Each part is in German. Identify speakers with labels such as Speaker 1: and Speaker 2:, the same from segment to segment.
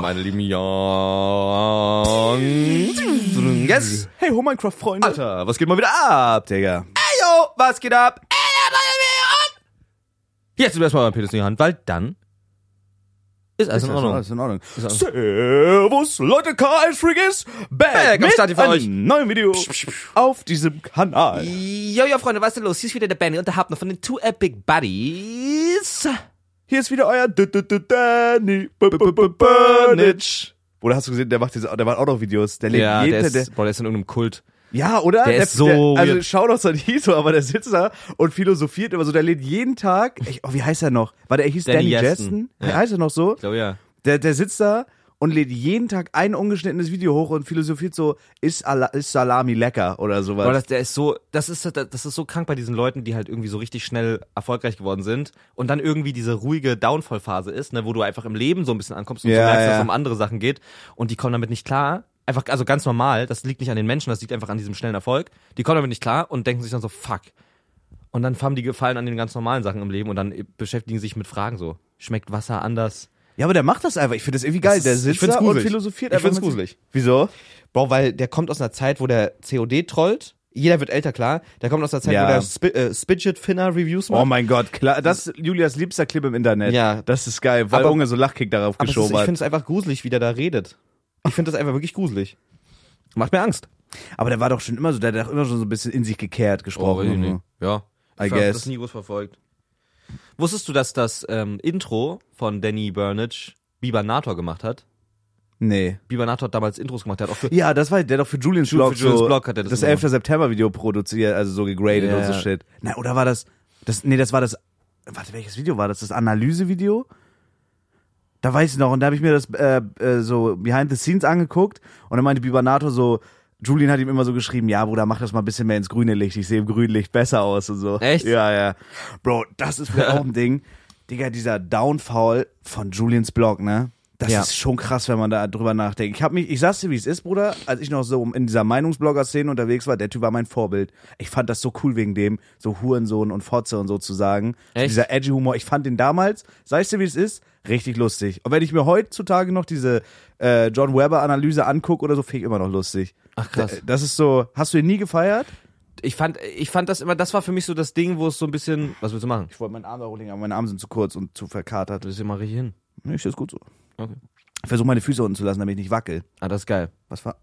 Speaker 1: meine lieben Jungs.
Speaker 2: Hey, ho, Minecraft-Freunde.
Speaker 1: Alter, was geht mal wieder ab, Digga? Ey, yo, was geht ab? Jetzt erstmal mein Penis in die Hand, weil dann ist alles in Ordnung.
Speaker 2: Alles in Ordnung.
Speaker 1: alles-
Speaker 2: Servus, Leute, Karl Freak ist back,
Speaker 1: Back auf
Speaker 2: mit
Speaker 1: Stati für
Speaker 2: einem
Speaker 1: euch.
Speaker 2: neuen Video auf diesem Kanal.
Speaker 1: Jo, jo, Freunde, was ist denn los? Hier ist wieder der Benny und der Hapner von den Two Epic Buddies.
Speaker 2: Hier ist wieder euer D -D -D Danny B- B- B- Burnage. Oder hast du gesehen, der macht diese, der macht auch noch Videos. Der lebt
Speaker 1: Ja, der
Speaker 2: jeden,
Speaker 1: ist, boah, der ist in irgendeinem Kult.
Speaker 2: ja, oder?
Speaker 1: der ist so
Speaker 2: Der, also
Speaker 1: weird.
Speaker 2: schau doch sein Hito, aber der sitzt da und philosophiert immer so. Der lädt jeden Tag. Ich, oh, wie heißt er noch? War der hieß Danny,
Speaker 1: Danny
Speaker 2: Jessen?
Speaker 1: Jessen. Ja.
Speaker 2: Heißt er noch so?
Speaker 1: Ich glaube, ja.
Speaker 2: Der, der sitzt da und lädt jeden Tag ein ungeschnittenes Video hoch und philosophiert so, ist, Ala ist Salami lecker oder sowas.
Speaker 1: Boah, das, der ist so, das ist, das ist so krank bei diesen Leuten, die halt irgendwie so richtig schnell erfolgreich geworden sind und dann irgendwie diese ruhige Downfall-Phase ist, ne, wo du einfach im Leben so ein bisschen ankommst und
Speaker 2: Ja,
Speaker 1: so merkst, dass
Speaker 2: ja.
Speaker 1: es um andere Sachen geht und die kommen damit nicht klar. Einfach, also ganz normal, das liegt nicht an den Menschen, das liegt einfach an diesem schnellen Erfolg. Die kommen damit nicht klar und denken sich dann so, fuck. Und dann haben die Gefallen an den ganz normalen Sachen im Leben und dann beschäftigen sich mit Fragen so. Schmeckt Wasser anders?
Speaker 2: ja, aber der macht das einfach. Ich finde das irgendwie geil.
Speaker 1: ist-
Speaker 2: der
Speaker 1: ich
Speaker 2: sitzt
Speaker 1: find's
Speaker 2: da und
Speaker 1: gruselig.
Speaker 2: philosophiert
Speaker 1: Ich
Speaker 2: einfach.
Speaker 1: find's
Speaker 2: mit sich-
Speaker 1: gruselig.
Speaker 2: Wieso?
Speaker 1: Bro, weil der kommt aus einer Zeit, wo der COD trollt. Jeder wird älter, klar. Der kommt aus einer Zeit,
Speaker 2: Ja.
Speaker 1: wo der Spi äh, Spidget Finner Reviews macht.
Speaker 2: Oh mein Gott, klar, das ist Julias liebster Clip im Internet.
Speaker 1: Ja.
Speaker 2: Das ist geil, weil
Speaker 1: Aber-
Speaker 2: Unge so Lachkick darauf
Speaker 1: Aber es ist,
Speaker 2: geschoben
Speaker 1: ich finde
Speaker 2: hat.
Speaker 1: es einfach gruselig, wie der da redet. Ich finde das einfach wirklich gruselig. Macht mir Angst.
Speaker 2: Aber der war doch schon immer so, der hat doch immer schon so ein bisschen in sich gekehrt gesprochen.
Speaker 1: Oh,
Speaker 2: und so.
Speaker 1: Ja.
Speaker 2: I
Speaker 1: Ich
Speaker 2: guess.
Speaker 1: habe das nie groß verfolgt. Wusstest du, dass das ähm, Intro von Danny Burnage Bibernator gemacht hat?
Speaker 2: Nee.
Speaker 1: Bibernator hat damals Intros gemacht. Der hat auch für
Speaker 2: Ja, das war der hat doch für Julians
Speaker 1: Ju-
Speaker 2: Blog
Speaker 1: für Julians
Speaker 2: so
Speaker 1: Blog hat er das
Speaker 2: das
Speaker 1: gemacht.
Speaker 2: 11. September Video produziert, also so gegradet
Speaker 1: Ja.
Speaker 2: und so shit. Na, oder war das das nee, das war das Warte, welches Video war das? Das Analysevideo? Da weiß ich noch und da habe ich mir das äh, äh, so behind the scenes angeguckt und dann meinte Bibernato so Julian hat ihm immer so geschrieben, ja, Bruder, mach das mal ein bisschen mehr ins grüne Licht. Ich sehe im grünen Licht besser aus und so.
Speaker 1: Echt?
Speaker 2: Ja, ja. Bro, das ist vielleicht auch ein Ding. Digga, dieser Downfall von Julians Blog, ne? Das
Speaker 1: Ja.
Speaker 2: ist schon krass, wenn man da drüber nachdenkt. Ich hab mich, ich sag's dir, wie es ist, Bruder, als ich noch so in dieser Meinungsblogger-Szene unterwegs war, der Typ war mein Vorbild. Ich fand das so cool wegen dem, so Hurensohn und Fotze und so zu sagen. So
Speaker 1: Echt?
Speaker 2: Dieser edgy Humor. Ich fand den damals, sag's dir, wie es ist, richtig lustig. Und wenn ich mir heutzutage noch diese äh, John Webber-Analyse angucke oder so, finde ich immer noch lustig.
Speaker 1: Ach, krass.
Speaker 2: Das ist so, hast du ihn nie gefeiert?
Speaker 1: ich fand, ich fand das immer, das war für mich so das Ding, wo es so ein bisschen, was willst du machen?
Speaker 2: Ich wollte meinen Arm da hochlegen, aber meine Arme sind zu kurz und zu verkatert.
Speaker 1: Du bist immer richtig hin.
Speaker 2: Nee, ist jetzt gut so.
Speaker 1: Okay.
Speaker 2: Ich versuche meine Füße unten zu lassen, damit ich nicht wackel.
Speaker 1: Ah, das ist geil.
Speaker 2: Was war?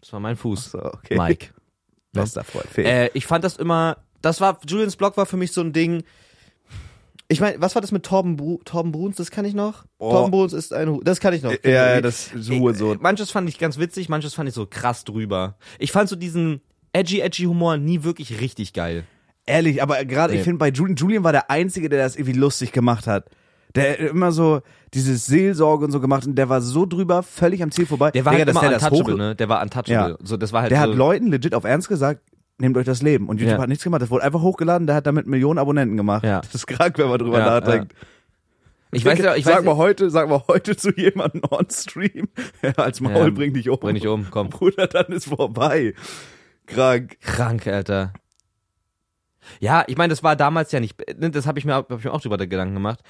Speaker 1: Das war mein Fuß.
Speaker 2: So, okay.
Speaker 1: Mike.
Speaker 2: Bester Freund. Fee.
Speaker 1: Äh, ich fand das immer, das war, Julians Blog war für mich so ein Ding. Ich meine, was war das mit Torben, Bru Torben Bruns? Das kann ich noch.
Speaker 2: Oh.
Speaker 1: Torben Bruns ist ein, Hu- das kann ich noch. Äh,
Speaker 2: ja, ja, das ist Hurensohn.
Speaker 1: Manches fand ich ganz witzig, manches fand ich so krass drüber. Ich fand so diesen edgy, edgy Humor nie wirklich richtig geil.
Speaker 2: Ehrlich, aber gerade, ich
Speaker 1: Nee.
Speaker 2: finde bei Julian, Julian war der Einzige, der das irgendwie lustig gemacht hat. Der immer so dieses Seelsorge und so gemacht und der war so drüber, völlig am Ziel vorbei.
Speaker 1: Der war
Speaker 2: Digga,
Speaker 1: halt
Speaker 2: dass
Speaker 1: immer
Speaker 2: der das
Speaker 1: untouchable,
Speaker 2: hoch-
Speaker 1: ne? Der war untouchable.
Speaker 2: Ja.
Speaker 1: So, das war halt
Speaker 2: Der
Speaker 1: so,
Speaker 2: hat Leuten legit auf Ernst gesagt, nehmt euch das Leben. Und YouTube
Speaker 1: Ja.
Speaker 2: hat nichts gemacht, das wurde einfach hochgeladen, der hat damit Millionen Abonnenten gemacht.
Speaker 1: Ja.
Speaker 2: Das ist krank, wenn man drüber
Speaker 1: Ja,
Speaker 2: nachdenkt.
Speaker 1: ich weiß, ja- ich
Speaker 2: sag
Speaker 1: weiß,
Speaker 2: mal heute, sag mal heute zu jemandem on Stream, als Maul
Speaker 1: Ja,
Speaker 2: bring dich um.
Speaker 1: Ähm, bring dich um, komm.
Speaker 2: Bruder, dann ist vorbei. Krank.
Speaker 1: Krank, Alter. Ja, ich meine, das war damals ja nicht, ne, das habe ich, mir- hab ich mir auch drüber Gedanken gemacht.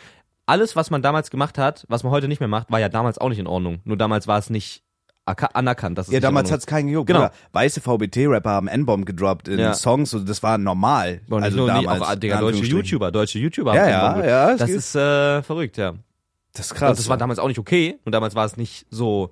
Speaker 1: Alles, was man damals gemacht hat, was man heute nicht mehr macht, war ja damals auch nicht in Ordnung. Nur damals war es nicht aka- anerkannt, dass es
Speaker 2: Ja,
Speaker 1: nicht
Speaker 2: damals
Speaker 1: in Ordnung
Speaker 2: hat's keinen gejuckt.
Speaker 1: Genau.
Speaker 2: Bruder. Weiße VBT-Rapper haben N-Bomb gedroppt in
Speaker 1: Ja.
Speaker 2: Songs und das war normal.
Speaker 1: ist. Und
Speaker 2: also
Speaker 1: nicht nur
Speaker 2: damals.
Speaker 1: Nicht, auch, Digga,
Speaker 2: in
Speaker 1: deutsche
Speaker 2: Anführungsstrichen.
Speaker 1: YouTuber, deutsche YouTuber.
Speaker 2: Ja,
Speaker 1: haben
Speaker 2: ja,
Speaker 1: Bombe-
Speaker 2: ja, es
Speaker 1: Das
Speaker 2: geht.
Speaker 1: ist äh, verrückt, ja.
Speaker 2: Das ist
Speaker 1: Und
Speaker 2: krass.
Speaker 1: das war damals auch nicht okay. Und damals war es nicht so.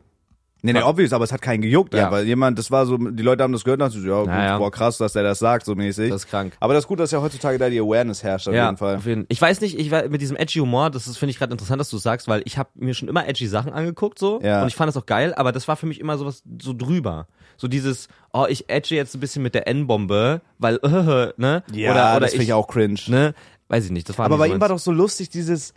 Speaker 2: nee, nee, obvious, aber es hat keinen gejuckt.
Speaker 1: Ja.
Speaker 2: Ja. Weil jemand, das war so, die Leute haben das gehört und dachten, so, ja, gut,
Speaker 1: Naja.
Speaker 2: boah, krass, dass der das sagt, so mäßig.
Speaker 1: Das ist krank.
Speaker 2: aber das ist gut, dass ja heutzutage da die Awareness herrscht, auf
Speaker 1: ja,
Speaker 2: jeden Fall.
Speaker 1: Ich weiß nicht, ich war mit diesem edgy Humor, das ist finde ich gerade interessant, dass du sagst, weil ich habe mir schon immer edgy Sachen angeguckt so
Speaker 2: Ja.
Speaker 1: und ich fand das auch geil, aber das war für mich immer sowas so drüber. So dieses oh, ich edge jetzt ein bisschen mit der N-Bombe, weil äh, ne?
Speaker 2: Ja,
Speaker 1: oder oder
Speaker 2: das finde ich auch cringe.
Speaker 1: ne? Weiß ich nicht, das war
Speaker 2: Aber
Speaker 1: nicht
Speaker 2: bei
Speaker 1: so
Speaker 2: ihm war doch so lustig dieses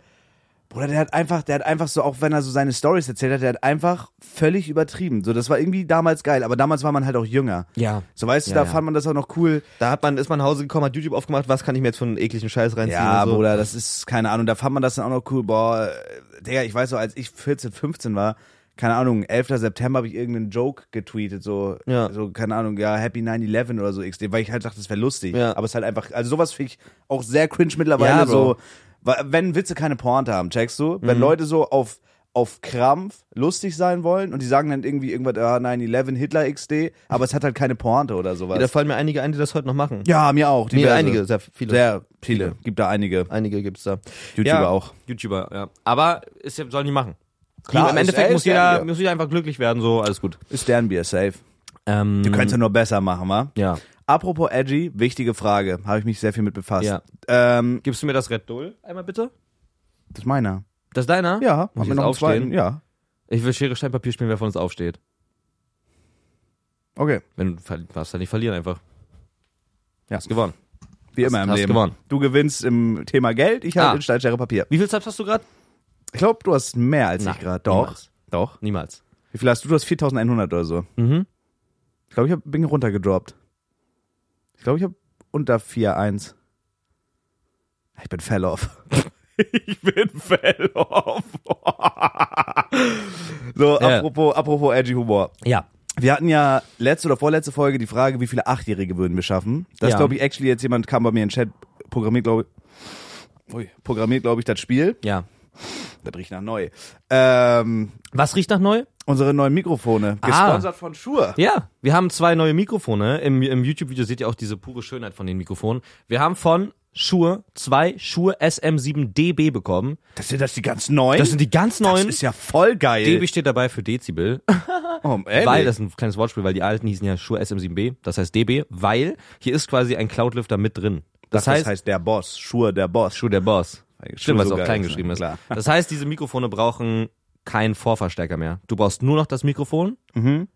Speaker 2: Bruder, der hat einfach, der hat einfach so, auch wenn er so seine Stories erzählt hat, der hat einfach völlig übertrieben. So, das war irgendwie damals geil, aber damals war man halt auch jünger.
Speaker 1: meins. ja.
Speaker 2: So, weißt du,
Speaker 1: Ja,
Speaker 2: da
Speaker 1: ja.
Speaker 2: fand man das auch noch cool.
Speaker 1: Da hat man ist man nach Hause gekommen, hat YouTube aufgemacht, was kann ich mir jetzt von einen ekligen Scheiß reinziehen
Speaker 2: Ja,
Speaker 1: und so.
Speaker 2: Bruder, das ist keine Ahnung. Da fand man das dann auch noch cool. Boah, äh, Digga, ich weiß so, als ich 14, 15 war, keine Ahnung, 11. September habe ich irgendeinen Joke getweetet, so,
Speaker 1: Ja.
Speaker 2: so, keine Ahnung, ja, Happy 9-11 oder so XD, weil ich halt dachte, das wäre lustig.
Speaker 1: Ja.
Speaker 2: Aber es ist halt einfach, also sowas finde ich auch sehr cringe mittlerweile,
Speaker 1: Ja, Bro. Mhm.
Speaker 2: so, wa- wenn Witze keine Pointe haben, checkst du? Wenn Leute so auf, auf Krampf lustig sein wollen und die sagen dann irgendwie irgendwas, ah, 9-11, Hitler XD, aber es hat halt keine Pointe oder sowas.
Speaker 1: Da fallen mir einige ein, die das heute noch machen.
Speaker 2: ja, mir auch.
Speaker 1: nee,
Speaker 2: diverse.
Speaker 1: einige, sehr viele.
Speaker 2: Sehr viele. Gibt da einige.
Speaker 1: Einige gibt's da.
Speaker 2: YouTuber
Speaker 1: Ja.
Speaker 2: auch.
Speaker 1: YouTuber, ja. Aber ist, ja- sollen die machen.
Speaker 2: Klar,
Speaker 1: Im
Speaker 2: ist-
Speaker 1: Endeffekt
Speaker 2: ey,
Speaker 1: muss
Speaker 2: ist ja
Speaker 1: jeder,
Speaker 2: ein Bier.
Speaker 1: muss jeder einfach glücklich werden, so, alles gut.
Speaker 2: Ist Sternbier safe.
Speaker 1: Ähm,
Speaker 2: Du könntest ja nur besser machen, wa?
Speaker 1: Ja.
Speaker 2: Apropos edgy, wichtige Frage. Habe ich mich sehr viel mit befasst.
Speaker 1: Ja.
Speaker 2: Ähm,
Speaker 1: Gibst du mir das Red Bull einmal bitte?
Speaker 2: das ist meiner.
Speaker 1: Das ist
Speaker 2: Ja,
Speaker 1: deiner? Muss
Speaker 2: haben
Speaker 1: ich
Speaker 2: wir
Speaker 1: jetzt
Speaker 2: noch einen
Speaker 1: aufstehen?
Speaker 2: zweiten? Ja.
Speaker 1: Ich will Schere, Stein, Papier spielen, wer von uns aufsteht.
Speaker 2: Okay.
Speaker 1: Wenn du verli- darfst ja nicht verlieren einfach.
Speaker 2: Ja.
Speaker 1: Hast gewonnen.
Speaker 2: Wie immer im
Speaker 1: hast
Speaker 2: Leben.
Speaker 1: gewonnen.
Speaker 2: Du gewinnst im Thema Geld, ich halt
Speaker 1: Ah.
Speaker 2: in Stein, Schere, Papier.
Speaker 1: Wie viel Zeit hast du gerade?
Speaker 2: Ich glaube, du hast mehr als
Speaker 1: Nein,
Speaker 2: ich gerade. Doch.
Speaker 1: niemals.
Speaker 2: Doch.
Speaker 1: Niemals.
Speaker 2: Wie viel hast du? Du hast 4100 oder so.
Speaker 1: Mhm.
Speaker 2: Ich glaube, ich hab, bin runtergedroppt. Ich glaube, ich habe unter 4,1. Ich bin fell off.
Speaker 1: Ich bin fell off.
Speaker 2: So,
Speaker 1: Ja.
Speaker 2: apropos, apropos edgy Humor.
Speaker 1: Ja.
Speaker 2: Wir hatten ja letzte oder vorletzte Folge die Frage, wie viele Achtjährige würden wir schaffen. Das
Speaker 1: Ja.
Speaker 2: glaube ich actually jetzt jemand kam bei mir in den Chat, programmiert glaube ich, ui, programmiert glaube ich das Spiel.
Speaker 1: Ja.
Speaker 2: Das riecht nach neu. Ähm,
Speaker 1: Was riecht nach neu?
Speaker 2: unsere neuen Mikrofone, gesponsert von Shure.
Speaker 1: Ah. Ja, wir haben zwei neue Mikrofone. Im, im YouTube-Video seht ihr auch diese pure Schönheit von den Mikrofonen. Wir haben von Shure zwei Shure SM7DB bekommen.
Speaker 2: Das sind das die ganz neuen.
Speaker 1: Das sind die ganz neuen.
Speaker 2: ist ja voll geil.
Speaker 1: DB steht dabei für Dezibel,
Speaker 2: oh, ehrlich?
Speaker 1: weil das ist ein kleines Wortspiel, weil die alten hießen ja Shure SM7B, das heißt DB, weil hier ist quasi ein Cloudlüfter mit drin. Das,
Speaker 2: das heißt,
Speaker 1: heißt,
Speaker 2: der Boss, Shure der Boss.
Speaker 1: Shure der Boss.
Speaker 2: Shure
Speaker 1: Stimmt, weil es
Speaker 2: so
Speaker 1: auch
Speaker 2: geil
Speaker 1: klein
Speaker 2: ist, ne?
Speaker 1: geschrieben ist.
Speaker 2: Klar.
Speaker 1: Das heißt, diese Mikrofone brauchen keinen Vorverstärker mehr. Du brauchst nur noch das Mikrofon
Speaker 2: Mhm.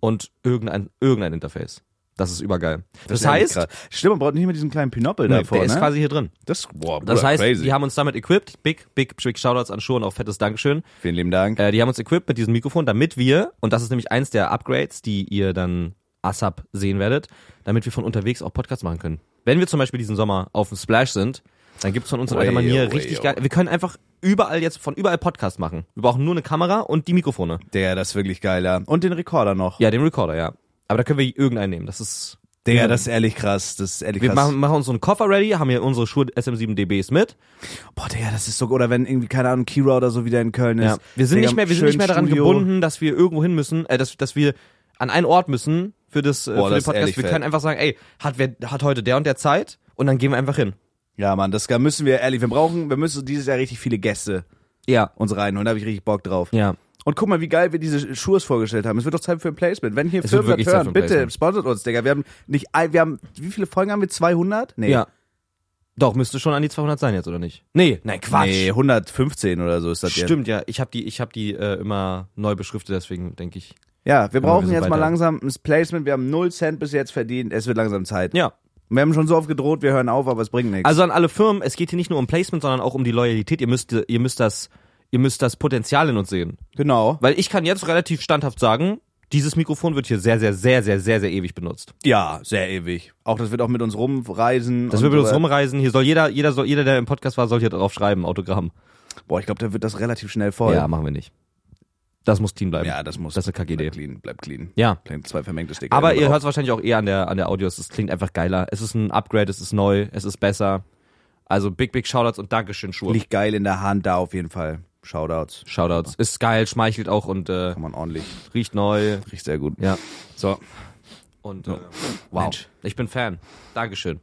Speaker 1: und irgendein, irgendein Interface. Das ist übergeil. Das,
Speaker 2: ist ehrlich
Speaker 1: heißt,
Speaker 2: krass. stimmt, man braucht nicht mehr diesen kleinen Pinöppel
Speaker 1: Nee,
Speaker 2: davor,
Speaker 1: der ist
Speaker 2: ne?
Speaker 1: quasi hier drin.
Speaker 2: das, wow,
Speaker 1: Das
Speaker 2: Bruder,
Speaker 1: heißt,
Speaker 2: crazy.
Speaker 1: die haben uns damit equipped. Big, big, big Shoutouts an Shure und auch fettes Dankeschön.
Speaker 2: Vielen lieben Dank.
Speaker 1: Äh, die haben uns equipped mit diesem Mikrofon, damit wir, und das ist nämlich eins der Upgrades, die ihr dann ASAP sehen werdet, damit wir von unterwegs auch Podcasts machen können. Wenn wir zum Beispiel diesen Sommer auf dem Splash sind, dann gibt's von uns in alter
Speaker 2: Way,
Speaker 1: Manier
Speaker 2: way,
Speaker 1: richtig
Speaker 2: way.
Speaker 1: geil. Wir können einfach überall jetzt, von überall Podcasts machen. Wir brauchen nur eine Kamera und die Mikrofone.
Speaker 2: Der, das ist wirklich geil, ja. Und den Rekorder noch.
Speaker 1: Ja, den Recorder, ja. Aber da können wir irgendeinen nehmen. Das ist.
Speaker 2: Der, das ist ehrlich krass. Das ist ehrlich
Speaker 1: Wir
Speaker 2: krass.
Speaker 1: machen, machen uns so einen Koffer ready, haben hier unsere Schuhe SM7DBs mit.
Speaker 2: Boah, Digga, das ist so, oder wenn irgendwie, keine Ahnung, Kira oder so wieder in Köln ist.
Speaker 1: Ja. Wir sind
Speaker 2: Digga,
Speaker 1: nicht mehr, wir sind
Speaker 2: schön
Speaker 1: nicht mehr daran
Speaker 2: Studio.
Speaker 1: gebunden, dass wir irgendwo hin müssen, äh, dass, dass wir an einen Ort müssen für das,
Speaker 2: Boah,
Speaker 1: äh, für
Speaker 2: das
Speaker 1: den
Speaker 2: ist
Speaker 1: Podcast.
Speaker 2: ehrlich
Speaker 1: wir
Speaker 2: fett.
Speaker 1: können einfach sagen, ey, hat wer, hat heute der und der Zeit und dann gehen wir einfach hin.
Speaker 2: Ja, Mann, das müssen wir, ehrlich, wir brauchen, wir müssen dieses Jahr richtig viele Gäste
Speaker 1: Ja.
Speaker 2: uns reinholen. Da habe ich richtig Bock drauf.
Speaker 1: Ja.
Speaker 2: Und guck mal, wie geil wir diese Schuhe vorgestellt haben. Es wird doch Zeit für ein Placement. Wenn hier
Speaker 1: Es wird
Speaker 2: Firmen
Speaker 1: wirklich
Speaker 2: das hören,
Speaker 1: Zeit für ein
Speaker 2: bitte
Speaker 1: Placement.
Speaker 2: sponsert uns, Digga. Wir haben nicht, ein- wir haben, wie viele Folgen haben wir? 200? Nee.
Speaker 1: Ja. Doch, müsste schon an die 200 sein jetzt, oder nicht? Nee, nein, Quatsch.
Speaker 2: Nee, 115 oder so ist das
Speaker 1: Stimmt, ja. Ich habe die, ich hab die äh, immer neu beschriftet, deswegen denke ich.
Speaker 2: Ja, ja wir brauchen
Speaker 1: sind
Speaker 2: jetzt mal
Speaker 1: weiter.
Speaker 2: langsam ein Placement. Wir haben 0 Cent bis jetzt verdient. Es wird langsam Zeit.
Speaker 1: Ja.
Speaker 2: Wir haben schon so oft gedroht, wir hören auf, aber es bringt nichts.
Speaker 1: Also an alle Firmen, es geht hier nicht nur um Placement, sondern auch um die Loyalität. Ihr müsst, ihr müsst das, ihr müsst das Potenzial in uns sehen.
Speaker 2: genau.
Speaker 1: Weil ich kann jetzt relativ standhaft sagen, dieses Mikrofon wird hier sehr, sehr, sehr, sehr, sehr, sehr ewig benutzt.
Speaker 2: Ja, sehr ewig. Auch das wird auch mit uns rumreisen.
Speaker 1: Das
Speaker 2: und
Speaker 1: wird mit uns
Speaker 2: so- äh,
Speaker 1: rumreisen. Hier soll jeder, jeder, soll, jeder, der im Podcast war, soll hier drauf schreiben, Autogramm.
Speaker 2: Boah, ich glaube, da wird das relativ schnell voll.
Speaker 1: Ja, machen wir nicht. Das muss clean bleiben.
Speaker 2: Ja, das muss.
Speaker 1: Das ist eine kacke Idee.
Speaker 2: Bleibt clean, bleibt clean.
Speaker 1: Ja.
Speaker 2: Bleibt zwei vermengte Sticker.
Speaker 1: Aber ihr
Speaker 2: drauf.
Speaker 1: hört es wahrscheinlich auch eher an der, an der Audios. Es klingt einfach geiler. Es ist ein Upgrade, es ist neu, es ist besser. Also big, big Shoutouts und Dankeschön, Schuhe.
Speaker 2: Liegt geil in der Hand da auf jeden Fall. Shoutouts.
Speaker 1: Shoutouts. Ist geil, schmeichelt auch und äh,
Speaker 2: Kann man ordentlich.
Speaker 1: riecht neu.
Speaker 2: Riecht sehr gut.
Speaker 1: Ja.
Speaker 2: So.
Speaker 1: Und äh, wow.
Speaker 2: Mensch.
Speaker 1: Ich bin Fan. Dankeschön.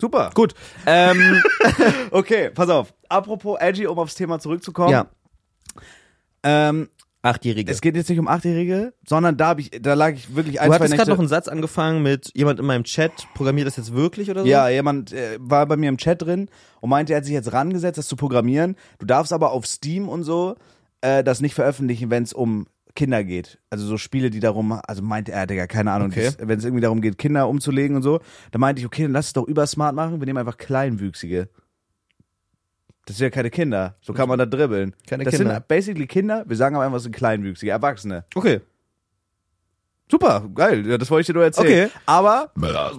Speaker 2: Super.
Speaker 1: Gut. Ähm,
Speaker 2: Okay, pass auf. Apropos Edgy, um aufs Thema zurückzukommen. Ähm,
Speaker 1: Achtjährige.
Speaker 2: es geht jetzt nicht um Achtjährige, sondern da, hab ich, da lag ich wirklich ein,
Speaker 1: Du
Speaker 2: zwei
Speaker 1: hattest
Speaker 2: Nächte.
Speaker 1: gerade noch einen Satz angefangen mit jemand in meinem Chat, programmiert das jetzt wirklich oder so?
Speaker 2: Ja, jemand äh, war bei mir im Chat drin und meinte, er hat sich jetzt rangesetzt, das zu programmieren. Du darfst aber auf Steam und so äh, das nicht veröffentlichen, wenn es um Kinder geht. Also so Spiele, die darum, also meinte er, Digga, keine Ahnung,
Speaker 1: Okay.
Speaker 2: wenn es irgendwie darum geht, Kinder umzulegen und so, da meinte ich, okay, dann lass es doch übersmart machen, wir nehmen einfach Kleinwüchsige. Das sind ja keine Kinder, so kann man da dribbeln.
Speaker 1: Keine
Speaker 2: das
Speaker 1: Kinder.
Speaker 2: sind basically Kinder, wir sagen aber einfach, es sind Kleinwüchsige, Erwachsene.
Speaker 1: Okay.
Speaker 2: Super, geil, ja, das wollte ich dir nur erzählen.
Speaker 1: Okay.
Speaker 2: Aber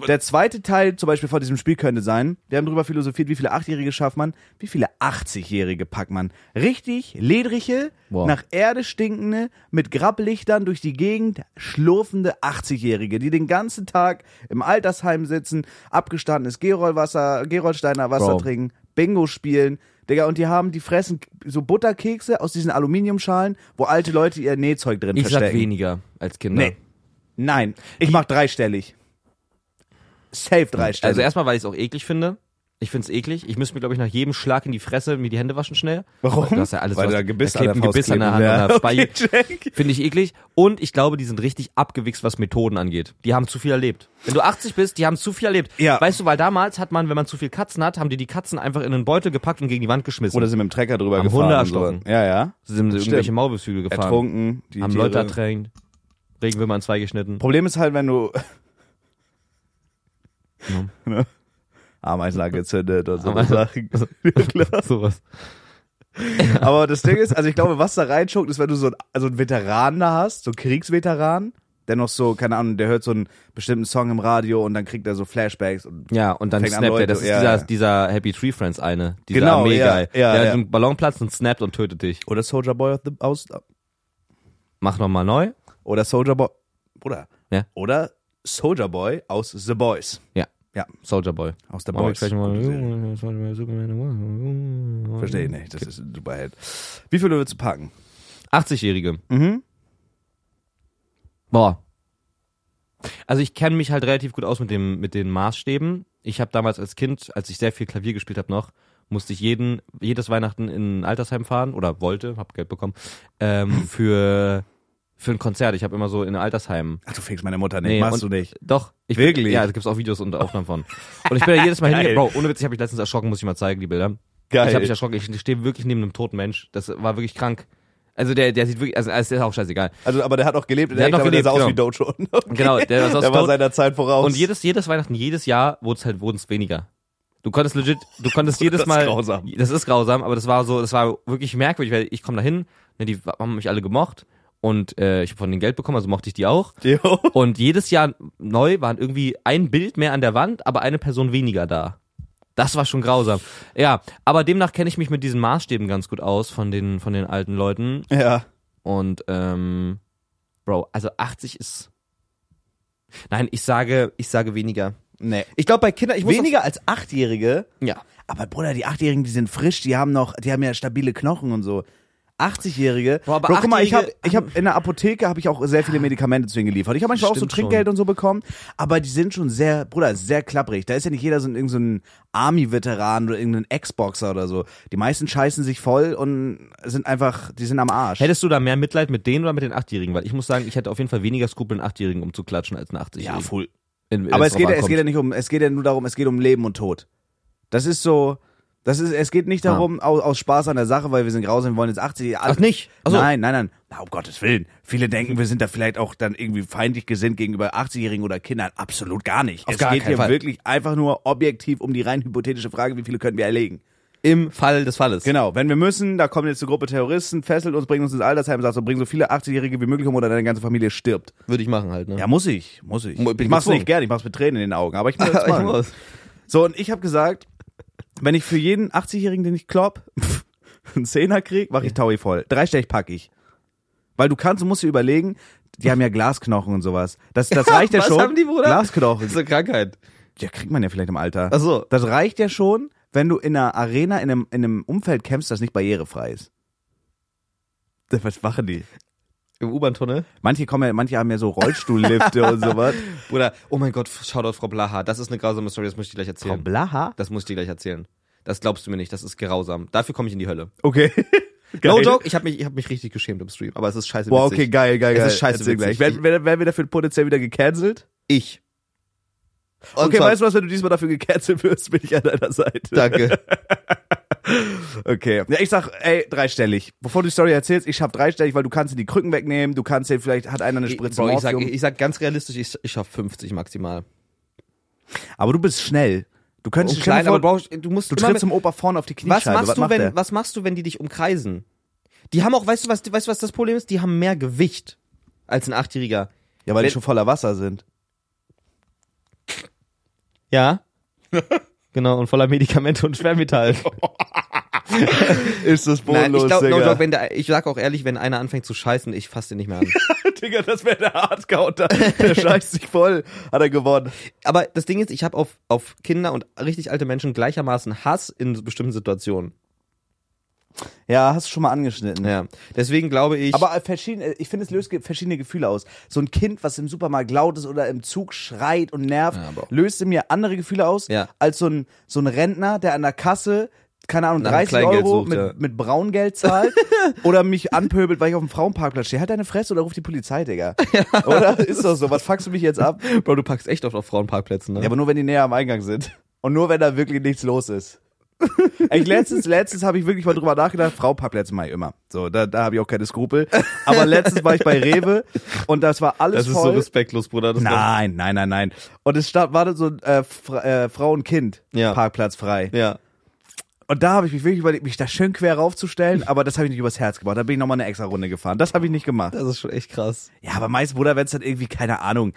Speaker 2: der zweite Teil zum Beispiel von diesem Spiel könnte sein, wir haben drüber philosophiert, wie viele Achtjährige schafft man, wie viele 80-Jährige packt man. Richtig ledrige,
Speaker 1: Wow.
Speaker 2: nach Erde stinkende, mit Grapplichtern durch die Gegend schlurfende 80-Jährige, die den ganzen Tag im Altersheim sitzen, abgestandenes Gerolwasser, Gerolsteiner Wasser
Speaker 1: Bro.
Speaker 2: trinken, Bingo spielen, Digga, und die haben, die fressen so Butterkekse aus diesen Aluminiumschalen, wo alte Leute ihr Nähzeug drin
Speaker 1: Ich sag
Speaker 2: verstecken.
Speaker 1: weniger als Kinder.
Speaker 2: Nee. Nein, ich mach dreistellig. Safe dreistellig.
Speaker 1: Also erstmal, weil ich es auch eklig finde. Ich find's eklig. Ich müsste mir, glaube ich, nach jedem Schlag in die Fresse mir die Hände waschen schnell.
Speaker 2: Warum?
Speaker 1: Du hast ja alles
Speaker 2: Weil
Speaker 1: du hast-
Speaker 2: da Gebiss
Speaker 1: klebt
Speaker 2: an der
Speaker 1: ein
Speaker 2: Faust
Speaker 1: Gebiss an der Hand
Speaker 2: kleben,
Speaker 1: und
Speaker 2: ja.
Speaker 1: an der Speiche.
Speaker 2: Okay, check.
Speaker 1: Finde ich eklig. Und ich glaube, die sind richtig abgewichst, was Methoden angeht. Die haben zu viel erlebt. Wenn du 80 bist, die haben zu viel erlebt.
Speaker 2: Ja.
Speaker 1: Weißt du, weil damals hat man, wenn man zu viel Katzen hat, haben die die Katzen einfach in einen Beutel gepackt und gegen die Wand geschmissen.
Speaker 2: Oder sind mit dem Trecker drüber
Speaker 1: Am
Speaker 2: gefahren.
Speaker 1: Hunde
Speaker 2: und so.
Speaker 1: erstochen.
Speaker 2: Ja, ja.
Speaker 1: sind sie
Speaker 2: Stimmt.
Speaker 1: irgendwelche Maulbezüge gefahren.
Speaker 2: Ertrunken. Die
Speaker 1: haben
Speaker 2: Tiere.
Speaker 1: Leute ertränkt. Regenwürmer in zwei geschnitten.
Speaker 2: Problem ist halt, wenn du
Speaker 1: Ja.
Speaker 2: ne? Ameisen angezündet und so
Speaker 1: Ameisen.
Speaker 2: Sachen.
Speaker 1: Sowas.
Speaker 2: Aber das Ding ist, also ich glaube, was da reinschuckt, ist, wenn du so einen, so einen Veteran da hast, so einen Kriegsveteran, der noch so, keine Ahnung, der hört so einen bestimmten Song im Radio und dann kriegt er so Flashbacks und
Speaker 1: Ja, und dann
Speaker 2: Fängt an,
Speaker 1: snappt er.
Speaker 2: Leute-
Speaker 1: Das ist
Speaker 2: ja,
Speaker 1: dieser,
Speaker 2: ja.
Speaker 1: dieser Happy Tree Friends eine. Dieser
Speaker 2: Genau,
Speaker 1: Armee-Guy.
Speaker 2: ja, ja,
Speaker 1: der
Speaker 2: ja.
Speaker 1: hat einen Ballon platzt und snappt und tötet dich.
Speaker 2: oder Soldier Boy aus, the- aus
Speaker 1: Mach nochmal neu.
Speaker 2: oder Soldier Boy oder
Speaker 1: Ja.
Speaker 2: oder Soldier Boy aus The Boys.
Speaker 1: Ja.
Speaker 2: Ja.
Speaker 1: Soldier Boy.
Speaker 2: Aus The
Speaker 1: Boy.
Speaker 2: Boys. Verstehe
Speaker 1: Verstehe
Speaker 2: ich nicht, das ist ein Superheld. Wie viele würdest du packen?
Speaker 1: 80-Jährige.
Speaker 2: Mhm.
Speaker 1: Boah. Also ich kenne mich halt relativ gut aus mit dem mit den Maßstäben. Ich habe damals als Kind, als ich sehr viel Klavier gespielt habe noch, musste ich jeden jedes Weihnachten in ein Altersheim fahren oder wollte, habe Geld bekommen ähm, für für ein Konzert. Ich habe immer so in ein Altersheim.
Speaker 2: Ach, du fickst meine Mutter nicht,
Speaker 1: Nee,
Speaker 2: machst du
Speaker 1: und-
Speaker 2: nicht.
Speaker 1: Doch, ich
Speaker 2: Wirklich?
Speaker 1: Ja, da gibt's auch Videos und Aufnahmen von. Und ich bin da jedes Mal
Speaker 2: Geil.
Speaker 1: hingegangen. Bro, ohne Witz, ich habe mich letztens erschrocken, muss ich mal zeigen die Bilder.
Speaker 2: Geil.
Speaker 1: Ich habe mich erschrocken. Ich stehe wirklich neben einem toten Mensch. Das war wirklich krank. Also der der sieht wirklich also es ist auch scheißegal.
Speaker 2: Also, aber der hat auch gelebt in der
Speaker 1: Der
Speaker 2: Echt,
Speaker 1: hat noch
Speaker 2: aber der sah aus wie
Speaker 1: gelebt,
Speaker 2: Dojo. Okay.
Speaker 1: Genau, der ist aus
Speaker 2: der war
Speaker 1: Dojo.
Speaker 2: seiner Zeit voraus.
Speaker 1: Und jedes, jedes Weihnachten, jedes Jahr wurde es halt wurden's weniger. Du konntest legit, du konntest jedes
Speaker 2: Das ist
Speaker 1: Mal.
Speaker 2: grausam.
Speaker 1: Das ist grausam, aber das war so, das war wirklich merkwürdig, weil ich komme da hin, ne, die haben mich alle gemocht und äh, ich habe von denen Geld bekommen, also mochte ich die auch.
Speaker 2: Jo.
Speaker 1: Und jedes Jahr neu waren irgendwie ein Bild mehr an der Wand, aber eine Person weniger da. Das war schon grausam. Ja, aber demnach kenne ich mich mit diesen Maßstäben ganz gut aus von den, von den alten Leuten.
Speaker 2: Ja.
Speaker 1: Und ähm, Bro, also 80 ist. Nein, ich sage, ich sage weniger.
Speaker 2: Nee.
Speaker 1: Ich glaube bei Kindern, ich muss
Speaker 2: Weniger als Achtjährige.
Speaker 1: Auf, ja.
Speaker 2: Aber Bruder, die Achtjährigen, die sind frisch, die haben noch, die haben ja stabile Knochen und so. 80-Jährige.
Speaker 1: Boah, aber
Speaker 2: Bro, guck mal, ich habe
Speaker 1: Achtjährige-
Speaker 2: ich hab, in der Apotheke habe ich auch sehr viele Medikamente zu ihnen geliefert. Ich habe manchmal auch so
Speaker 1: Stimmt
Speaker 2: Trinkgeld und so bekommen, aber die sind schon sehr, Bruder, sehr klapprig. Da ist ja nicht jeder so ein, irgend so ein Army-Veteran oder irgendein Ex-Boxer oder so. Die meisten scheißen sich voll und sind einfach, die sind am Arsch.
Speaker 1: Hättest du da mehr Mitleid mit denen oder mit den Achtjährigen? Weil ich muss sagen, ich hätte auf jeden Fall weniger Skrupel, einen Achtjährigen umzuklatschen als einen 80-Jährigen.
Speaker 2: voll.
Speaker 1: In-
Speaker 2: Aber
Speaker 1: wenn's
Speaker 2: es geht,
Speaker 1: drauf
Speaker 2: ja- es geht ja
Speaker 1: ankommt.
Speaker 2: nicht um, es geht ja nur darum, es geht um Leben und Tod. Das ist so, das ist, es geht nicht
Speaker 1: Ah.
Speaker 2: darum, aus, aus Spaß an der Sache, weil wir sind grausam, wir wollen jetzt 80.
Speaker 1: Ach nicht? Ach so.
Speaker 2: Nein, nein, nein. Na, um Gottes Willen. Viele denken, wir sind da vielleicht auch dann irgendwie feindlich gesinnt gegenüber 80-Jährigen oder Kindern. Absolut gar nicht. es
Speaker 1: gar
Speaker 2: geht
Speaker 1: keinen
Speaker 2: hier
Speaker 1: Fall.
Speaker 2: wirklich einfach nur objektiv um die rein hypothetische Frage, wie viele können wir erlegen.
Speaker 1: Im Fall des Falles.
Speaker 2: Genau, wenn wir müssen, da kommt jetzt eine Gruppe Terroristen, fesselt uns, bringt uns ins Altersheim, sagt so, bring so viele 80-Jährige wie möglich um oder deine ganze Familie stirbt.
Speaker 1: Würde ich machen halt, ne?
Speaker 2: Ja, muss ich, muss ich.
Speaker 1: Mu- bin
Speaker 2: ich mach's
Speaker 1: gezwungen.
Speaker 2: nicht gerne, ich mach's mit Tränen in den Augen, aber ich muss das machen. So, und ich habe gesagt, wenn ich für jeden 80-Jährigen, den ich klopp, einen Zehner krieg, mache ich Taui voll. Dreistellig pack ich. Weil du kannst, du musst dir überlegen, die haben ja Glasknochen und sowas. Das, das reicht ja
Speaker 1: was
Speaker 2: schon.
Speaker 1: haben die, Bruder? Also
Speaker 2: Glasknochen.
Speaker 1: eine Krankheit.
Speaker 2: Ja, kriegt man ja vielleicht im Alter.
Speaker 1: Ach so.
Speaker 2: Das reicht ja schon, wenn du in einer Arena, in einem, in einem Umfeld kämpfst, das nicht barrierefrei ist. Was machen die?
Speaker 1: Im U-Bahn-Tunnel.
Speaker 2: Manche kommen ja, manche haben ja so Rollstuhllifte und sowas.
Speaker 1: Bruder, oh mein Gott, Shoutout Frau Blaha. Das ist eine grausame Story, das muss ich dir gleich
Speaker 2: Frau
Speaker 1: erzählen.
Speaker 2: Blaha?
Speaker 1: das muss ich dir gleich erzählen. Das glaubst du mir nicht, das ist grausam. Dafür komme ich in die Hölle.
Speaker 2: Okay.
Speaker 1: No
Speaker 2: Geil.
Speaker 1: joke, ich habe mich, ich hab mich richtig geschämt im Stream, aber es ist scheiße
Speaker 2: Boah,
Speaker 1: witzig.
Speaker 2: okay, geil, geil,
Speaker 1: Es
Speaker 2: geil.
Speaker 1: ist scheiße
Speaker 2: Erzähl
Speaker 1: witzig.
Speaker 2: gleich. Werden, werden, werden wir dafür potenziell wieder gecancelt?
Speaker 1: Ich.
Speaker 2: Okay, weißt du was, wenn du diesmal dafür gecancelt wirst, bin ich an deiner Seite.
Speaker 1: Danke.
Speaker 2: Okay. Ja, ich sag, ey, dreistellig. Bevor du die Story erzählst, ich schaff dreistellig, weil du kannst dir die Krücken wegnehmen, du kannst dir, vielleicht hat einer eine
Speaker 1: Ich,
Speaker 2: Spritze um
Speaker 1: Bro, ich, sag,
Speaker 2: Morphium.
Speaker 1: ich sag ganz realistisch, ich, ich schaff 50 maximal. Um
Speaker 2: Aber du bist schnell. Du könntest, stell dir vor,
Speaker 1: Bro, du musst
Speaker 2: du
Speaker 1: immer
Speaker 2: trittst im
Speaker 1: mit-
Speaker 2: Opa vorne auf die
Speaker 1: was
Speaker 2: Kniescheibe.
Speaker 1: machst du,
Speaker 2: macht
Speaker 1: wenn,
Speaker 2: der?
Speaker 1: was machst du, wenn die dich umkreisen? Die haben auch, weißt du, was, weißt du, was das Problem ist? Die haben mehr Gewicht als ein Achtjähriger.
Speaker 2: Ja, weil die
Speaker 1: wenn-
Speaker 2: schon voller Wasser sind.
Speaker 1: Ja. genau, und voller Medikamente und Schwermetallen.
Speaker 2: Ist das
Speaker 1: Nein, ich glaube, no
Speaker 2: Oh, Digga.
Speaker 1: joke, wenn der, ich sag auch ehrlich, wenn einer anfängt zu scheißen, ich fasse den nicht mehr an.
Speaker 2: Digga, das wäre der Hardcounter. Der scheißt sich voll. Hat er gewonnen.
Speaker 1: Aber das Ding ist, ich habe auf, auf Kinder und richtig alte Menschen gleichermaßen Hass in bestimmten Situationen.
Speaker 2: Ja, hast du schon mal angeschnitten.
Speaker 1: Ja. Deswegen glaube ich.
Speaker 2: Aber äh, verschiedene, ich finde, es löst ge- verschiedene Gefühle aus. So ein Kind, was im Supermarkt laut ist oder im Zug schreit und nervt,
Speaker 1: Ja, aber-
Speaker 2: löst in mir andere Gefühle aus,
Speaker 1: Ja.
Speaker 2: als so ein, so ein Rentner, der an der Kasse, keine Ahnung,
Speaker 1: Nach dem
Speaker 2: 30
Speaker 1: Kleingeld
Speaker 2: Euro
Speaker 1: sucht,
Speaker 2: mit,
Speaker 1: ja.
Speaker 2: mit Braungeld zahlt oder mich anpöbelt, weil ich auf dem Frauenparkplatz stehe. Halt deine Fresse oder ruf die Polizei, Digga. Oder? Ist doch so. Was fuckst du mich jetzt ab?
Speaker 1: Bro, du packst echt oft auf Frauenparkplätzen, ne?
Speaker 2: Ja, aber nur wenn die näher am Eingang sind. Und nur wenn da wirklich nichts los ist. Ich letztens, letztens habe ich wirklich mal drüber nachgedacht, Frau Parkplätze mal immer. So, da, da habe ich auch keine Skrupel. Aber letztens war ich bei Rewe und das war alles
Speaker 1: das ist so
Speaker 2: voll.
Speaker 1: respektlos, Bruder. Das
Speaker 2: nein, nein, nein, nein. Und es stand, war da so ein äh, Fra- äh, Frau und Kind
Speaker 1: Ja.
Speaker 2: Parkplatz frei.
Speaker 1: ja.
Speaker 2: Und da habe ich mich wirklich überlegt, mich da schön quer raufzustellen, aber das habe ich nicht übers Herz gebracht. Da bin ich nochmal eine extra Runde gefahren. Das habe ich nicht gemacht.
Speaker 1: Das ist schon echt krass.
Speaker 2: Ja, aber meist, Bruder, wenn es dann irgendwie, keine Ahnung,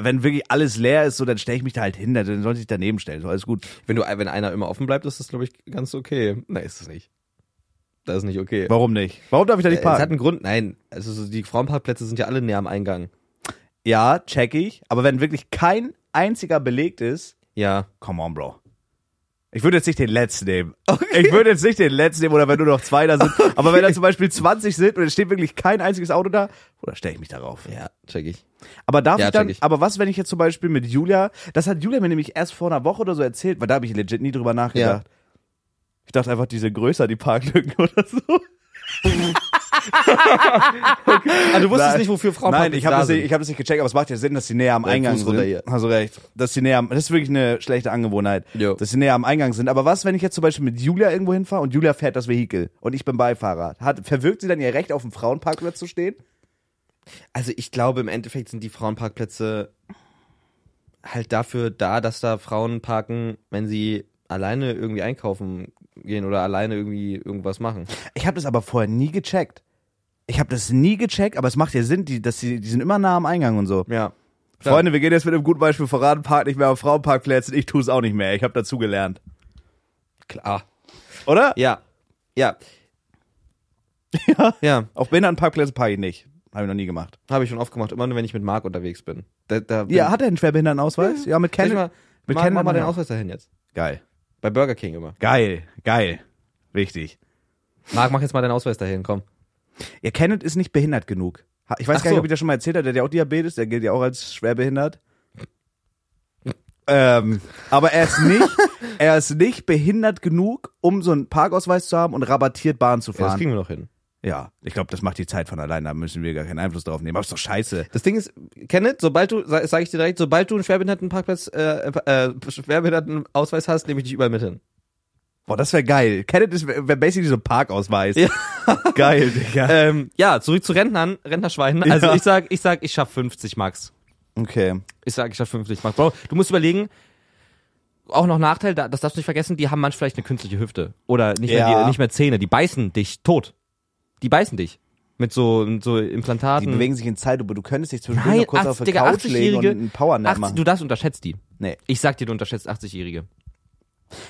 Speaker 2: wenn wirklich alles leer ist, so, dann stelle ich mich da halt hin, dann sollte ich daneben stellen. So, alles gut.
Speaker 1: Wenn du, wenn einer immer offen bleibt, ist das, glaube ich, ganz okay. Nein, ist es nicht. Das ist nicht okay.
Speaker 2: Warum nicht? Warum darf ich da
Speaker 1: Äh,
Speaker 2: nicht
Speaker 1: Es hat
Speaker 2: parken?
Speaker 1: einen Grund, nein. Also so die Frauenparkplätze sind ja alle näher am Eingang.
Speaker 2: ja, check ich. Aber wenn wirklich kein einziger belegt ist,
Speaker 1: Ja.
Speaker 2: come on, Bro. Ich würde jetzt nicht den letzten nehmen. Ich würde jetzt nicht den letzten nehmen oder wenn nur noch zwei da sind. Aber wenn da zum Beispiel 20 sind und es steht wirklich kein einziges Auto da, oder stelle ich mich darauf.
Speaker 1: Ja, check ich.
Speaker 2: Aber darf
Speaker 1: Ja,
Speaker 2: ich dann,
Speaker 1: check ich.
Speaker 2: aber was, wenn ich jetzt zum Beispiel mit Julia, das hat Julia mir nämlich erst vor einer Woche oder so erzählt, weil da habe ich legit nie drüber nachgedacht. Ich dachte einfach, diese größer, die Parklücken oder so.
Speaker 1: Ah, du wusstest
Speaker 2: Nein.
Speaker 1: nicht, wofür
Speaker 2: Nein, ich
Speaker 1: Frauenparkplätze
Speaker 2: habe
Speaker 1: da
Speaker 2: das,
Speaker 1: sind.
Speaker 2: nicht- ich hab das nicht gecheckt, aber es macht ja Sinn, dass sie näher am Eingang
Speaker 1: Fuß runter
Speaker 2: sind.
Speaker 1: hier.
Speaker 2: Hast du recht. Dass sie näher am, das ist wirklich eine schlechte Angewohnheit,
Speaker 1: Jo.
Speaker 2: dass sie näher am Eingang sind. Aber was, wenn ich jetzt zum Beispiel mit Julia irgendwo hinfahre und Julia fährt das Vehikel und ich bin Beifahrer? Hat, verwirkt sie dann ihr Recht, auf dem Frauenparkplatz zu stehen?
Speaker 1: Also ich glaube, im Endeffekt sind die Frauenparkplätze halt dafür da, dass da Frauen parken, wenn sie alleine irgendwie einkaufen gehen oder alleine irgendwie irgendwas machen.
Speaker 2: Ich habe das aber vorher nie gecheckt. Ich habe das nie gecheckt, aber es macht ja Sinn, die, dass die, die sind immer nah am Eingang und so.
Speaker 1: Ja. Klar.
Speaker 2: Freunde, wir gehen jetzt mit einem guten Beispiel voran, park nicht mehr auf Frauenparkplätzen, ich tue es auch nicht mehr, ich habe dazugelernt.
Speaker 1: Klar.
Speaker 2: Oder?
Speaker 1: Ja. Ja.
Speaker 2: Ja.
Speaker 1: Ja,
Speaker 2: Auf Behindertenparkplätzen parke ich nicht. Habe ich noch nie gemacht.
Speaker 1: habe ich schon oft gemacht, immer nur wenn ich mit Marc unterwegs bin. Da, da bin
Speaker 2: Ja, hat er einen Schwerbehindertenausweis? Ja, mit
Speaker 1: Sag ich
Speaker 2: Ken.
Speaker 1: mal,
Speaker 2: mit
Speaker 1: Marc,
Speaker 2: Ken-
Speaker 1: mach mal
Speaker 2: Ken-
Speaker 1: den Ausweis dahin jetzt.
Speaker 2: Geil.
Speaker 1: Bei Burger King immer.
Speaker 2: Geil, geil. Wichtig.
Speaker 1: Marc, mach jetzt mal deinen Ausweis dahin, komm.
Speaker 2: Ihr Kenneth ist nicht behindert genug. Ha- Ich weiß
Speaker 1: Ach
Speaker 2: gar nicht,
Speaker 1: so.
Speaker 2: ob ich das schon mal erzählt habe, der hat ja auch Diabetes, der gilt ja auch als schwerbehindert. ähm, aber er ist nicht, er ist nicht behindert genug, um so einen Parkausweis zu haben und rabattiert Bahn zu
Speaker 1: Ja, das
Speaker 2: fahren. Ja,
Speaker 1: kriegen wir noch hin.
Speaker 2: ich glaube, das macht die Zeit von allein, da müssen wir gar keinen Einfluss drauf nehmen. Aber ist doch scheiße.
Speaker 1: Das Ding ist, Kenneth, sobald du, sage sag ich dir direkt, sobald du einen Schwerbehindertenparkplatz, äh, äh, Schwerbehindertenausweis hast, nehme ich dich überall mit hin.
Speaker 2: Boah, das wäre geil. Kenneth ist wär basically so ein Parkausweis.
Speaker 1: Ja.
Speaker 2: Geil, Digga.
Speaker 1: Ähm, ja, zurück zu Rentnern, Rentnerschweinen. Also
Speaker 2: Ja.
Speaker 1: ich sag, ich sag, ich schaff 50 Max.
Speaker 2: Okay.
Speaker 1: Ich sag, ich schaff 50 Max. Bro, du musst überlegen, auch noch Nachteil, da- das darfst du nicht vergessen, die haben manchmal vielleicht eine künstliche Hüfte oder nicht, mehr,
Speaker 2: Ja.
Speaker 1: die, nicht mehr Zähne, die beißen dich tot. Die beißen dich mit so mit so Implantaten.
Speaker 2: Die bewegen sich in Zeit, aber du könntest dich zwischendurch
Speaker 1: hm. Nein,
Speaker 2: noch kurz
Speaker 1: 80,
Speaker 2: auf der
Speaker 1: Digga,
Speaker 2: Couch legen und
Speaker 1: 80-Jährige,
Speaker 2: einen Powernap
Speaker 1: 80,
Speaker 2: machen.
Speaker 1: du das unterschätzt die.
Speaker 2: Nee.
Speaker 1: Ich sag dir, du unterschätzt 80-Jährige.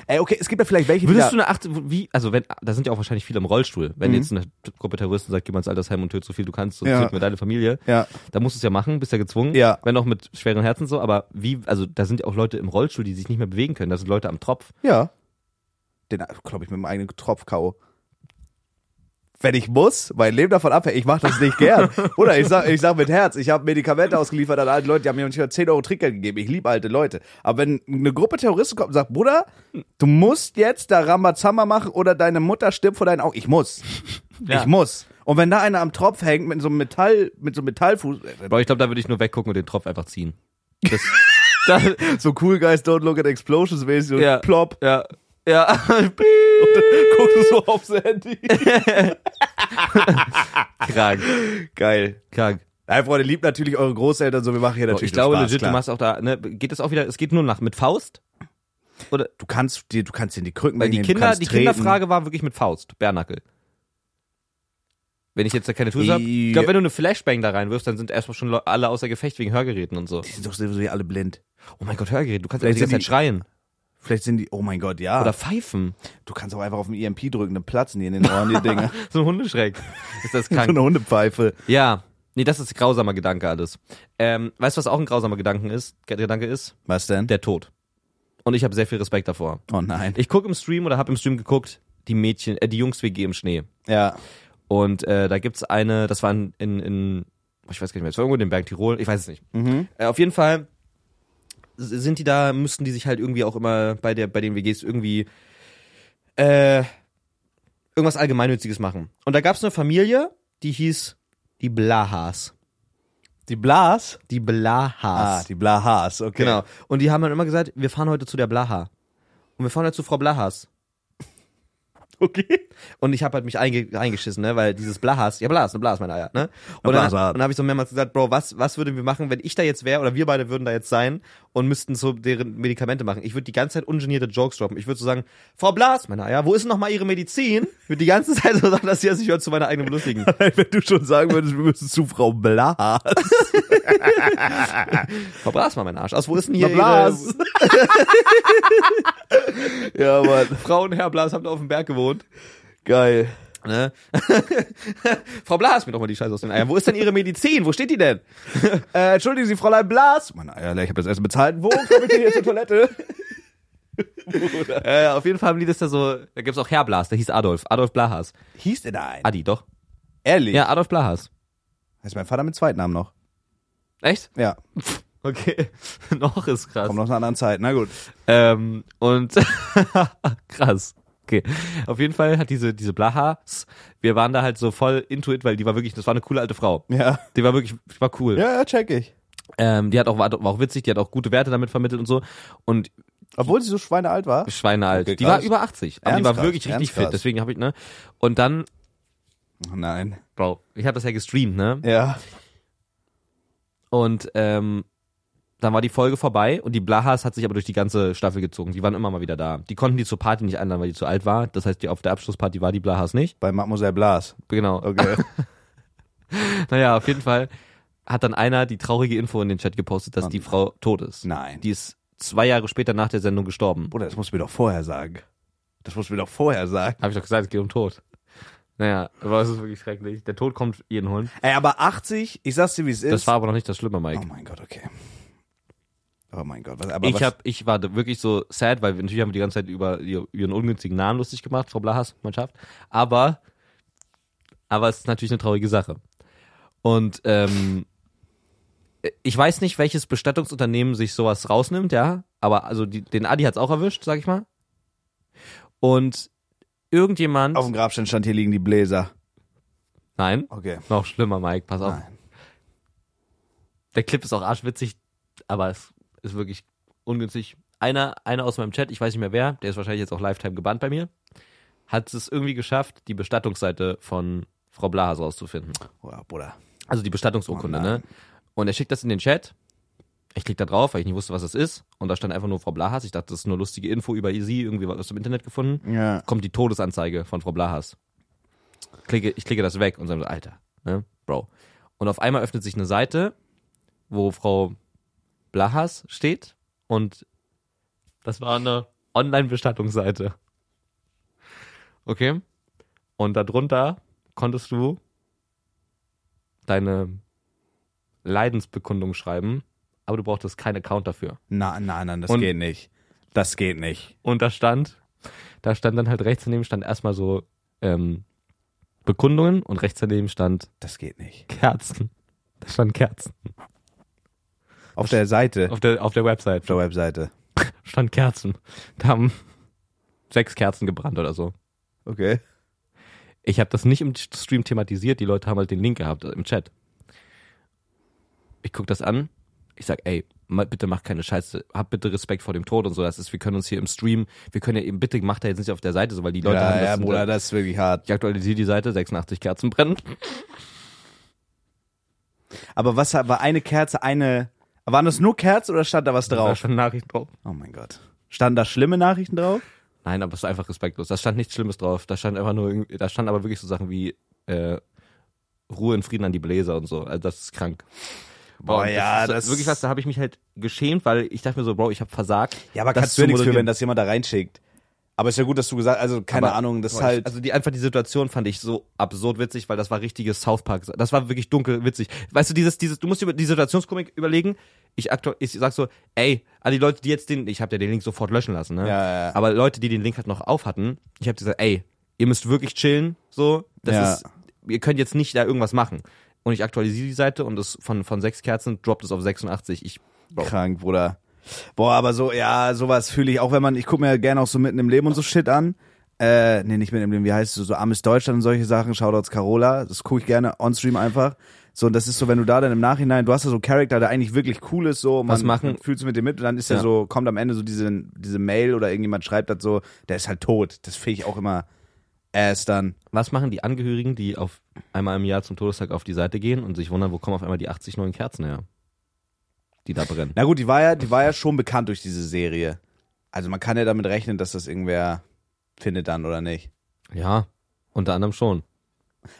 Speaker 2: Ey, okay, es gibt ja vielleicht welche, die
Speaker 1: Würdest
Speaker 2: da-
Speaker 1: du eine 80, wie, also wenn, da sind ja auch wahrscheinlich viele im Rollstuhl. Wenn jetzt eine Gruppe Terroristen sagt, geh mal ins Altersheim und töte so viel du kannst und
Speaker 2: Mhm. Ja.
Speaker 1: töte mir deine Familie,
Speaker 2: Ja.
Speaker 1: da musst du es ja machen, bist ja gezwungen.
Speaker 2: Ja.
Speaker 1: Wenn auch mit schweren Herzen so, aber wie, also da sind ja auch Leute im Rollstuhl, die sich nicht mehr bewegen können. Da sind Leute am Tropf.
Speaker 2: Ja. Den glaube ich mit meinem eigenen Tropf kau. Wenn ich muss, mein Leben davon abhängt, ich mache das nicht gern. Oder ich sag, ich sag mit Herz, ich habe Medikamente ausgeliefert an alte Leute, die haben mir nicht mal 10 Euro Trinkgeld gegeben. Ich liebe alte Leute. Aber wenn eine Gruppe Terroristen kommt und sagt, Bruder, du musst jetzt da Rambazamba machen oder deine Mutter stirbt vor deinen Augen. Ich muss.
Speaker 1: Ja.
Speaker 2: Ich muss. Und wenn da einer am Tropf hängt mit so einem Metall, mit so einem Metallfuß, äh,
Speaker 1: Aber ich glaube, da würde ich nur weggucken und den Tropf einfach ziehen. Das, da,
Speaker 2: so cool guys don't look at explosions mäßig und
Speaker 1: ja.
Speaker 2: plopp,
Speaker 1: Ja. Ja.
Speaker 2: guckst du so aufs Handy.
Speaker 1: krank.
Speaker 2: Geil.
Speaker 1: Krank.
Speaker 2: Nein, Freunde, liebt natürlich eure Großeltern, so wir machen hier
Speaker 1: Boah,
Speaker 2: natürlich
Speaker 1: ich glaube
Speaker 2: nur Spaß,
Speaker 1: legit,
Speaker 2: klar.
Speaker 1: du machst auch da, ne, geht das auch wieder, es geht nur nach, mit Faust? Oder,
Speaker 2: du kannst dir, du kannst dir in die Krücken
Speaker 1: Weil die
Speaker 2: wegnehmen, du
Speaker 1: Kinder,
Speaker 2: kannst
Speaker 1: die
Speaker 2: treten.
Speaker 1: Kinderfrage war wirklich mit Faust, Bernackel. Wenn ich jetzt da keine Tools habe. Ich glaube,
Speaker 2: Ja.
Speaker 1: wenn du eine Flashbang da reinwirfst, dann sind erstmal schon Le- alle außer Gefecht wegen Hörgeräten und so.
Speaker 2: Die sind doch sowieso hier alle blind.
Speaker 1: Oh mein Gott, Hörgerät, du kannst ja
Speaker 2: Vielleicht
Speaker 1: die
Speaker 2: sind
Speaker 1: ganze Zeit
Speaker 2: die-
Speaker 1: schreien.
Speaker 2: Vielleicht sind die, oh mein Gott, ja.
Speaker 1: Oder pfeifen.
Speaker 2: du kannst auch einfach auf den EMP drücken, dann platzen die in den Ohren, die Dinger.
Speaker 1: So ein Hundeschreck. Genau. Ist das
Speaker 2: so
Speaker 1: krank?
Speaker 2: eine Hundepfeife.
Speaker 1: ja. Nee, das ist grausamer Gedanke alles. Ähm, weißt du, was auch ein grausamer Gedanken ist, Gedanke ist?
Speaker 2: Was denn?
Speaker 1: Der Tod. Und ich habe sehr viel Respekt davor.
Speaker 2: oh nein.
Speaker 1: Ich gucke im Stream oder habe im Stream geguckt, die Mädchen, äh, die Jungs-WG im Schnee.
Speaker 2: Ja.
Speaker 1: Und äh, da gibt's eine, das war in, in, in, ich weiß gar nicht mehr, es war irgendwo in den Berg Tirol, ich weiß es nicht.
Speaker 2: Mhm.
Speaker 1: Äh, auf jeden Fall s- sind die da, müssten die sich halt irgendwie auch immer bei der, bei den WGs irgendwie äh, irgendwas Allgemeinnütziges machen. Und da gab's eine Familie, die hieß die Blahas.
Speaker 2: Die Blas?
Speaker 1: Die Blahas.
Speaker 2: Ah, die Blahas, okay.
Speaker 1: Genau. Und die haben dann immer gesagt, wir fahren heute zu der Blaha. Und wir fahren heute zu Frau Blahas.
Speaker 2: Okay.
Speaker 1: Und ich habe halt mich einge eingeschissen, ne, weil dieses Blahas, ja Blas, ne Blas, meine Eier, ne? Und dann, und
Speaker 2: Blase hat.
Speaker 1: dann habe ich so mehrmals gesagt, Bro, was, was würden wir machen, wenn ich da jetzt wäre oder wir beide würden da jetzt sein und müssten so deren Medikamente machen? Ich würde die ganze Zeit ungenierte Jokes droppen. Ich würde so sagen, Frau Blas, meine Eier, wo ist denn noch mal ihre Medizin? Ich würde die ganze Zeit so sagen, dass sie das nicht hört zu meiner eigenen Belustigung.
Speaker 2: Wenn du schon sagen würdest, wir müssen zu Frau Blas.
Speaker 1: Frau Blas mal mein Arsch. Aus wo ist denn hier
Speaker 2: Frau Blas. ja, Mann.
Speaker 1: Ihre Frauenherr Blas habt ihr auf dem Berg gewohnt?
Speaker 2: Geil.
Speaker 1: Ne? Frau Blas, mir doch mal die Scheiße aus den Eiern. Wo ist denn ihre Medizin? Wo steht die denn?
Speaker 2: Äh, entschuldigen Sie, Fräulein Blas. Meine Eier, ich habe das Essen bezahlt. Wo komme ich denn hier zur Toilette?
Speaker 1: Äh, auf jeden Fall haben die das da so, da gibt's auch Herr Blas, der hieß Adolf, Adolf Blahas.
Speaker 2: Hieß der da ein?
Speaker 1: Adi, doch.
Speaker 2: Ehrlich?
Speaker 1: Ja, Adolf Blahas.
Speaker 2: Das ist mein Vater mit Zweitnamen noch.
Speaker 1: Echt?
Speaker 2: Ja,
Speaker 1: Okay. Noch ist krass.
Speaker 2: kommt aus einer anderen Zeit. Na gut.
Speaker 1: Ähm, und krass. Okay. Auf jeden Fall hat diese, diese Blahas, wir waren da halt so voll intuit, weil die war wirklich, das war eine coole alte Frau.
Speaker 2: Ja.
Speaker 1: Die war wirklich, die war cool.
Speaker 2: Ja, ja, check ich.
Speaker 1: Ähm, die hat auch, war, war auch witzig, die hat auch gute Werte damit vermittelt und so. Und
Speaker 2: Obwohl sie so schweinealt war.
Speaker 1: Schweinealt.
Speaker 2: Okay,
Speaker 1: die war
Speaker 2: krass.
Speaker 1: über 80, aber die war
Speaker 2: Ernsthaft,
Speaker 1: wirklich richtig fit,
Speaker 2: ernsthaft.
Speaker 1: deswegen habe ich, ne? Und dann,
Speaker 2: Oh nein.
Speaker 1: Bro, ich habe das ja gestreamt, ne?
Speaker 2: Ja.
Speaker 1: Und ähm, dann war die Folge vorbei und die Blahas hat sich aber durch die ganze Staffel gezogen. Die waren immer mal wieder da. Die konnten die zur Party nicht einladen, weil die zu alt war. Das heißt, die auf der Abschlussparty war die Blahas nicht.
Speaker 2: Bei Mademoiselle Blas.
Speaker 1: Genau.
Speaker 2: Okay.
Speaker 1: Naja, auf jeden Fall hat dann einer die traurige Info in den Chat gepostet, dass die Frau tot ist.
Speaker 2: Nein.
Speaker 1: Die ist zwei Jahre später nach der Sendung gestorben.
Speaker 2: Bruder, das musst du mir doch vorher sagen. Das musst du mir doch vorher sagen.
Speaker 1: Habe ich doch gesagt, es geht um Tod. Naja, aber es ist wirklich schrecklich. Der Tod kommt jeden holen.
Speaker 2: Ey, aber 80, ich sag's dir, wie es ist.
Speaker 1: Das war aber noch nicht das Schlimme, Mike.
Speaker 2: oh mein Gott, okay. Oh mein Gott, was, aber
Speaker 1: ich
Speaker 2: was,
Speaker 1: hab, ich war da wirklich so sad, weil wir- natürlich haben wir die ganze Zeit über ihr- ihren ungünstigen Namen lustig gemacht, Frau Blahas, Mannschaft. Aber, aber es ist natürlich eine traurige Sache. Und ähm, ich weiß nicht, welches Bestattungsunternehmen sich sowas rausnimmt, ja. Aber also die, den Adi hat's auch erwischt, sag ich mal. Und irgendjemand.
Speaker 2: auf dem Grabstein stand, hier liegen die Bläser.
Speaker 1: nein,
Speaker 2: Okay.
Speaker 1: noch schlimmer, Mike, pass auf.
Speaker 2: Nein.
Speaker 1: Der Clip ist auch arschwitzig, aber es ist wirklich ungünstig. Einer, einer aus meinem Chat, ich weiß nicht mehr wer, der ist wahrscheinlich jetzt auch Lifetime gebannt bei mir, hat es irgendwie geschafft, die Bestattungsseite von Frau Blahas rauszufinden.
Speaker 2: Oh, Bruder.
Speaker 1: Also die Bestattungsurkunde,
Speaker 2: Oh nein.
Speaker 1: ne? Und er schickt das in den Chat. Ich klicke da drauf, weil ich nicht wusste, was das ist. Und da stand einfach nur Frau Blahas. Ich dachte, das ist nur lustige Info über sie, irgendwie was im Internet gefunden
Speaker 2: Ja.
Speaker 1: kommt die Todesanzeige von Frau Blahas. Klicke, ich klicke das weg und sage, Alter, ne, Bro. Und auf einmal öffnet sich eine Seite, wo Frau Blahas steht und das war eine Online-Bestattungsseite. Okay? Und darunter konntest du deine Leidensbekundung schreiben, aber du brauchtest keinen Account dafür.
Speaker 2: Na, nein, nein, das
Speaker 1: Und-
Speaker 2: geht nicht. Das geht nicht.
Speaker 1: Und da stand, da stand dann halt rechts daneben stand erstmal so ähm, Bekundungen und rechts daneben stand
Speaker 2: Das geht nicht.
Speaker 1: Kerzen. Da stand Kerzen.
Speaker 2: Auf der Seite, auf
Speaker 1: Auf der, auf der Website
Speaker 2: der Webseite.
Speaker 1: stand Kerzen. Da haben sechs Kerzen gebrannt oder so.
Speaker 2: Okay.
Speaker 1: Ich habe das nicht im Stream thematisiert, die Leute haben halt den Link gehabt äh, im Chat. Ich guck das an, ich sag, ey, ma- bitte mach keine Scheiße, hab bitte Respekt vor dem Tod und so. Das ist, wir können uns hier im Stream, wir können ja eben, bitte macht da jetzt nicht auf der Seite so, weil die Leute haben
Speaker 2: ja,
Speaker 1: das
Speaker 2: ja,
Speaker 1: in der-
Speaker 2: Bruder, das ist wirklich hart.
Speaker 1: Ich aktualisiere die Seite, 86 Kerzen brennen.
Speaker 2: Aber was war eine Kerze, eine. Waren das nur Kerzen oder stand da was
Speaker 1: Da
Speaker 2: drauf?
Speaker 1: stand Nachricht drauf.
Speaker 2: Oh mein Gott. Standen da schlimme Nachrichten drauf?
Speaker 1: Nein, aber es ist einfach respektlos. Da stand nichts Schlimmes drauf. Da stand einfach nur, irgendwie- da stand aber wirklich so Sachen wie äh, Ruhe in Frieden an die Bläser und so. Also das ist krank.
Speaker 2: Boah,
Speaker 1: und
Speaker 2: ja,
Speaker 1: ist
Speaker 2: das-
Speaker 1: wirklich was. Da habe ich mich halt geschämt, weil ich dachte mir so, Bro, ich habe versagt.
Speaker 2: Ja, aber
Speaker 1: das
Speaker 2: kannst du ja
Speaker 1: zu
Speaker 2: nichts für, wenn
Speaker 1: moderieren.
Speaker 2: das jemand da reinschickt. Aber ist ja gut, dass du gesagt also keine
Speaker 1: Aber-
Speaker 2: Ahnung, das ist
Speaker 1: Boah, ich-
Speaker 2: halt.
Speaker 1: Also die einfach die Situation fand ich so absurd witzig, weil das war richtiges South Park. Das war wirklich dunkel witzig. Weißt du, dieses, dieses, du musst dir über die Situationskomik überlegen. Ich aktu ich sag so, ey, an die Leute, die jetzt den, ich habe ja den Link sofort löschen lassen, ne?
Speaker 2: Ja, ja, ja.
Speaker 1: Aber Leute, die den Link halt noch auf hatten, ich habe gesagt, ey, ihr müsst wirklich chillen, so. Das
Speaker 2: Ja.
Speaker 1: ist, ihr könnt jetzt nicht da irgendwas machen. Und ich aktualisiere die Seite und es von, von sechs Kerzen droppt es auf 86. Ich, Bro.
Speaker 2: Krank, Bruder. Boah, aber so, ja, sowas fühle ich auch, wenn man, ich gucke mir gerne auch so mitten im Leben und so Shit an. Äh, nee, nicht mitten im Leben, wie heißt es, so armes Deutschland und solche Sachen, Shoutouts Carola, das gucke ich gerne on-stream einfach. So, und das ist so, wenn du da dann im Nachhinein, du hast ja so einen Charakter, der eigentlich wirklich cool ist, so, man
Speaker 1: Was machen-
Speaker 2: man fühlst du mit dem mit und dann ist ja
Speaker 1: Ja.
Speaker 2: so, kommt am Ende so diese, diese Mail oder irgendjemand schreibt das so, der ist halt tot. Das finde ich auch immer ass dann.
Speaker 1: was machen die Angehörigen, die auf einmal im Jahr zum Todestag auf die Seite gehen und sich wundern, wo kommen auf einmal die 80 neuen Kerzen her? Die da brennen.
Speaker 2: Na gut, die war ja, die war ja schon bekannt durch diese Serie. Also man kann ja damit rechnen, dass das irgendwer findet dann oder nicht.
Speaker 1: Ja, unter anderem schon.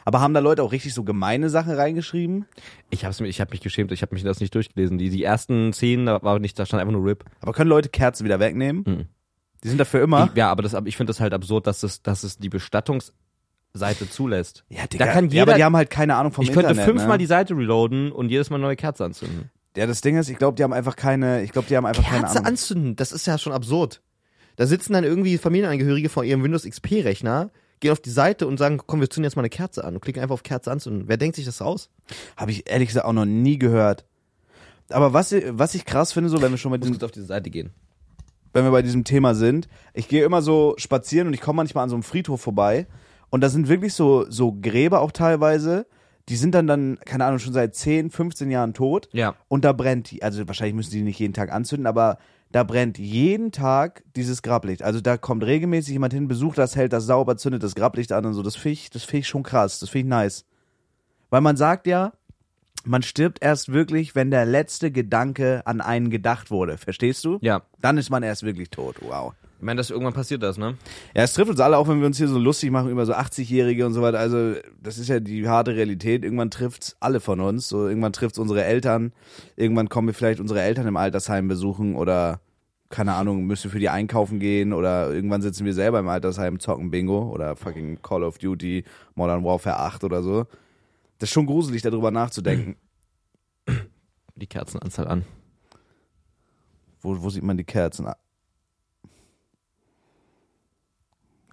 Speaker 2: Aber haben da Leute auch richtig so gemeine Sachen reingeschrieben?
Speaker 1: Ich hab's mir, ich hab mich geschämt, ich hab mich das nicht durchgelesen. Die, die ersten Szenen, da war nicht, da stand einfach nur Rip.
Speaker 2: Aber können Leute Kerzen wieder wegnehmen?
Speaker 1: Mhm.
Speaker 2: Die sind dafür immer.
Speaker 1: Ich, ja, aber das, aber ich finde das halt absurd, dass es, dass es die Bestattungsseite zulässt.
Speaker 2: ja,
Speaker 1: da kann
Speaker 2: ja, aber
Speaker 1: jeder-
Speaker 2: die haben halt keine Ahnung vom
Speaker 1: ich könnte
Speaker 2: Internet.
Speaker 1: fünfmal
Speaker 2: ne?
Speaker 1: die Seite reloaden und jedes Mal neue Kerze anzünden.
Speaker 2: Ja, das Ding ist, ich glaube, die haben einfach keine. Ich glaube, die haben einfach keine
Speaker 1: Kerze
Speaker 2: Ahnung.
Speaker 1: anzünden, das ist ja schon absurd. Da sitzen dann irgendwie Familienangehörige vor ihrem Windows XP-Rechner, gehen auf die Seite und sagen, komm, wir zünden jetzt mal eine Kerze an und klicken einfach auf Kerze anzünden. Wer denkt sich das aus?
Speaker 2: Habe ich ehrlich gesagt auch noch nie gehört. Aber was, was ich krass finde, so wenn wir schon bei
Speaker 1: Muss
Speaker 2: diesem,
Speaker 1: kurz auf diese Seite gehen.
Speaker 2: wenn wir bei diesem Thema sind, ich gehe immer so spazieren und ich komme manchmal an so einem Friedhof vorbei und da sind wirklich so so Gräber auch teilweise. Die sind dann dann keine Ahnung schon seit 10, 15 Jahren tot.
Speaker 1: Ja.
Speaker 2: Und da brennt die, also wahrscheinlich müssen die nicht jeden Tag anzünden, aber da brennt jeden Tag dieses Grablicht. Also da kommt regelmäßig jemand hin, besucht das, hält das sauber, zündet das Grablicht an und so. Das finde ich, das finde ich schon krass, das finde ich nice. Weil man sagt ja, man stirbt erst wirklich, wenn der letzte Gedanke an einen gedacht wurde. Verstehst du?
Speaker 1: Ja.
Speaker 2: Dann ist man erst wirklich tot. Wow.
Speaker 1: Ich meine, dass irgendwann passiert das, ne?
Speaker 2: Ja, es trifft uns alle, auch wenn wir uns hier so lustig machen über so 80-Jährige und so weiter. Also, das ist ja die harte Realität. Irgendwann trifft's alle von uns. So, irgendwann trifft's unsere Eltern. Irgendwann kommen wir vielleicht unsere Eltern im Altersheim besuchen oder, keine Ahnung, müssen für die einkaufen gehen oder irgendwann sitzen wir selber im Altersheim, zocken Bingo oder fucking Call of Duty, Modern Warfare 8 oder so. Das ist schon gruselig, darüber nachzudenken.
Speaker 1: Die Kerzenanzahl an.
Speaker 2: Wo, wo sieht man die Kerzen?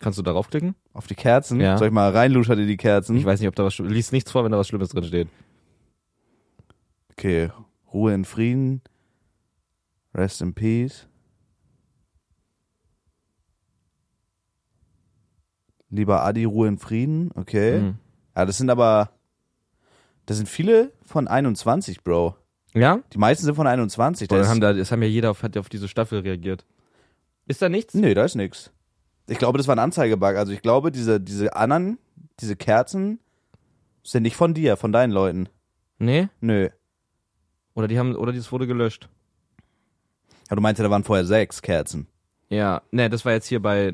Speaker 1: Kannst du darauf klicken?
Speaker 2: Auf die Kerzen?
Speaker 1: Ja.
Speaker 2: Soll ich mal reinluschern in die Kerzen?
Speaker 1: Ich weiß nicht, ob da was Schlimmes. Lies nichts vor, wenn da was Schlimmes drin steht.
Speaker 2: Okay, Ruhe in Frieden. Rest in Peace. Lieber Adi, Ruhe in Frieden. Okay.
Speaker 1: Mhm.
Speaker 2: Ja, das sind aber. Das sind viele von 21, Bro.
Speaker 1: Ja?
Speaker 2: Die meisten sind von 21.
Speaker 1: Boah,
Speaker 2: Da
Speaker 1: dann haben
Speaker 2: ist,
Speaker 1: da, das haben ja jeder auf, hat ja auf diese Staffel reagiert. Ist da nichts?
Speaker 2: nee, da ist nix. Ich glaube, das war ein Anzeigebug. Also, ich glaube, diese, diese anderen, diese Kerzen sind nicht von dir, von deinen Leuten.
Speaker 1: Nee?
Speaker 2: Nö.
Speaker 1: Oder die haben, oder das wurde gelöscht.
Speaker 2: Aber du meinst ja, da waren vorher sechs Kerzen.
Speaker 1: Ja, ne, das war jetzt hier bei.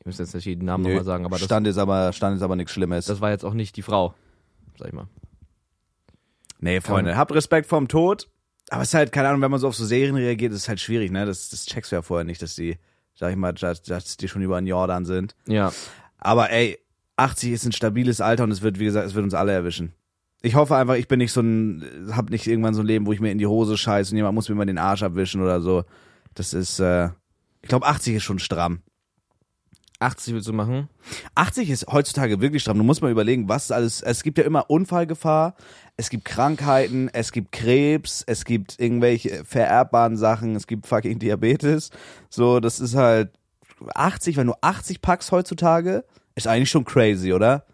Speaker 1: Ich muss jetzt nicht jeden Namen
Speaker 2: Nö.
Speaker 1: nochmal sagen, aber das,
Speaker 2: stand, jetzt aber stand jetzt aber nichts Schlimmes.
Speaker 1: das war jetzt auch nicht die Frau. Sag ich mal.
Speaker 2: Nee, Freunde, habt Respekt vorm Tod. Aber es ist halt, keine Ahnung, wenn man so auf so Serien reagiert, ist es halt schwierig, ne? Das, das checkst du ja vorher nicht, dass die, sag ich mal, dass, dass die schon über einen Jordan sind.
Speaker 1: Ja.
Speaker 2: Aber ey, 80 ist ein stabiles Alter und es wird, wie gesagt, es wird uns alle erwischen. Ich hoffe einfach, ich bin nicht so ein, hab nicht irgendwann so ein Leben, wo ich mir in die Hose scheiße und jemand muss mir mal den Arsch abwischen oder so. Das ist, äh, ich glaube, 80 ist schon stramm.
Speaker 1: 80 willst du machen?
Speaker 2: 80 ist heutzutage wirklich stramm. Du musst mal überlegen, was alles. Es gibt ja immer Unfallgefahr, es gibt Krankheiten, es gibt Krebs, es gibt irgendwelche vererbbaren Sachen, es gibt fucking Diabetes. So, das ist halt 80, wenn du 80 packst heutzutage, ist eigentlich schon crazy, oder?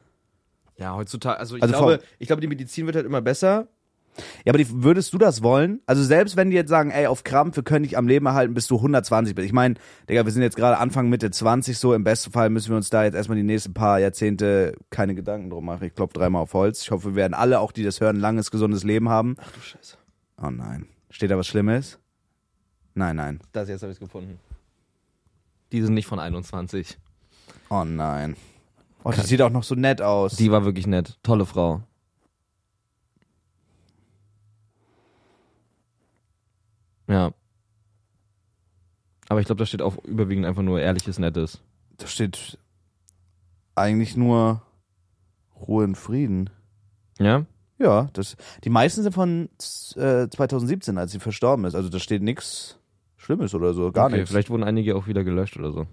Speaker 1: Ja, heutzutage, also ich
Speaker 2: Also
Speaker 1: glaube, ich glaube, die Medizin wird halt immer besser.
Speaker 2: Ja, aber die, würdest du das wollen? Also selbst wenn die jetzt sagen, ey, auf Krampf, wir können dich am Leben erhalten, bis du 120 bist. Ich meine, Digga, wir sind jetzt gerade Anfang, Mitte 20 so. Im besten Fall müssen wir uns da jetzt erstmal die nächsten paar Jahrzehnte keine Gedanken drum machen. Ich klopfe dreimal auf Holz. Ich hoffe, wir werden alle, auch die das hören, ein langes, gesundes Leben haben.
Speaker 1: Ach du Scheiße.
Speaker 2: Oh nein. Steht da was Schlimmes? Nein, nein.
Speaker 1: Das jetzt habe ich gefunden. Die sind nicht von 21.
Speaker 2: Oh nein. Oh, die sieht auch noch so nett aus.
Speaker 1: Die war wirklich nett. Tolle Frau. Ja. Aber ich glaube, da steht auch überwiegend einfach nur ehrliches Nettes.
Speaker 2: da steht eigentlich nur Ruhe in Frieden.
Speaker 1: Ja?
Speaker 2: Ja, das, die meisten sind von äh, 2017, als sie verstorben ist. Also da steht nix Schlimmes oder so, gar
Speaker 1: okay,
Speaker 2: nichts.
Speaker 1: Vielleicht wurden einige auch wieder gelöscht oder so.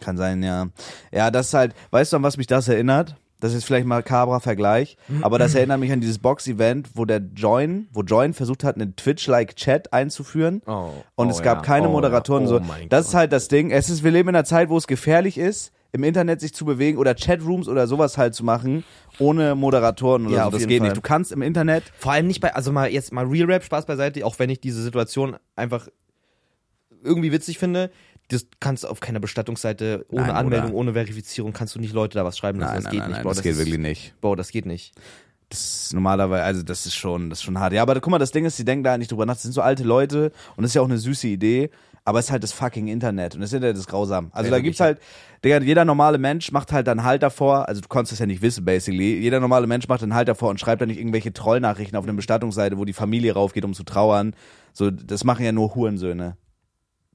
Speaker 2: Kann sein, ja. Ja, das ist halt, weißt du, an was mich das erinnert? Das ist vielleicht mal cabra Vergleich, aber das erinnert mich an dieses Box-Event, wo der Join, wo Join versucht hat, einen Twitch-like-Chat einzuführen.
Speaker 1: Oh.
Speaker 2: Und
Speaker 1: Oh
Speaker 2: es gab
Speaker 1: ja.
Speaker 2: keine
Speaker 1: Oh
Speaker 2: Moderatoren.
Speaker 1: ja.
Speaker 2: und so.
Speaker 1: Oh mein
Speaker 2: Das ist
Speaker 1: Gott.
Speaker 2: halt das Ding. Es ist, wir leben in einer Zeit, wo es gefährlich ist, im Internet sich zu bewegen oder Chatrooms oder sowas halt zu machen, ohne Moderatoren oder
Speaker 1: Ja,
Speaker 2: so.
Speaker 1: auf
Speaker 2: das
Speaker 1: jeden
Speaker 2: geht
Speaker 1: Fall.
Speaker 2: nicht. Du kannst im Internet
Speaker 1: Vor allem nicht bei, also mal jetzt mal Real Rap, Spaß beiseite, auch wenn ich diese Situation einfach irgendwie witzig finde. Das kannst du auf keiner Bestattungsseite ohne
Speaker 2: Nein,
Speaker 1: Anmeldung,
Speaker 2: oder?
Speaker 1: ohne Verifizierung, kannst du nicht Leute da was schreiben lassen. das geht nicht. Bro, ist-
Speaker 2: nicht.
Speaker 1: Bro, das geht nicht.
Speaker 2: Das ist normalerweise, also das ist schon, das ist schon hart. Ja, aber guck mal, das Ding ist, die denken da halt nicht drüber nach. Das sind so alte Leute und das ist ja auch eine süße Idee, aber es ist halt das fucking Internet und das Internet ist grausam. Also
Speaker 1: Ja,
Speaker 2: da gibt's
Speaker 1: wirklich.
Speaker 2: halt, Digga, jeder normale Mensch macht halt dann Halt davor, also du konntest es ja nicht wissen, basically. Jeder normale Mensch macht dann Halt davor und schreibt dann nicht irgendwelche Trollnachrichten auf eine Bestattungsseite, wo die Familie raufgeht, um zu trauern. So, das machen ja nur Hurensöhne.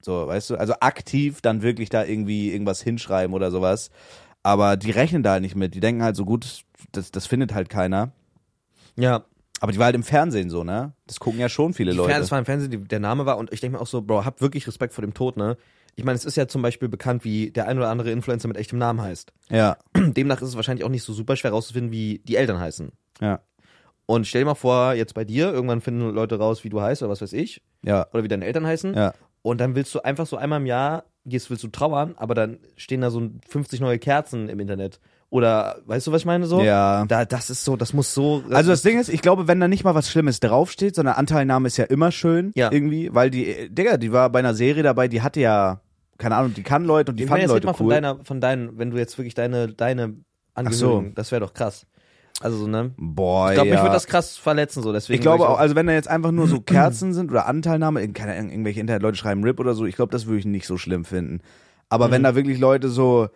Speaker 2: So, weißt du? Also aktiv dann wirklich da irgendwie irgendwas hinschreiben oder sowas. Aber die rechnen da halt nicht mit. Die denken halt so gut, das, das findet halt keiner.
Speaker 1: Ja,
Speaker 2: Aber die war halt im Fernsehen so, ne? Das gucken ja schon viele
Speaker 1: die
Speaker 2: Leute.
Speaker 1: Fern- das war im Fernsehen, die, der Name war und ich denke mir auch so, Bro, hab wirklich Respekt vor dem Tod, ne? Ich meine, es ist ja zum Beispiel bekannt, wie der ein oder andere Influencer mit echtem Namen heißt.
Speaker 2: ja,
Speaker 1: Demnach ist es wahrscheinlich auch nicht so super schwer rauszufinden, wie die Eltern heißen.
Speaker 2: ja,
Speaker 1: Und stell dir mal vor, jetzt bei dir, irgendwann finden Leute raus, wie du heißt oder was weiß ich,
Speaker 2: ja,
Speaker 1: oder wie deine Eltern heißen.
Speaker 2: ja.
Speaker 1: Und dann willst du einfach so einmal im Jahr, gehst, willst du trauern, aber dann stehen da so 50 neue Kerzen im Internet. Oder weißt du, was ich meine so?
Speaker 2: Ja.
Speaker 1: Da, das ist so, das muss so.
Speaker 2: Also das Ding ist, ich glaube, wenn da nicht mal was Schlimmes draufsteht, sondern Anteilnahme ist ja immer schön
Speaker 1: Ja.
Speaker 2: irgendwie, weil die, Digga, die war bei einer Serie dabei, die hatte ja, keine Ahnung, die kann Leute und die
Speaker 1: ich meine,
Speaker 2: fanden
Speaker 1: jetzt red
Speaker 2: Leute
Speaker 1: mal von
Speaker 2: cool.
Speaker 1: deiner, von deinen, wenn du jetzt wirklich deine, deine Angehörigen, das wäre doch krass. Also so, ne?
Speaker 2: Boah,
Speaker 1: Ich glaube,
Speaker 2: ja.
Speaker 1: mich würde das krass verletzen, so deswegen.
Speaker 2: ich glaube
Speaker 1: würd
Speaker 2: auch, also wenn da jetzt einfach nur so Kerzen sind oder Anteilnahme, in- keine Ahnung, irgendwelche Internetleute schreiben RIP oder so, ich glaube, das würde ich nicht so schlimm finden. Aber wenn da wirklich Leute so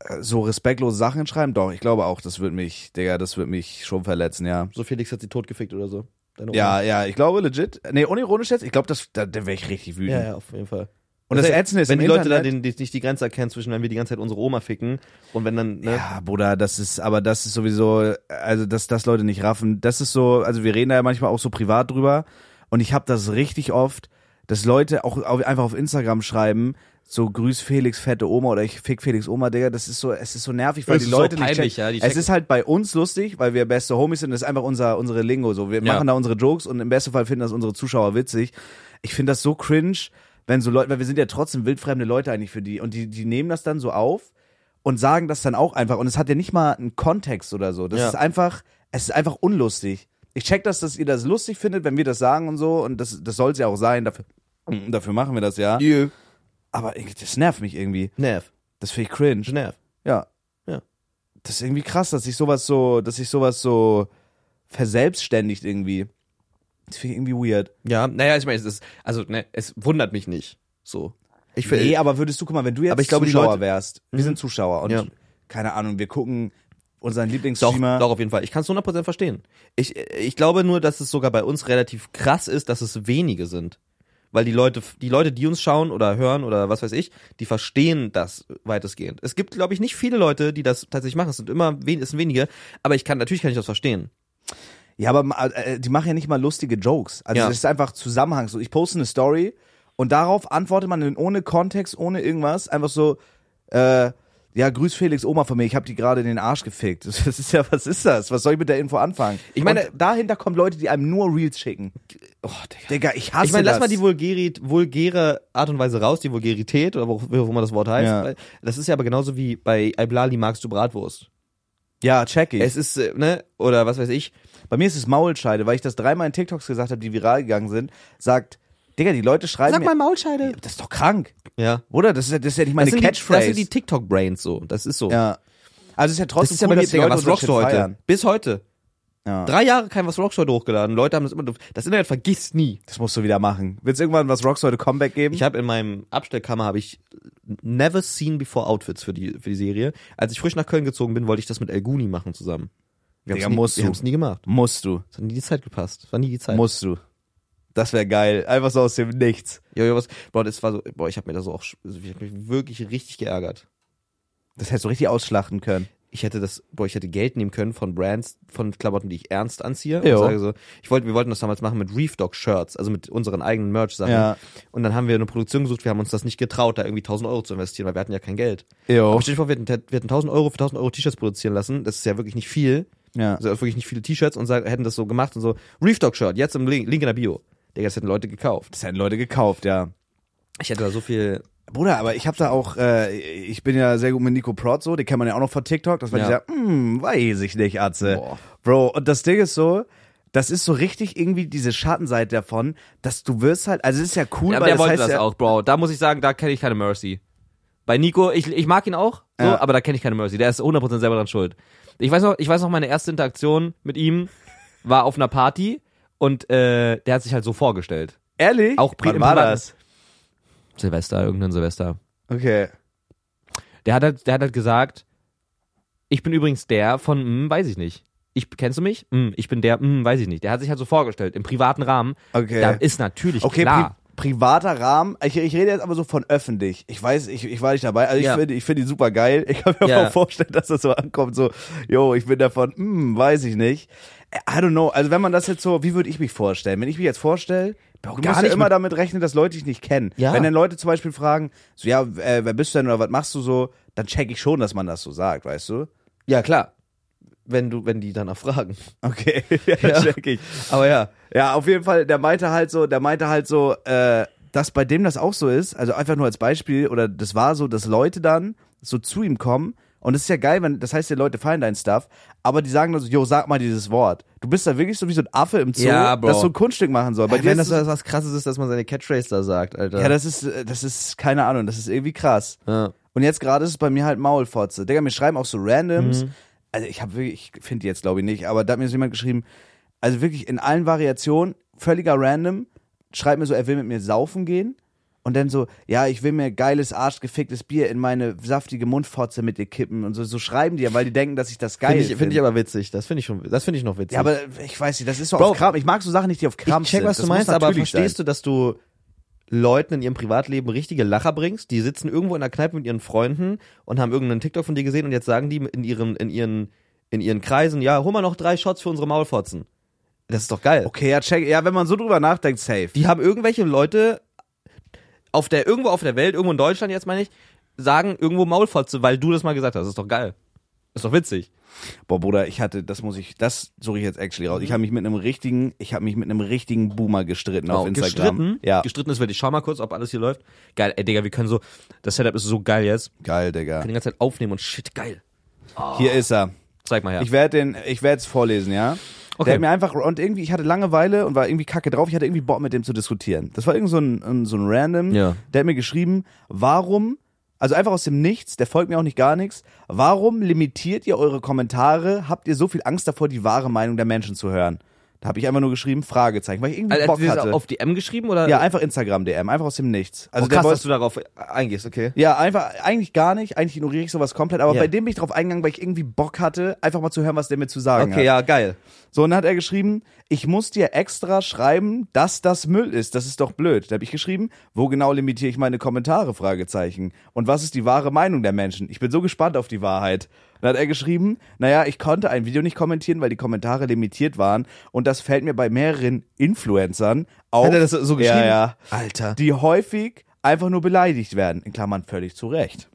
Speaker 2: äh, so respektlose Sachen schreiben, doch, ich glaube auch, das würde mich, Digga, das würde mich schon verletzen, ja.
Speaker 1: so Felix hat sie totgefickt oder so. Deine
Speaker 2: Ja, ja, ich glaube legit. Nee, unironisch jetzt, ich glaube, das da, da wäre ich richtig
Speaker 1: Oma.
Speaker 2: wütend.
Speaker 1: Ja, ja, auf jeden Fall.
Speaker 2: Und das
Speaker 1: heißt,
Speaker 2: Ätzende ist
Speaker 1: wenn
Speaker 2: im
Speaker 1: die Leute da
Speaker 2: Internet-
Speaker 1: den, die, nicht die Grenze erkennen zwischen, wenn wir die ganze Zeit unsere Oma ficken und wenn dann, ne?
Speaker 2: Ja, Bruder, das ist, aber das ist sowieso, also dass das Leute nicht raffen, das ist so, also wir reden da ja manchmal auch so privat drüber und ich habe das richtig oft, dass Leute auch auf, einfach auf Instagram schreiben, so grüß Felix fette Oma oder ich fick Felix Oma, Digga, das ist so, es ist so nervig, weil
Speaker 1: Es
Speaker 2: die
Speaker 1: ist so
Speaker 2: Leute nicht
Speaker 1: peinlich,
Speaker 2: checken.
Speaker 1: ja, die
Speaker 2: Es
Speaker 1: checken.
Speaker 2: ist halt bei uns lustig, weil wir beste Homies sind, das ist einfach unser unsere Lingo so, wir
Speaker 1: Ja.
Speaker 2: machen da unsere Jokes und im besten Fall finden das unsere Zuschauer witzig. Ich finde das so cringe, wenn so Leute, weil wir sind ja trotzdem wildfremde Leute eigentlich für die und die die nehmen das dann so auf und sagen das dann auch einfach. Und es hat ja nicht mal einen Kontext oder so. Das
Speaker 1: Ja.
Speaker 2: ist einfach, es ist einfach unlustig. Ich check das, dass ihr das lustig findet, wenn wir das sagen und so. Und das, das soll es ja auch sein. Dafür, dafür machen wir das ja.
Speaker 1: Ja.
Speaker 2: Aber irgendwie, das nervt mich irgendwie.
Speaker 1: Nerv.
Speaker 2: Das finde ich cringe.
Speaker 1: Nerv.
Speaker 2: Ja.
Speaker 1: Ja.
Speaker 2: Das ist irgendwie krass, dass sich sowas so, dass sich sowas so verselbstständigt irgendwie. Das finde ich irgendwie weird.
Speaker 1: Ja, naja, ich meine, es ist, also, ne, es wundert mich nicht. So. Ich finde,
Speaker 2: Nee, aber würdest du, guck mal, wenn du jetzt
Speaker 1: Aber ich glaube, die
Speaker 2: Zuschauer
Speaker 1: Leute-
Speaker 2: wärst, wir sind Zuschauer und
Speaker 1: Ja.
Speaker 2: keine Ahnung, wir gucken unseren
Speaker 1: doch,
Speaker 2: Lieblingsstreamer.
Speaker 1: doch, auf jeden Fall. Ich kann es 100% verstehen. Ich, ich glaube nur, dass es sogar bei uns relativ krass ist, dass es wenige sind. Weil die Leute, die Leute, die uns schauen oder hören oder was weiß ich, die verstehen das weitestgehend. Es gibt, glaube ich, nicht viele Leute, die das tatsächlich machen. Es sind immer wen, es sind wenige, aber ich kann, natürlich kann ich das verstehen.
Speaker 2: Ja, aber ma- äh, die machen ja nicht mal lustige Jokes. Also
Speaker 1: Ja.
Speaker 2: das ist einfach Zusammenhang. So, ich poste eine Story und darauf antwortet man dann ohne Kontext, ohne irgendwas, einfach so, äh, ja, grüß Felix Oma von mir, ich habe die gerade in den Arsch gefickt. Das ist ja, was ist das? Was soll ich mit der Info anfangen?
Speaker 1: Ich meine-
Speaker 2: und dahinter kommen Leute, die einem nur Reels schicken.
Speaker 1: Oh, Digga.
Speaker 2: Digga, ich hasse
Speaker 1: Ich meine,
Speaker 2: das.
Speaker 1: lass mal die vulgäri, vulgäre Art und Weise raus, die Vulgärität oder wo, wie auch immer das Wort heißt.
Speaker 2: Ja.
Speaker 1: Weil Das ist ja aber genauso wie bei Iblali magst du Bratwurst.
Speaker 2: ja, check ich.
Speaker 1: Es ist, äh, ne, oder was weiß ich.
Speaker 2: Bei mir ist es Maulscheide, weil ich das dreimal in TikToks gesagt habe, die viral gegangen sind, sagt, Digga, die Leute schreiben mir,
Speaker 1: Maulscheide.
Speaker 2: das ist doch krank.
Speaker 1: Ja.
Speaker 2: Oder? Das ist, ja- das ist ja nicht meine
Speaker 1: das sind Die, das
Speaker 2: Catchphrase.
Speaker 1: sind die TikTok-Brains so. Das ist so.
Speaker 2: ja. Also es ist ja
Speaker 1: Das
Speaker 2: trotzdem
Speaker 1: ist ja
Speaker 2: cool,
Speaker 1: bei mir,
Speaker 2: dass die
Speaker 1: Digga,
Speaker 2: Leute
Speaker 1: was
Speaker 2: unseren
Speaker 1: rockst
Speaker 2: Shit
Speaker 1: du heute?
Speaker 2: feiern.
Speaker 1: Bis heute.
Speaker 2: Ja.
Speaker 1: Drei Jahre kein was rockst du heute hochgeladen. Leute haben das immer, das Internet vergisst nie.
Speaker 2: Das musst du wieder machen. Willst du irgendwann was Rocks heute Comeback geben?
Speaker 1: Ich habe in meinem Abstellkammer habe ich never seen before Outfits für die für die Serie. Als ich frisch nach Köln gezogen bin, wollte ich das mit El Guni machen zusammen. Wir
Speaker 2: Digga,
Speaker 1: haben's nie-
Speaker 2: musst
Speaker 1: wir
Speaker 2: du.
Speaker 1: haben es nie gemacht.
Speaker 2: musst du.
Speaker 1: Es hat nie die Zeit gepasst. Es war nie die Zeit.
Speaker 2: Musst du. Das wäre geil. Einfach so aus dem Nichts.
Speaker 1: Ja, ja, was? Boah, das war so, boah, ich habe mir da so auch, sch- ich habe mich wirklich richtig geärgert.
Speaker 2: Das hättest du richtig ausschlachten können.
Speaker 1: ich hätte das, boah, ich hätte Geld nehmen können von Brands, von Klamotten, die ich ernst anziehe. Und
Speaker 2: Jo.
Speaker 1: sage so, ich wollte, wir wollten das damals machen mit Reef Dog Shirts, also mit unseren eigenen Merch-Sachen.
Speaker 2: Ja.
Speaker 1: Und dann haben wir eine Produktion gesucht, wir haben uns das nicht getraut, da irgendwie 1000 Euro zu investieren, weil wir hatten ja kein Geld.
Speaker 2: Jo.
Speaker 1: Aber stell dir vor, wir hätten, wir hätten 1000 Euro für 1000 Euro T-Shirts produzieren lassen, das ist ja wirklich nicht viel.
Speaker 2: Ja.
Speaker 1: Also wirklich nicht viele T-Shirts und sagen, hätten das so gemacht und so, Reef Dog Shirt, jetzt im Link, Link in der Bio. Digga, das hätten Leute gekauft.
Speaker 2: Das hätten Leute gekauft, ja.
Speaker 1: Ich hätte da so viel,
Speaker 2: Bruder, aber ich habe da auch, äh, ich bin ja sehr gut mit Nico Prod so, den kennt man ja auch noch von TikTok. Das war
Speaker 1: Ja.
Speaker 2: dieser, hm, weiß ich nicht, Atze.
Speaker 1: Boah.
Speaker 2: Bro, und das Ding ist so, das ist so richtig irgendwie diese Schattenseite davon, dass du wirst halt, also es ist ja cool,
Speaker 1: Ja,
Speaker 2: weil
Speaker 1: der
Speaker 2: das
Speaker 1: wollte
Speaker 2: heißt
Speaker 1: das
Speaker 2: ja,
Speaker 1: auch, Bro. Da muss ich sagen, da kenne ich keine Mercy. Bei Nico, ich, ich mag ihn auch, so,
Speaker 2: Ja.
Speaker 1: aber da kenne ich keine Mercy. Der ist 100% selber dran schuld. Ich weiß noch, ich weiß noch, meine erste Interaktion mit ihm war auf einer Party und äh, der hat sich halt so vorgestellt.
Speaker 2: Ehrlich?
Speaker 1: Auch pri-
Speaker 2: Wann
Speaker 1: im
Speaker 2: war
Speaker 1: privaten-
Speaker 2: das?
Speaker 1: Silvester, irgendein Silvester.
Speaker 2: Okay.
Speaker 1: Der hat halt, der hat halt gesagt, ich bin übrigens der von, hm, weiß ich nicht. Ich, kennst du mich? Hm, ich bin der, hm, weiß ich nicht. Der hat sich halt so vorgestellt, im privaten Rahmen.
Speaker 2: Okay.
Speaker 1: Da ist natürlich
Speaker 2: Okay, pri
Speaker 1: klar.
Speaker 2: privater Rahmen. Ich, ich rede jetzt aber so von öffentlich. Ich weiß, ich, ich war nicht dabei. Also ich
Speaker 1: Ja.
Speaker 2: finde ich finde die super geil. Ich kann mir
Speaker 1: Ja.
Speaker 2: auch vorstellen, dass das so ankommt. So, yo, ich bin davon, hm, weiß ich nicht. I don't know. Also wenn man das jetzt so, wie würde ich mich vorstellen? Wenn ich mich jetzt vorstelle, du musst
Speaker 1: gar
Speaker 2: ja
Speaker 1: nicht
Speaker 2: immer
Speaker 1: mit-
Speaker 2: damit rechnen, dass Leute dich nicht kennen.
Speaker 1: Ja.
Speaker 2: Wenn dann Leute zum Beispiel fragen, so ja, äh, wer bist du denn oder was machst du so, dann check ich schon, dass man das so sagt, weißt du?
Speaker 1: Ja, klar. Wenn du, wenn die danach fragen.
Speaker 2: Okay, ja, check ich.
Speaker 1: Aber ja.
Speaker 2: Ja, auf jeden Fall, der meinte halt so, der meinte halt so, äh, dass bei dem das auch so ist, also einfach nur als Beispiel, oder das war so, dass Leute dann so zu ihm kommen und das ist ja geil, wenn, das heißt, die Leute feiern dein Stuff, aber die sagen dann so, yo, sag mal dieses Wort. Du bist da wirklich so wie so ein Affe im Zoo,
Speaker 1: Ja, Bro.
Speaker 2: das so ein Kunststück machen soll. Bei
Speaker 1: Ey,
Speaker 2: dir
Speaker 1: wenn
Speaker 2: ist
Speaker 1: das
Speaker 2: es-
Speaker 1: was, was krasses ist, dass man seine Catchphrase da sagt, Alter.
Speaker 2: ja, das ist, äh, das ist, keine Ahnung, das ist irgendwie krass.
Speaker 1: Ja.
Speaker 2: Und jetzt gerade ist es bei mir halt Maulfotze. Digga, mir schreiben auch so Randoms.
Speaker 1: Mhm.
Speaker 2: Also ich habe wirklich, ich finde die jetzt glaube ich nicht, aber da hat mir so jemand geschrieben, also wirklich in allen Variationen, völliger Random, schreibt mir so, er will mit mir saufen gehen. Und dann so, ja, ich will mir geiles, arschgeficktes Bier in meine saftige Mundfotze mit dir kippen. Und so, so schreiben die ja, weil die denken, dass ich das geil
Speaker 1: Finde ich,
Speaker 2: finde.
Speaker 1: find ich aber witzig. Das finde ich schon, das finde ich noch witzig.
Speaker 2: ja, aber ich weiß nicht, das ist so
Speaker 1: Bro.
Speaker 2: auf Kram. Ich mag so Sachen nicht, die auf Kram
Speaker 1: ich check,
Speaker 2: sind.
Speaker 1: was
Speaker 2: das
Speaker 1: du meinst,
Speaker 2: muss
Speaker 1: aber
Speaker 2: natürlich
Speaker 1: verstehst du, dass du Leuten in ihrem Privatleben richtige Lacher bringst? Die sitzen irgendwo in der Kneipe mit ihren Freunden und haben irgendeinen TikTok von dir gesehen und jetzt sagen die in ihren, in ihren, in ihren Kreisen, ja, hol mal noch drei Shots für unsere Maulfotzen. Das ist doch geil.
Speaker 2: Sein. Okay, ja, check. Ja, wenn man so drüber nachdenkt, safe.
Speaker 1: Die haben irgendwelche Leute auf der, irgendwo auf der Welt, irgendwo in Deutschland jetzt meine ich, sagen irgendwo Maulfotze, weil du das mal gesagt hast. Das ist doch geil. Das ist doch witzig.
Speaker 2: Boah, Bruder, ich hatte, das muss ich, das suche ich jetzt actually raus. Ich
Speaker 1: Mhm.
Speaker 2: habe mich mit einem richtigen, ich habe mich mit einem richtigen Boomer gestritten auf Instagram.
Speaker 1: Genau, Gestritten,
Speaker 2: Ja,
Speaker 1: gestritten ist wirklich. Ich schau mal kurz, ob alles hier läuft. Geil, ey, Digga, wir können so, das Setup ist so geil Oh. jetzt. Wir
Speaker 2: geil, Digga.
Speaker 1: können die ganze Zeit aufnehmen und shit, geil.
Speaker 2: Hier ist er.
Speaker 1: Zeig mal her.
Speaker 2: Ich werde den, ich werde es vorlesen, ja.
Speaker 1: Okay.
Speaker 2: Der hat mir einfach und irgendwie, ich hatte Langeweile und war irgendwie kacke drauf. Ich hatte irgendwie Bock mit dem zu diskutieren. Das war irgend so ein, ein- so ein Random.
Speaker 1: Ja.
Speaker 2: Der hat mir geschrieben, warum, also einfach aus dem Nichts, der folgt mir auch nicht gar nichts. Warum limitiert ihr eure Kommentare? Habt ihr so viel Angst davor, die wahre Meinung der Menschen zu hören? Da habe ich einfach nur geschrieben Fragezeichen, weil ich irgendwie
Speaker 1: Alter,
Speaker 2: Bock
Speaker 1: hat sie das
Speaker 2: hatte.
Speaker 1: auf DM geschrieben oder?
Speaker 2: Ja, einfach Instagram DM, einfach aus dem Nichts. Also
Speaker 1: also oh,
Speaker 2: der
Speaker 1: krass, dass
Speaker 2: wollte,
Speaker 1: du darauf eingehst, okay.
Speaker 2: ja, einfach eigentlich gar nicht, eigentlich ignoriere ich sowas komplett, aber
Speaker 1: Ja.
Speaker 2: bei dem bin ich drauf eingegangen, weil ich irgendwie Bock hatte, einfach mal zu hören, was der mir zu sagen
Speaker 1: Okay,
Speaker 2: hat.
Speaker 1: ja, geil.
Speaker 2: So und dann hat er geschrieben, ich muss dir extra schreiben, dass das Müll ist. Das ist doch blöd. Da habe ich geschrieben, wo genau limitiere ich meine Kommentare Fragezeichen und was ist die wahre Meinung der Menschen? Ich bin so gespannt auf die Wahrheit. Dann hat er geschrieben, naja, ich konnte ein Video nicht kommentieren, weil die Kommentare limitiert waren und das fällt mir bei mehreren Influencern auf.
Speaker 1: Hat er das so geschrieben?
Speaker 2: Ja, ja
Speaker 1: Alter.
Speaker 2: die häufig einfach nur beleidigt werden. In Klammern völlig zu Recht.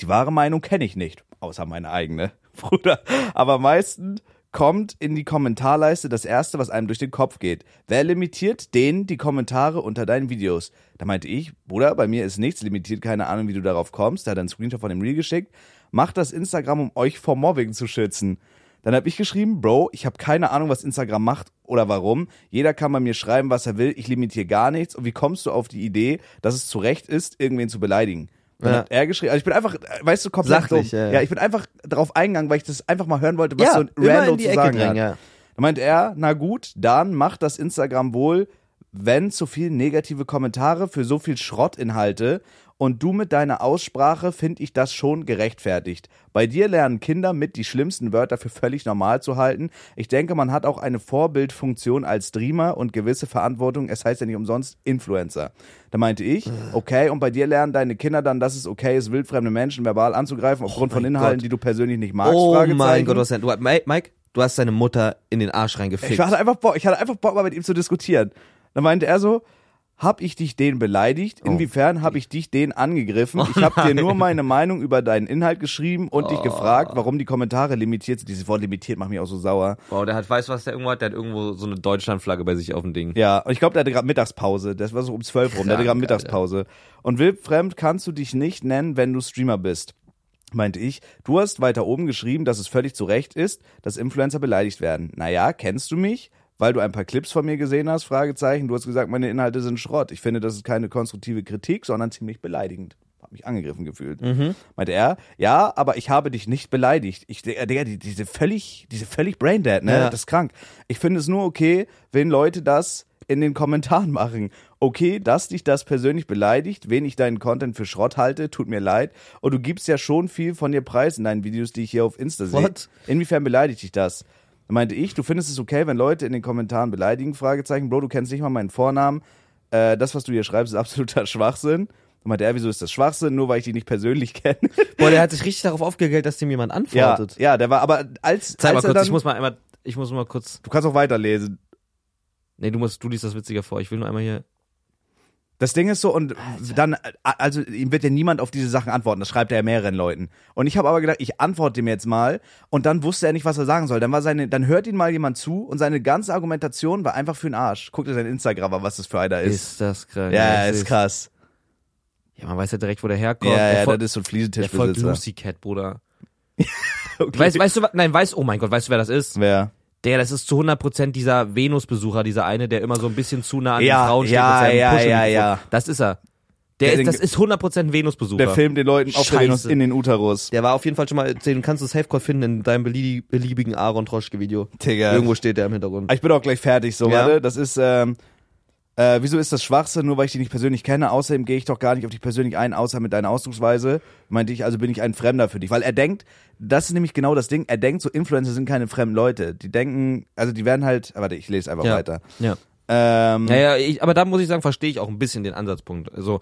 Speaker 2: Die wahre Meinung kenne ich nicht, außer meine eigene, Bruder. Aber meistens kommt in die Kommentarleiste das Erste, was einem durch den Kopf geht. Wer limitiert den die Kommentare unter deinen Videos? Da meinte ich, Bruder, bei mir ist nichts limitiert, keine Ahnung, wie du darauf kommst. Da hat er einen Screenshot von dem Reel geschickt. Macht das Instagram, um euch vor Mobbing zu schützen. Dann habe ich geschrieben, Bro, ich habe keine Ahnung, was Instagram macht oder warum. Jeder kann bei mir schreiben, was er will. Ich limitiere gar nichts. Und wie kommst du auf die Idee, dass es zu Recht ist, irgendwen zu beleidigen? Dann
Speaker 1: Ja.
Speaker 2: hat er geschrieben, also ich bin einfach, äh, weißt du, komplett
Speaker 1: Sachlich,
Speaker 2: dumm.
Speaker 1: ja, ja.
Speaker 2: ich bin einfach drauf eingegangen, weil ich das einfach mal hören wollte, was
Speaker 1: Ja,
Speaker 2: so ein
Speaker 1: immer
Speaker 2: Rando
Speaker 1: in die
Speaker 2: zu
Speaker 1: Ecke
Speaker 2: sagen
Speaker 1: drängen,
Speaker 2: hat.
Speaker 1: ja.
Speaker 2: Da meint er, na gut, dann macht das Instagram wohl, wenn so viel negative Kommentare für so viel Schrottinhalte und du mit deiner Aussprache finde ich das schon gerechtfertigt. Bei dir lernen Kinder mit, die schlimmsten Wörter für völlig normal zu halten. Ich denke, man hat auch eine Vorbildfunktion als Dreamer und gewisse Verantwortung. Es heißt ja nicht umsonst Influencer. Da meinte
Speaker 1: Äh.
Speaker 2: ich, okay, und bei dir lernen deine Kinder dann, dass es okay ist, wildfremde Menschen verbal anzugreifen aufgrund von
Speaker 1: Oh mein
Speaker 2: Inhalten,
Speaker 1: Gott.
Speaker 2: die du persönlich nicht magst.
Speaker 1: oh mein
Speaker 2: Fragezeichen.
Speaker 1: Gott, du hast, dein- du, Mi- Mike, du hast deine Mutter in den Arsch reingefickt.
Speaker 2: Ich hatte einfach Bock, ich hatte einfach Bock mal mit ihm zu diskutieren. Dann meinte er so, hab ich dich den beleidigt? Inwiefern habe ich dich den angegriffen? ich habe dir nur meine Meinung über deinen Inhalt geschrieben und dich gefragt, warum die Kommentare limitiert sind. Dieses Wort limitiert macht mich auch so sauer.
Speaker 1: Wow, der hat, weißt du, was der irgendwo hat? Der hat irgendwo so eine Deutschlandflagge bei sich auf dem Ding.
Speaker 2: Ja, und ich glaube, der hatte gerade Mittagspause. Das war so um 12 rum. Der hatte gerade
Speaker 1: Krank,
Speaker 2: Mittagspause. Und wildfremd kannst du dich nicht nennen, wenn du Streamer bist. Meinte ich, du hast weiter oben geschrieben, dass es völlig zu Recht ist, dass Influencer beleidigt werden. Naja, kennst du mich? Weil du ein paar Clips von mir gesehen hast, Fragezeichen. Du hast gesagt, meine Inhalte sind Schrott. Ich finde, das ist keine konstruktive Kritik, sondern ziemlich beleidigend. Hab mich angegriffen gefühlt. Meinte er, ja, aber ich habe dich nicht beleidigt. Ich, äh, Digga, die, diese völlig, diese völlig Braindead, ne?
Speaker 1: Ja.
Speaker 2: Das ist krank. Ich finde es nur okay, wenn Leute das in den Kommentaren machen. Okay, dass dich das persönlich beleidigt, wen ich deinen Content für Schrott halte, tut mir leid. Und du gibst ja schon viel von dir preis in deinen Videos, die ich hier auf Insta sehe.
Speaker 1: What?
Speaker 2: Inwiefern beleidigt dich das? Da meinte ich, du findest es okay, wenn Leute in den Kommentaren beleidigen? Fragezeichen. Bro, du kennst nicht mal meinen Vornamen. Äh, das, was du hier schreibst, ist absoluter Schwachsinn. Da meinte er, wieso ist das Schwachsinn? Nur weil ich dich nicht persönlich kenne.
Speaker 1: Boah, der hat sich richtig darauf aufgegellt, dass dem jemand
Speaker 2: ja,
Speaker 1: antwortet.
Speaker 2: ja, der war aber als.
Speaker 1: Zeig
Speaker 2: als
Speaker 1: mal
Speaker 2: er
Speaker 1: kurz,
Speaker 2: dann,
Speaker 1: ich muss mal einmal, ich muss mal kurz,
Speaker 2: Du kannst auch weiterlesen.
Speaker 1: nee, du musst, du liest das witziger vor, ich will nur einmal hier.
Speaker 2: Das Ding ist so, und dann, also ihm wird ja niemand auf diese Sachen antworten. Das schreibt er ja mehreren Leuten. Und ich habe aber gedacht, ich antworte ihm jetzt mal. Und dann wusste er nicht, was er sagen soll. Dann war seine, dann hört ihn mal jemand zu und seine ganze Argumentation war einfach für den Arsch. Guckt ihr sein Instagram an, was das für einer ist.
Speaker 1: Ist das krank.
Speaker 2: ja,
Speaker 1: das
Speaker 2: ist krass.
Speaker 1: Ja, man weiß ja direkt, wo der
Speaker 2: Ja,
Speaker 1: herkommt.
Speaker 2: ja,
Speaker 1: der fol-
Speaker 2: das ist so ein
Speaker 1: der folgt
Speaker 2: Fliesentischbesitzer.
Speaker 1: Lucy Cat, Bruder.
Speaker 2: Okay.
Speaker 1: Weißt, weißt du, wa- nein, weißt, oh mein Gott, weißt du, wer das ist?
Speaker 2: Wer?
Speaker 1: Der, das ist zu 100% dieser Venus-Besucher, dieser eine, der immer so ein bisschen zu nah an
Speaker 2: Ja,
Speaker 1: den Frauen steht
Speaker 2: ja,
Speaker 1: mit seinem
Speaker 2: ja,
Speaker 1: Puschelmikrofon.
Speaker 2: ja, ja.
Speaker 1: Das ist er. Der
Speaker 2: Der
Speaker 1: ist, das
Speaker 2: den-
Speaker 1: ist 100% Venus-Besucher.
Speaker 2: Der filmt den Leuten auf der
Speaker 1: Scheiße.
Speaker 2: Venus in den Uterus.
Speaker 1: Der war auf jeden Fall schon mal, den kannst du Safecode finden in deinem belie- beliebigen Aaron Troschke-Video.
Speaker 2: Digga.
Speaker 1: Irgendwo steht der im Hintergrund.
Speaker 2: Ah, Ich bin auch gleich fertig, so,
Speaker 1: Ja.
Speaker 2: warte. Das ist, ähm, äh, wieso ist das Schwachsinn, nur weil ich dich nicht persönlich kenne? Außerdem gehe ich doch gar nicht auf dich persönlich ein, außer mit deiner Ausdrucksweise. Meinte ich, also bin ich ein Fremder für dich. Weil er denkt, das ist nämlich genau das Ding, er denkt, so Influencer sind keine fremden Leute. Die denken, also die werden halt, warte, ich lese einfach
Speaker 1: Ja.
Speaker 2: weiter.
Speaker 1: Ja.
Speaker 2: Ähm,
Speaker 1: Naja, ich, aber da muss ich sagen, verstehe ich auch ein bisschen den Ansatzpunkt. Also,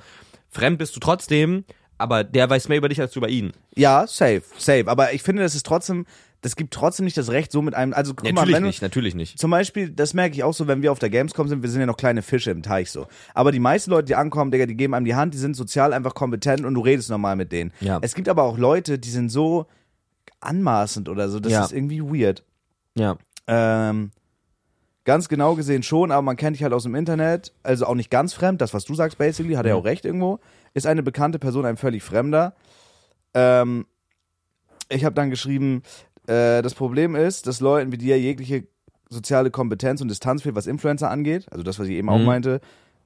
Speaker 1: fremd bist du trotzdem, aber der weiß mehr über dich als du über ihn.
Speaker 2: Ja, safe, safe. Aber ich finde, das ist trotzdem, das gibt trotzdem nicht das Recht, so mit einem, also guck mal,
Speaker 1: Natürlich
Speaker 2: wenn, du-
Speaker 1: nicht, natürlich nicht.
Speaker 2: Zum Beispiel, das merke ich auch so, wenn wir auf der Gamescom sind, wir sind ja noch kleine Fische im Teich so. Aber die meisten Leute, die ankommen, Digga, die geben einem die Hand, die sind sozial einfach kompetent und du redest normal mit denen.
Speaker 1: Ja.
Speaker 2: Es gibt aber auch Leute, die sind so anmaßend oder so, das
Speaker 1: Ja.
Speaker 2: ist irgendwie weird.
Speaker 1: Ja.
Speaker 2: Ähm, ganz genau gesehen schon, aber man kennt dich halt aus dem Internet, also auch nicht ganz fremd, das was du sagst basically, hat er auch recht irgendwo, ist eine bekannte Person ein völlig Fremder. Ähm, ich habe dann geschrieben, äh, das Problem ist, dass Leuten wie dir jegliche soziale Kompetenz und Distanz fehlt, was Influencer angeht, also das, was ich eben auch
Speaker 1: Mhm.
Speaker 2: meinte,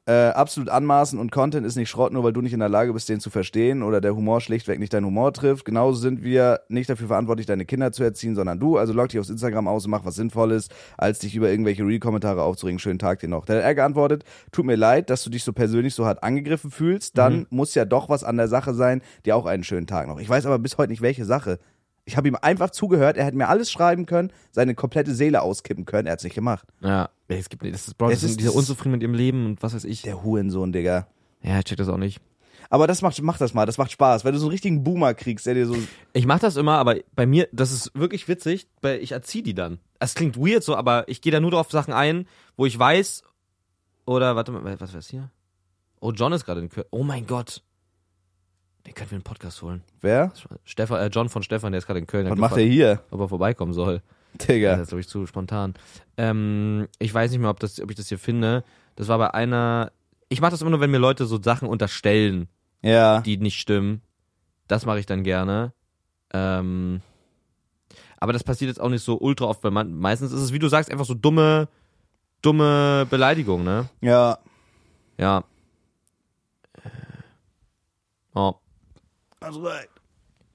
Speaker 2: äh, absolut anmaßen und Content ist nicht Schrott, nur weil du nicht in der Lage bist, den zu verstehen oder der Humor schlichtweg nicht deinen Humor trifft. Genauso sind wir nicht dafür verantwortlich, deine Kinder zu erziehen, sondern du. Also log dich aufs Instagram aus und mach was Sinnvolles, als dich über irgendwelche Re-Kommentare aufzuregen. Schönen Tag dir noch. Da hat er geantwortet, tut mir leid, dass du dich so persönlich so hart angegriffen fühlst. Dann muss ja doch was an der Sache sein, dir auch einen schönen Tag noch. Ich weiß aber bis heute nicht, welche Sache. Ich habe ihm einfach zugehört, er hätte mir alles schreiben können, seine komplette Seele auskippen können, er hat's nicht gemacht.
Speaker 1: Ja. Es gibt nicht, das ist, Bro,
Speaker 2: Es
Speaker 1: das sind
Speaker 2: ist-
Speaker 1: diese unzufrieden mit ihrem Leben und was weiß ich.
Speaker 2: Der Hurensohn, Digga.
Speaker 1: Ja, ich check das auch nicht.
Speaker 2: Aber das macht, mach das mal, das macht Spaß, weil du so einen richtigen Boomer kriegst, der dir so.
Speaker 1: Ich mach das immer, aber bei mir, das ist wirklich witzig, weil ich erzieh die dann. Es klingt weird so, aber ich gehe da nur drauf Sachen ein, wo ich weiß, oder warte mal, was war das hier? Oh, John ist gerade in Köln. Oh mein Gott. Den können wir in den Podcast holen.
Speaker 2: Wer?
Speaker 1: Stefan, äh, John von Stefan, der ist gerade in Köln.
Speaker 2: Was
Speaker 1: hat
Speaker 2: macht er
Speaker 1: gefragt,
Speaker 2: hier?
Speaker 1: Ob er vorbeikommen soll. Das ist
Speaker 2: Digga.
Speaker 1: jetzt, glaube ich, zu spontan. Ähm, ich weiß nicht mehr, ob, das, ob ich das hier finde. Das war bei einer. Ich mache das immer nur, wenn mir Leute so Sachen unterstellen,
Speaker 2: Ja.
Speaker 1: die nicht stimmen. Das mache ich dann gerne. Ähm, aber das passiert jetzt auch nicht so ultra oft, weil man, meistens ist es, wie du sagst, einfach so dumme, dumme Beleidigung, ne?
Speaker 2: Ja.
Speaker 1: Ja. Äh, Oh.
Speaker 2: That's right.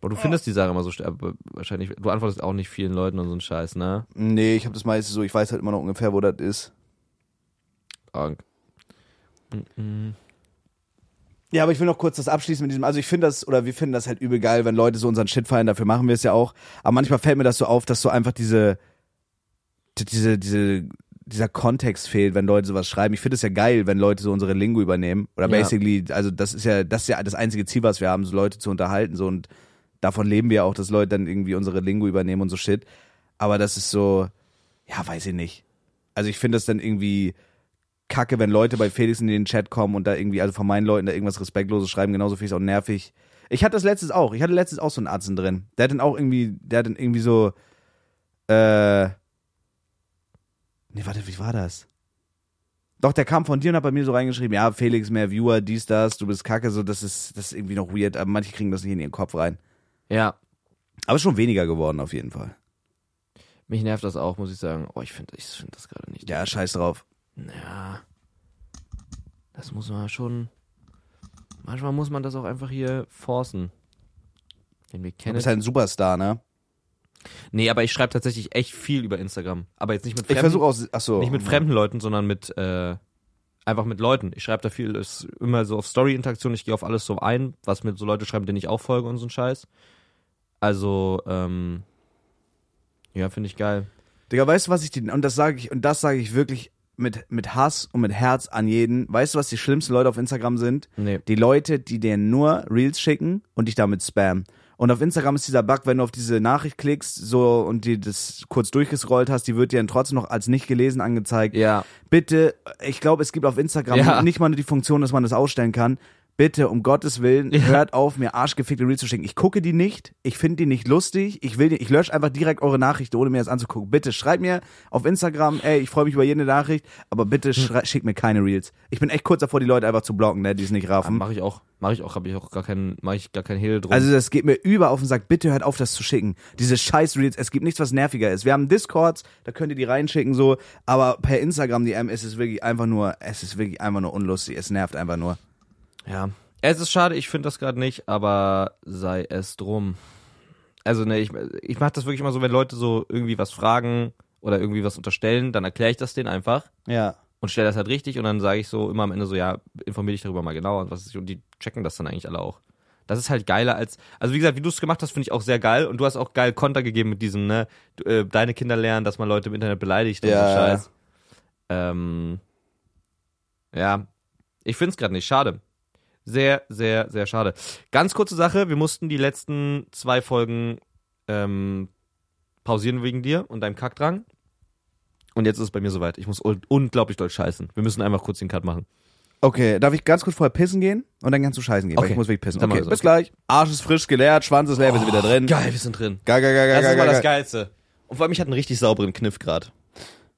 Speaker 1: Boah, du findest die Sache immer so schnell. aber Wahrscheinlich, du antwortest auch nicht vielen Leuten und so einen Scheiß, ne?
Speaker 2: Nee, ich habe das meiste so, ich weiß halt immer noch ungefähr, wo das ist.
Speaker 1: Arg.
Speaker 2: Ja, aber ich will noch kurz das abschließen mit diesem. Also ich finde das, oder wir finden das halt übel geil, wenn Leute so unseren Shit feiern, dafür machen wir es ja auch. Aber manchmal fällt mir das so auf, dass so einfach diese, die- diese, diese, dieser Kontext fehlt, wenn Leute sowas schreiben. Ich finde es ja geil, wenn Leute so unsere Lingo übernehmen. Oder
Speaker 1: Ja.
Speaker 2: basically, also das ist ja, das ist ja das einzige Ziel, was wir haben, so Leute zu unterhalten. So und davon leben wir auch, dass Leute dann irgendwie unsere Lingo übernehmen und so Shit. Aber das ist so, ja, weiß ich nicht. Also ich finde das dann irgendwie kacke, wenn Leute bei Felix in den Chat kommen und da irgendwie, also von meinen Leuten da irgendwas Respektloses schreiben, genauso finde ich es auch nervig. Ich hatte das letztes auch, ich hatte letztes auch so einen Arzt drin. Der hat dann auch irgendwie, der hat dann irgendwie so, äh, nee, warte, wie war das? Doch, der kam von dir und hat bei mir so reingeschrieben, ja, Felix, mehr Viewer, dies, das, du bist kacke, so, das ist, das ist irgendwie noch weird, aber manche kriegen das nicht in ihren Kopf rein.
Speaker 1: Ja,
Speaker 2: Aber ist schon weniger geworden auf jeden Fall.
Speaker 1: mich nervt das auch, muss ich sagen. Oh, ich finde ich find das gerade nicht.
Speaker 2: Ja, scheiß drauf.
Speaker 1: Ja. Das muss man schon. Manchmal muss man das auch einfach hier forcen. Den wir
Speaker 2: Du
Speaker 1: kennen.
Speaker 2: bist halt ein Superstar, ne?
Speaker 1: nee, aber ich schreibe tatsächlich echt viel über Instagram. Aber jetzt nicht mit
Speaker 2: Ich
Speaker 1: fremden,
Speaker 2: versuche auch, ach so. oh
Speaker 1: nicht mit fremden Leuten, sondern mit äh, einfach mit Leuten. Ich schreibe da viel, ist immer so auf Story-Interaktion. Ich gehe auf alles so ein, was mir so Leute schreiben, denen ich auch folge und so ein Scheiß. Also, ähm, ja, finde ich geil.
Speaker 2: Digga, weißt du, was ich dir, und das sage ich, und das sage ich wirklich mit, mit Hass und mit Herz an jeden. Weißt du, was die schlimmsten Leute auf Instagram sind?
Speaker 1: Nee.
Speaker 2: Die Leute, die dir nur Reels schicken und dich damit spammen. Und auf Instagram ist dieser Bug, wenn du auf diese Nachricht klickst, so, und die das kurz durchgescrollt hast, die wird dir dann trotzdem noch als nicht gelesen angezeigt.
Speaker 1: Ja.
Speaker 2: Bitte, ich glaube, es gibt auf Instagram
Speaker 1: Ja.
Speaker 2: nicht mal nur die Funktion, dass man das ausstellen kann. Bitte, um Gottes Willen, hört auf, mir arschgefickte Reels zu schicken. Ich gucke die nicht, ich finde die nicht lustig, ich will die, ich lösche einfach direkt eure Nachricht, ohne mir das anzugucken. Bitte, schreibt mir auf Instagram, ey, ich freue mich über jede Nachricht, aber bitte schrei- schickt mir keine Reels. Ich bin echt kurz davor, die Leute einfach zu blocken, ne, die es nicht raffen.
Speaker 1: Mache ich auch. Mache ich auch. Habe ich auch gar keinen, mache ich gar keinen Hehl drum.
Speaker 2: Also das geht mir über auf den Sack. Bitte hört auf, das zu schicken. Diese scheiß Reels. Es gibt nichts, was nerviger ist. Wir haben Discords, da könnt ihr die reinschicken so. Aber per Instagram DM ist es wirklich einfach nur, es ist wirklich einfach nur unlustig. Es nervt einfach nur.
Speaker 1: Ja. Es ist schade, ich finde das gerade nicht, aber sei es drum. Also, ne, ich, ich mache das wirklich immer so, wenn Leute so irgendwie was fragen oder irgendwie was unterstellen, dann erkläre ich das denen einfach
Speaker 2: Ja.
Speaker 1: und stelle das halt richtig und dann sage ich so immer am Ende so, ja, informiere dich darüber mal genauer und was ist, und die checken das dann eigentlich alle auch. Das ist halt geiler als, also wie gesagt, wie du es gemacht hast, finde ich auch sehr geil und du hast auch geil Konter gegeben mit diesem, ne, du, äh, deine Kinder lernen, dass man Leute im Internet beleidigt und
Speaker 2: Ja.
Speaker 1: so Scheiß. Ähm, ja, ich finde es gerade nicht, schade. Sehr, sehr, sehr schade. Ganz kurze Sache, wir mussten die letzten zwei Folgen ähm, pausieren wegen dir und deinem Kackdrang. Und jetzt ist es bei mir soweit. Ich muss un unglaublich doll scheißen. Wir müssen einfach kurz den Cut machen.
Speaker 2: Okay, darf ich ganz kurz vorher pissen gehen und dann kannst du scheißen gehen, weil
Speaker 1: Okay.
Speaker 2: ich muss wirklich pissen.
Speaker 1: Dann
Speaker 2: Okay,
Speaker 1: machen wir
Speaker 2: bis
Speaker 1: so.
Speaker 2: gleich. Arsch ist frisch geleert, Schwanz ist leer, wir sind wieder drin.
Speaker 1: Geil, wir sind drin.
Speaker 2: Geil, geil, geil, geil,
Speaker 1: Das ist mal
Speaker 2: geil,
Speaker 1: das
Speaker 2: geil.
Speaker 1: Geilste. Und vor allem, ich hatte einen richtig sauberen Kniff gerade.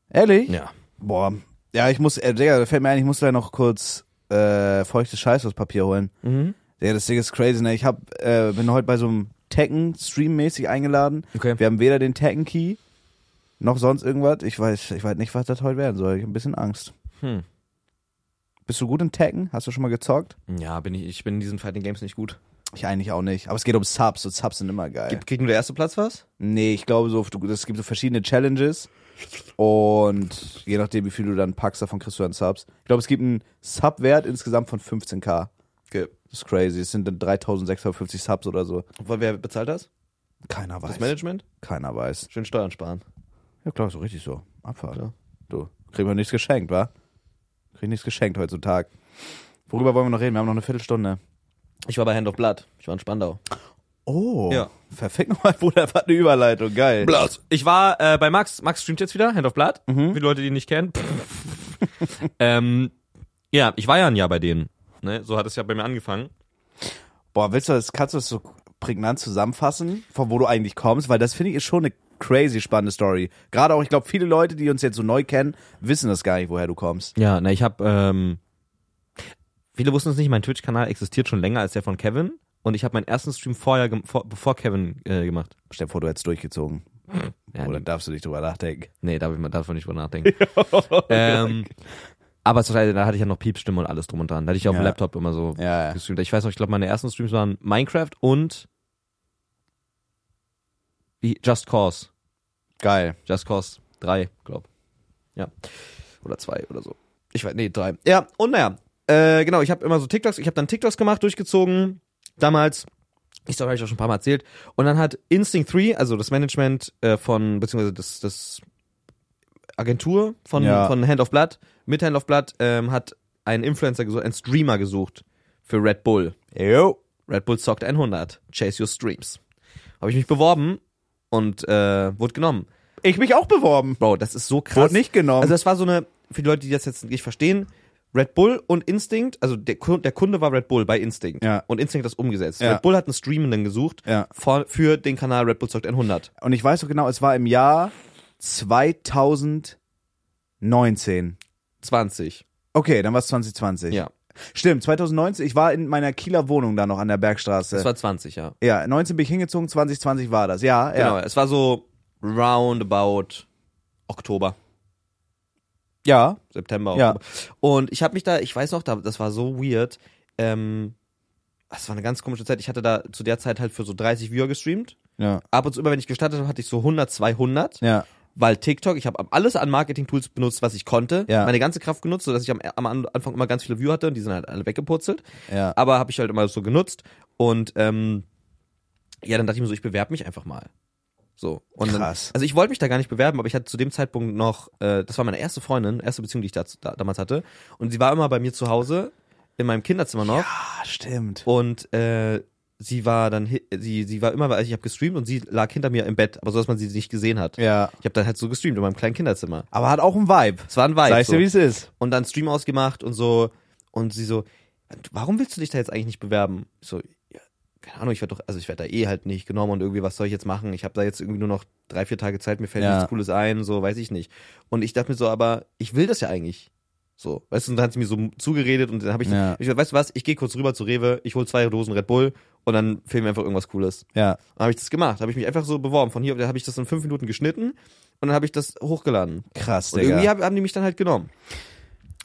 Speaker 2: Ehrlich?
Speaker 1: Ja.
Speaker 2: Boah. Ja, ich muss, äh, Digga, da fällt mir ein, ich muss gleich noch kurz äh, feuchtes Scheiß aus Papier holen.
Speaker 1: Mhm.
Speaker 2: Digga, das Ding ist crazy, ne? Ich hab, äh, bin heute bei so einem Tekken-Stream-mäßig eingeladen.
Speaker 1: Okay.
Speaker 2: Wir haben weder den Tekken-Key noch sonst irgendwas. Ich weiß, ich weiß nicht, was das heute werden soll. Ich hab ein bisschen Angst.
Speaker 1: Hm.
Speaker 2: Bist du gut im Tekken? Hast du schon mal gezockt?
Speaker 1: Ja, bin ich, ich bin in diesen Fighting Games nicht gut.
Speaker 2: Ich eigentlich auch nicht. Aber es geht um Subs und Subs sind immer geil.
Speaker 1: Gibt, kriegt nur der erste Platz was?
Speaker 2: nee, ich glaube so, du- es gibt so verschiedene Challenges. Und je nachdem, wie viel du dann packst, davon kriegst du dann Subs. Ich glaube, es gibt einen Sub-Wert insgesamt von 15k.
Speaker 1: Okay.
Speaker 2: Das ist crazy. Es sind dann 3650 Subs oder so.
Speaker 1: Weil wer bezahlt das?
Speaker 2: Keiner
Speaker 1: Das
Speaker 2: weiß.
Speaker 1: Management?
Speaker 2: Keiner weiß.
Speaker 1: Schön Steuern sparen.
Speaker 2: Ja klar, so richtig so. Abfahrt.
Speaker 1: Klar.
Speaker 2: Du, kriegen wir nichts geschenkt, wa? Kriegen nichts geschenkt heutzutage. Worüber wollen wir noch reden? Wir haben noch eine Viertelstunde.
Speaker 1: Ich war bei Hand of Blood. Ich war in Spandau.
Speaker 2: Oh.
Speaker 1: Ja.
Speaker 2: Verfick nochmal, Bruder, war eine Überleitung. Geil.
Speaker 1: Blood. Ich war äh, bei Max. Max streamt jetzt wieder, Hand of Blood. Für die Leute, die ihn nicht kennen. ähm, ja, ich war ja ein Jahr bei denen. Ne? So hat es ja bei mir angefangen.
Speaker 2: Boah, willst du das, kannst du das so prägnant zusammenfassen, von wo du eigentlich kommst? Weil das finde ich ist schon eine crazy spannende Story. Gerade auch, ich glaube, viele Leute, die uns jetzt so neu kennen, wissen das gar nicht, woher du kommst.
Speaker 1: Ja, na, ich habe, ähm, viele wussten es nicht, mein Twitch-Kanal existiert schon länger als der von Kevin. Und ich habe meinen ersten Stream vorher, gem- vor, bevor Kevin äh, gemacht.
Speaker 2: Stell dir vor, du hättest durchgezogen.
Speaker 1: Ja,
Speaker 2: Oder darfst du nicht drüber nachdenken?
Speaker 1: Nee, darf ich mal davon nicht drüber nachdenken. ähm, aber es war, da hatte ich ja noch Piepstimme und alles drum und dran. Da hatte ich auf
Speaker 2: Ja.
Speaker 1: dem Laptop immer so
Speaker 2: Ja, ja.
Speaker 1: gestreamt. Ich weiß noch, ich glaube, meine ersten Streams waren Minecraft und wie- Just Cause.
Speaker 2: Geil.
Speaker 1: Just Cause 3, glaub. Ja. Oder 2 oder so. Ich weiß, nee, 3. Ja, und naja, Äh, genau, ich habe immer so TikToks, ich habe dann TikToks gemacht, durchgezogen, damals. Ich glaube, habe ich auch schon ein paar Mal erzählt. Und dann hat Instinct 3, also das Management äh, von, beziehungsweise das, das Agentur von,
Speaker 2: Ja.
Speaker 1: von Hand of Blood, mit Hand of Blood, ähm, hat einen Influencer gesucht, einen Streamer gesucht für Red Bull.
Speaker 2: Yo.
Speaker 1: Red Bull zockt 100, Chase Your Streams. Habe ich mich beworben und äh, wurde genommen.
Speaker 2: Ich mich auch beworben.
Speaker 1: Bro, das ist so krass.
Speaker 2: Wurde nicht genommen.
Speaker 1: Also das war so eine, für die Leute, die das jetzt nicht verstehen, Red Bull und Instinct, also der, Ku- der Kunde war Red Bull bei Instinct.
Speaker 2: Ja.
Speaker 1: Und Instinct hat das umgesetzt.
Speaker 2: Ja.
Speaker 1: Red Bull hat einen Streamenden gesucht
Speaker 2: Ja.
Speaker 1: vor, für den Kanal Red Bull zockt 100.
Speaker 2: Und ich weiß so genau, es war im Jahr 2019.
Speaker 1: 20.
Speaker 2: Okay, dann war es 2020.
Speaker 1: Ja.
Speaker 2: Stimmt, 2019, ich war in meiner Kieler Wohnung da noch an der
Speaker 1: Es
Speaker 2: Bergstraße.
Speaker 1: war 20, ja.
Speaker 2: ja, 19 bin ich hingezogen, 2020 war das. Ja,
Speaker 1: Genau.
Speaker 2: ja.
Speaker 1: Es war so roundabout Oktober.
Speaker 2: Ja.
Speaker 1: September.
Speaker 2: Ja.
Speaker 1: Oktober. Und ich habe mich da, ich weiß noch, da, das war so weird. Ähm, das war eine ganz komische Zeit. Ich hatte da zu der Zeit halt für so 30 Viewer gestreamt.
Speaker 2: Ja.
Speaker 1: Ab und zu immer, wenn ich gestartet habe, hatte ich so 100, 200.
Speaker 2: Ja.
Speaker 1: Weil TikTok, ich habe alles an Marketing-Tools benutzt, was ich konnte.
Speaker 2: Ja.
Speaker 1: Meine ganze Kraft genutzt, sodass ich am, am An- Anfang immer ganz viele Viewer hatte und die sind halt alle weggepurzelt.
Speaker 2: Ja.
Speaker 1: Aber habe ich halt immer so genutzt. Und ähm, ja, dann dachte ich mir so, ich bewerbe mich einfach mal. So. Und
Speaker 2: Krass.
Speaker 1: Dann, also ich wollte mich da gar nicht bewerben, aber ich hatte zu dem Zeitpunkt noch, äh, das war meine erste Freundin, erste Beziehung, die ich da, da, damals hatte. Und sie war immer bei mir zu Hause, in meinem Kinderzimmer noch.
Speaker 2: Ah, stimmt.
Speaker 1: Und äh, sie war dann, hi- sie, sie war immer, also ich habe gestreamt und sie lag hinter mir im Bett, aber so, dass man sie nicht gesehen hat.
Speaker 2: Ja.
Speaker 1: Ich habe dann halt so gestreamt in meinem kleinen Kinderzimmer.
Speaker 2: Aber hat auch einen Vibe.
Speaker 1: Es war ein Vibe.
Speaker 2: Weißt du,
Speaker 1: so.
Speaker 2: wie es ist?
Speaker 1: Und dann Stream ausgemacht und so. Und sie so, warum willst du dich da jetzt eigentlich nicht bewerben? Ich so, ja, keine Ahnung, ich werde doch, also ich werde da eh halt nicht genommen und irgendwie, was soll ich jetzt machen? Ich habe da jetzt irgendwie nur noch drei, vier Tage Zeit, mir fällt
Speaker 2: Ja.
Speaker 1: nichts Cooles ein, so, weiß ich nicht. Und ich dachte mir so, aber ich will das ja eigentlich. So, weißt du, und dann hat sie mir so zugeredet und dann habe ich,
Speaker 2: Ja.
Speaker 1: hab ich gesagt, weißt du was, ich gehe kurz rüber zu Rewe, ich hol zwei Dosen Red Bull und dann filmen wir einfach irgendwas Cooles.
Speaker 2: Ja.
Speaker 1: Dann habe ich das gemacht, habe ich mich einfach so beworben. Von hier, da habe ich das in fünf Minuten geschnitten und dann habe ich das hochgeladen.
Speaker 2: Krass,
Speaker 1: Und irgendwie
Speaker 2: Digga.
Speaker 1: hab, haben die mich dann halt genommen.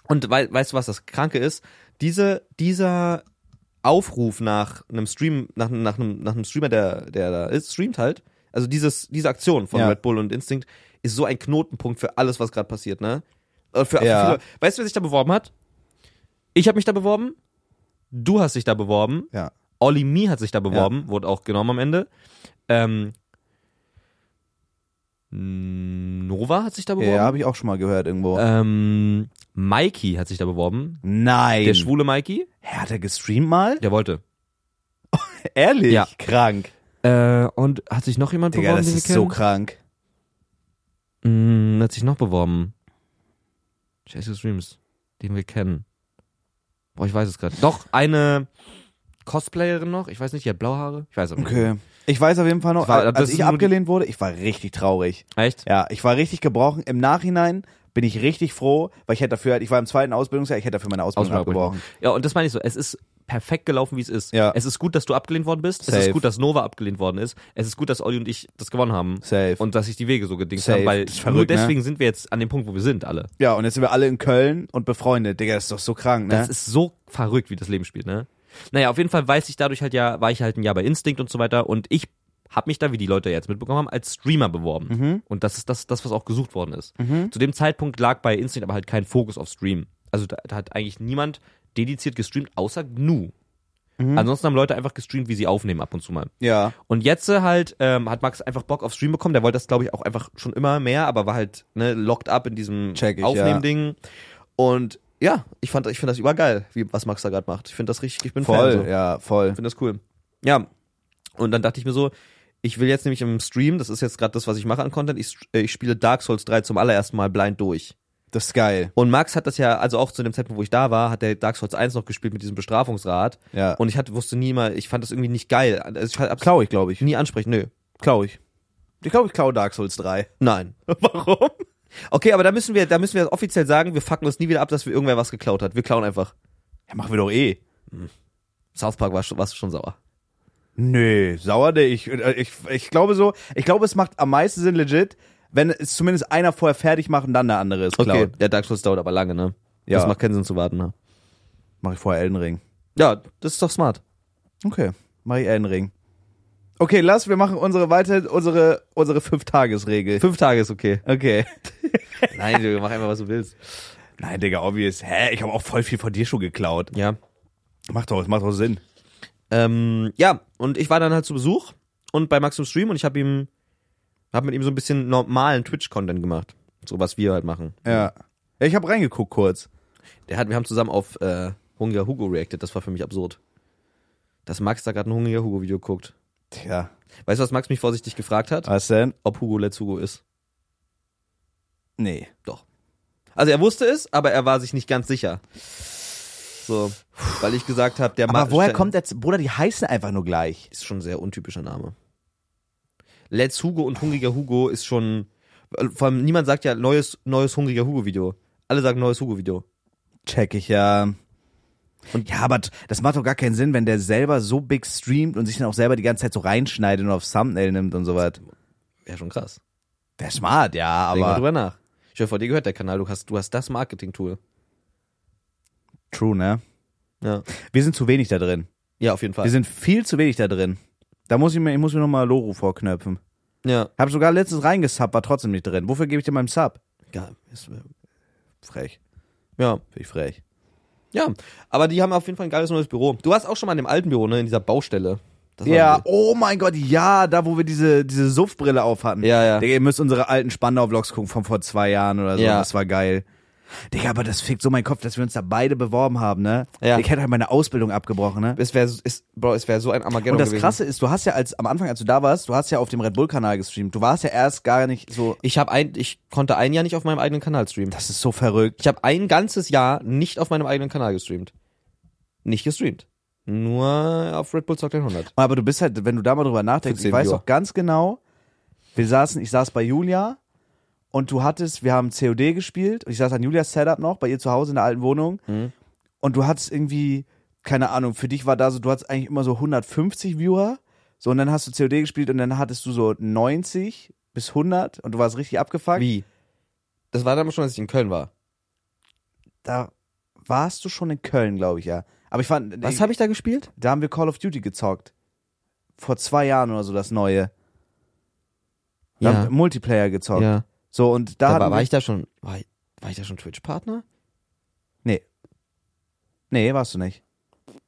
Speaker 1: Und wei weißt du, was das Kranke ist? Diese, dieser Aufruf nach einem Stream, nach, einem- nach, einem, nach einem Streamer, der, der da ist, streamt halt. Also dieses, diese Aktion von
Speaker 2: Ja.
Speaker 1: Red Bull und Instinct ist so ein Knotenpunkt für alles, was gerade passiert, ne? Äh, Für, für
Speaker 2: Ja.
Speaker 1: viele, weißt du, wer sich da beworben hat? Ich habe mich da beworben. Du hast dich da beworben.
Speaker 2: Ja.
Speaker 1: Olli Mi hat sich da beworben, wurde auch genommen am Ende. Ähm, Nova hat sich da beworben.
Speaker 2: Ja, habe ich auch schon mal gehört irgendwo.
Speaker 1: Ähm, Mikey hat sich da beworben.
Speaker 2: Nein.
Speaker 1: Der schwule Mikey,
Speaker 2: Hä, hat er gestreamt mal?
Speaker 1: der wollte.
Speaker 2: Ehrlich?
Speaker 1: Ja.
Speaker 2: Krank.
Speaker 1: Äh, und hat sich noch jemand
Speaker 2: Digga,
Speaker 1: beworben,
Speaker 2: das
Speaker 1: den wir
Speaker 2: ist so
Speaker 1: kennen?
Speaker 2: krank.
Speaker 1: Mm, hat sich noch beworben. Chase Your Dreams, den wir kennen. Boah, ich weiß es gerade. Doch, eine Cosplayerin noch. Ich weiß nicht, die hat blaue Haare. Ich weiß aber nicht.
Speaker 2: Okay. Ich weiß auf jeden Fall noch,
Speaker 1: Das war- das
Speaker 2: als
Speaker 1: ist
Speaker 2: ich
Speaker 1: nur die-
Speaker 2: abgelehnt wurde, ich war richtig traurig.
Speaker 1: Echt?
Speaker 2: Ja, ich war richtig gebrochen. Im Nachhinein bin ich richtig froh, weil ich hätte dafür, halt- ich war im zweiten Ausbildungsjahr, ich hätte dafür meine Ausbildung
Speaker 1: Auswahl
Speaker 2: abgebrochen.
Speaker 1: abgebrochen. Ja, und das meine ich so. Es ist perfekt gelaufen, wie es ist.
Speaker 2: Ja.
Speaker 1: Es ist gut, dass du abgelehnt worden bist. Es
Speaker 2: Safe.
Speaker 1: ist gut, dass Nova abgelehnt worden ist. Es ist gut, dass Olli und ich das gewonnen haben.
Speaker 2: Safe.
Speaker 1: Und dass sich die Wege so gedingt
Speaker 2: Safe.
Speaker 1: haben, weil
Speaker 2: Das ist
Speaker 1: nur
Speaker 2: verrückt, ne?
Speaker 1: deswegen sind wir jetzt an dem Punkt, wo wir sind, alle.
Speaker 2: Ja, und jetzt sind wir alle in Köln und befreundet. Digga, das ist doch so krank, ne?
Speaker 1: Das ist so verrückt, wie das Leben spielt, ne? Naja, auf jeden Fall weiß ich dadurch halt ja, war ich halt ein Jahr bei Instinct und so weiter und ich habe mich da, wie die Leute jetzt mitbekommen haben, als Streamer
Speaker 2: Mhm.
Speaker 1: beworben. Und das ist das, das, was auch gesucht worden ist. Zu dem Zeitpunkt lag bei Instinct aber halt kein Fokus auf Stream. Also da, da hat eigentlich niemand dediziert gestreamt, außer Gnu.
Speaker 2: Mhm.
Speaker 1: Ansonsten haben Leute einfach gestreamt, wie sie aufnehmen ab und zu mal.
Speaker 2: ja.
Speaker 1: Und jetzt äh, halt ähm, hat Max einfach Bock auf Stream bekommen. Der wollte das, glaube ich, auch einfach schon immer mehr, aber war halt ne, locked up in diesem
Speaker 2: Check ich,
Speaker 1: Aufnehmen-Ding. Und ja, ich fand, ich finde das übergeil, wie, was Max da gerade macht. Ich finde das richtig, ich bin
Speaker 2: Voll,
Speaker 1: Fan. So.
Speaker 2: ja, voll.
Speaker 1: Ich finde das cool. Ja. Und dann dachte ich mir so, ich will jetzt nämlich im Stream, das ist jetzt gerade das, was ich mache an Content, ich, äh, ich spiele Dark Souls 3 zum allerersten Mal blind durch.
Speaker 2: Das ist geil.
Speaker 1: Und Max hat das ja, also auch zu dem Zeitpunkt, wo ich da war, hat der Dark Souls 1 noch gespielt mit diesem Bestrafungsrad. Äh,
Speaker 2: Ja.
Speaker 1: Und ich hatte, wusste nie mal, ich fand das irgendwie nicht geil. Also ich hab's
Speaker 2: Klau ich, glaube ich.
Speaker 1: nie ansprechen, nö.
Speaker 2: Klau ich. Ich glaube, ich klau Dark Souls 3.
Speaker 1: Nein.
Speaker 2: Warum?
Speaker 1: Okay, aber da müssen wir, da müssen wir offiziell sagen, wir fucken uns nie wieder ab, dass wir irgendwer was geklaut hat. Wir klauen einfach.
Speaker 2: Ja, machen wir doch eh.
Speaker 1: South Park war schon, warst du schon sauer.
Speaker 2: Nee, sauer nicht. Äh, Ich, ich glaube so, ich glaube, es macht am meisten Sinn legit, wenn es zumindest einer vorher fertig macht und dann der andere ist
Speaker 1: Okay.
Speaker 2: klaut.
Speaker 1: Der Dark Souls dauert aber lange, ne?
Speaker 2: Ja.
Speaker 1: Das macht keinen Sinn zu warten, ne?
Speaker 2: Mach ich vorher Elden Ring.
Speaker 1: Ja, das ist doch smart.
Speaker 2: Okay, mach ich Elden Ring. Okay, lass, wir machen unsere weiter, unsere, unsere Fünf-Tages-Regel.
Speaker 1: Fünf Tage ist okay.
Speaker 2: Okay.
Speaker 1: Nein, du mach einfach, was du willst.
Speaker 2: Nein, Digga, obvious. Hä? Ich habe auch voll viel von dir schon geklaut.
Speaker 1: Ja.
Speaker 2: Macht doch, macht doch Sinn.
Speaker 1: Ähm, ja, und ich war dann halt zu Besuch und bei Max im Stream und ich habe ihm, habe mit ihm so ein bisschen normalen Twitch-Content gemacht. So was wir halt machen.
Speaker 2: Ja. ja ich habe reingeguckt kurz.
Speaker 1: Der hat, wir haben zusammen auf äh, Hungriger Hugo reacted, das war für mich absurd. Dass Max da gerade ein Hungriger Hugo-Video guckt.
Speaker 2: Tja.
Speaker 1: Weißt du, was Max mich vorsichtig gefragt hat?
Speaker 2: Was denn?
Speaker 1: Ob Hugo Let's Hugo ist.
Speaker 2: Nee.
Speaker 1: Doch. Also er wusste es, aber er war sich nicht ganz sicher. So, weil ich gesagt habe, der Ma-
Speaker 2: Aber woher
Speaker 1: Ste-
Speaker 2: kommt jetzt, Bruder, die heißen einfach nur gleich.
Speaker 1: ist schon ein sehr untypischer Name. Let's Hugo und Hungriger Hugo ist schon vor allem niemand sagt ja neues neues Hungriger Hugo Video. Alle sagen neues Hugo Video.
Speaker 2: Check ich ja.
Speaker 1: Und-
Speaker 2: ja, aber t- das macht doch gar keinen Sinn, wenn der selber so big streamt und sich dann auch selber die ganze Zeit so reinschneidet und aufs Thumbnail nimmt und sowas.
Speaker 1: Wäre schon krass.
Speaker 2: Wär smart, ja,
Speaker 1: Denk mal
Speaker 2: aber
Speaker 1: drüber nach. Ich hoffe, vor dir gehört der Kanal, du hast du hast das Marketing Tool.
Speaker 2: true, ne?
Speaker 1: Ja.
Speaker 2: Wir sind zu wenig da drin.
Speaker 1: Ja, auf jeden
Speaker 2: Wir
Speaker 1: Fall.
Speaker 2: sind viel zu wenig da drin. Da muss ich mir, ich muss mir nochmal Loro vorknöpfen.
Speaker 1: Ja.
Speaker 2: Hab sogar letztens reingesubbt, war trotzdem nicht drin. Wofür gebe ich dir meinen Sub?
Speaker 1: Ja, ist, äh,
Speaker 2: Frech.
Speaker 1: ja.
Speaker 2: Bin ich frech.
Speaker 1: Ja, aber die haben auf jeden Fall ein geiles neues Büro. Du warst auch schon mal in dem alten Büro, ne, in dieser Baustelle. Das war
Speaker 2: Ja, oh mein Gott, ja, da wo wir diese, diese Suftbrille auf hatten.
Speaker 1: Ja, ja.
Speaker 2: Digga, ihr müsst unsere alten Spandau-Vlogs gucken von vor zwei Jahren oder so.
Speaker 1: Ja.
Speaker 2: Das war geil. Digga, aber das fickt so meinen Kopf, dass wir uns da beide beworben haben, ne?
Speaker 1: Ja.
Speaker 2: Ich hätte halt meine Ausbildung abgebrochen, ne?
Speaker 1: es wäre es, Bro, es wäre so ein Armageddon
Speaker 2: Und das
Speaker 1: gewesen.
Speaker 2: Krasse ist, du hast ja als am Anfang, als du da warst, du hast ja auf dem Red Bull-Kanal gestreamt. Du warst ja erst gar nicht so.
Speaker 1: Ich habe ein ich konnte ein Jahr nicht auf meinem eigenen Kanal streamen.
Speaker 2: Das ist so verrückt.
Speaker 1: Ich habe ein ganzes Jahr nicht auf meinem eigenen Kanal gestreamt. Nicht gestreamt. Nur auf Red Bull Talk 100.
Speaker 2: Aber du bist halt, wenn du da mal drüber nachdenkst,
Speaker 1: 14
Speaker 2: ich weiß
Speaker 1: Uhr.
Speaker 2: auch ganz genau, wir saßen, ich saß bei Julia und du hattest, wir haben COD gespielt und ich saß an Julias Setup noch, bei ihr zu Hause in der alten Wohnung
Speaker 1: Mhm.
Speaker 2: und du hattest irgendwie, keine Ahnung, für dich war da so, du hattest eigentlich immer so 150 Viewer, so und dann hast du COD gespielt und dann hattest du so 90 bis 100 und du warst richtig abgefuckt.
Speaker 1: Wie? Das war damals schon, als ich in Köln war.
Speaker 2: Da warst du schon in Köln, glaube ich, ja. Aber ich fand,
Speaker 1: Was habe ich da gespielt?
Speaker 2: da haben wir Call of Duty gezockt. Vor zwei Jahren oder so das neue. Da haben wir Multiplayer gezockt.
Speaker 1: ja.
Speaker 2: So, und da,
Speaker 1: Da
Speaker 2: hatten
Speaker 1: war, war
Speaker 2: wir-
Speaker 1: ich da schon war, ich- war ich da schon Twitch Partner?
Speaker 2: Nee. Nee, warst du nicht.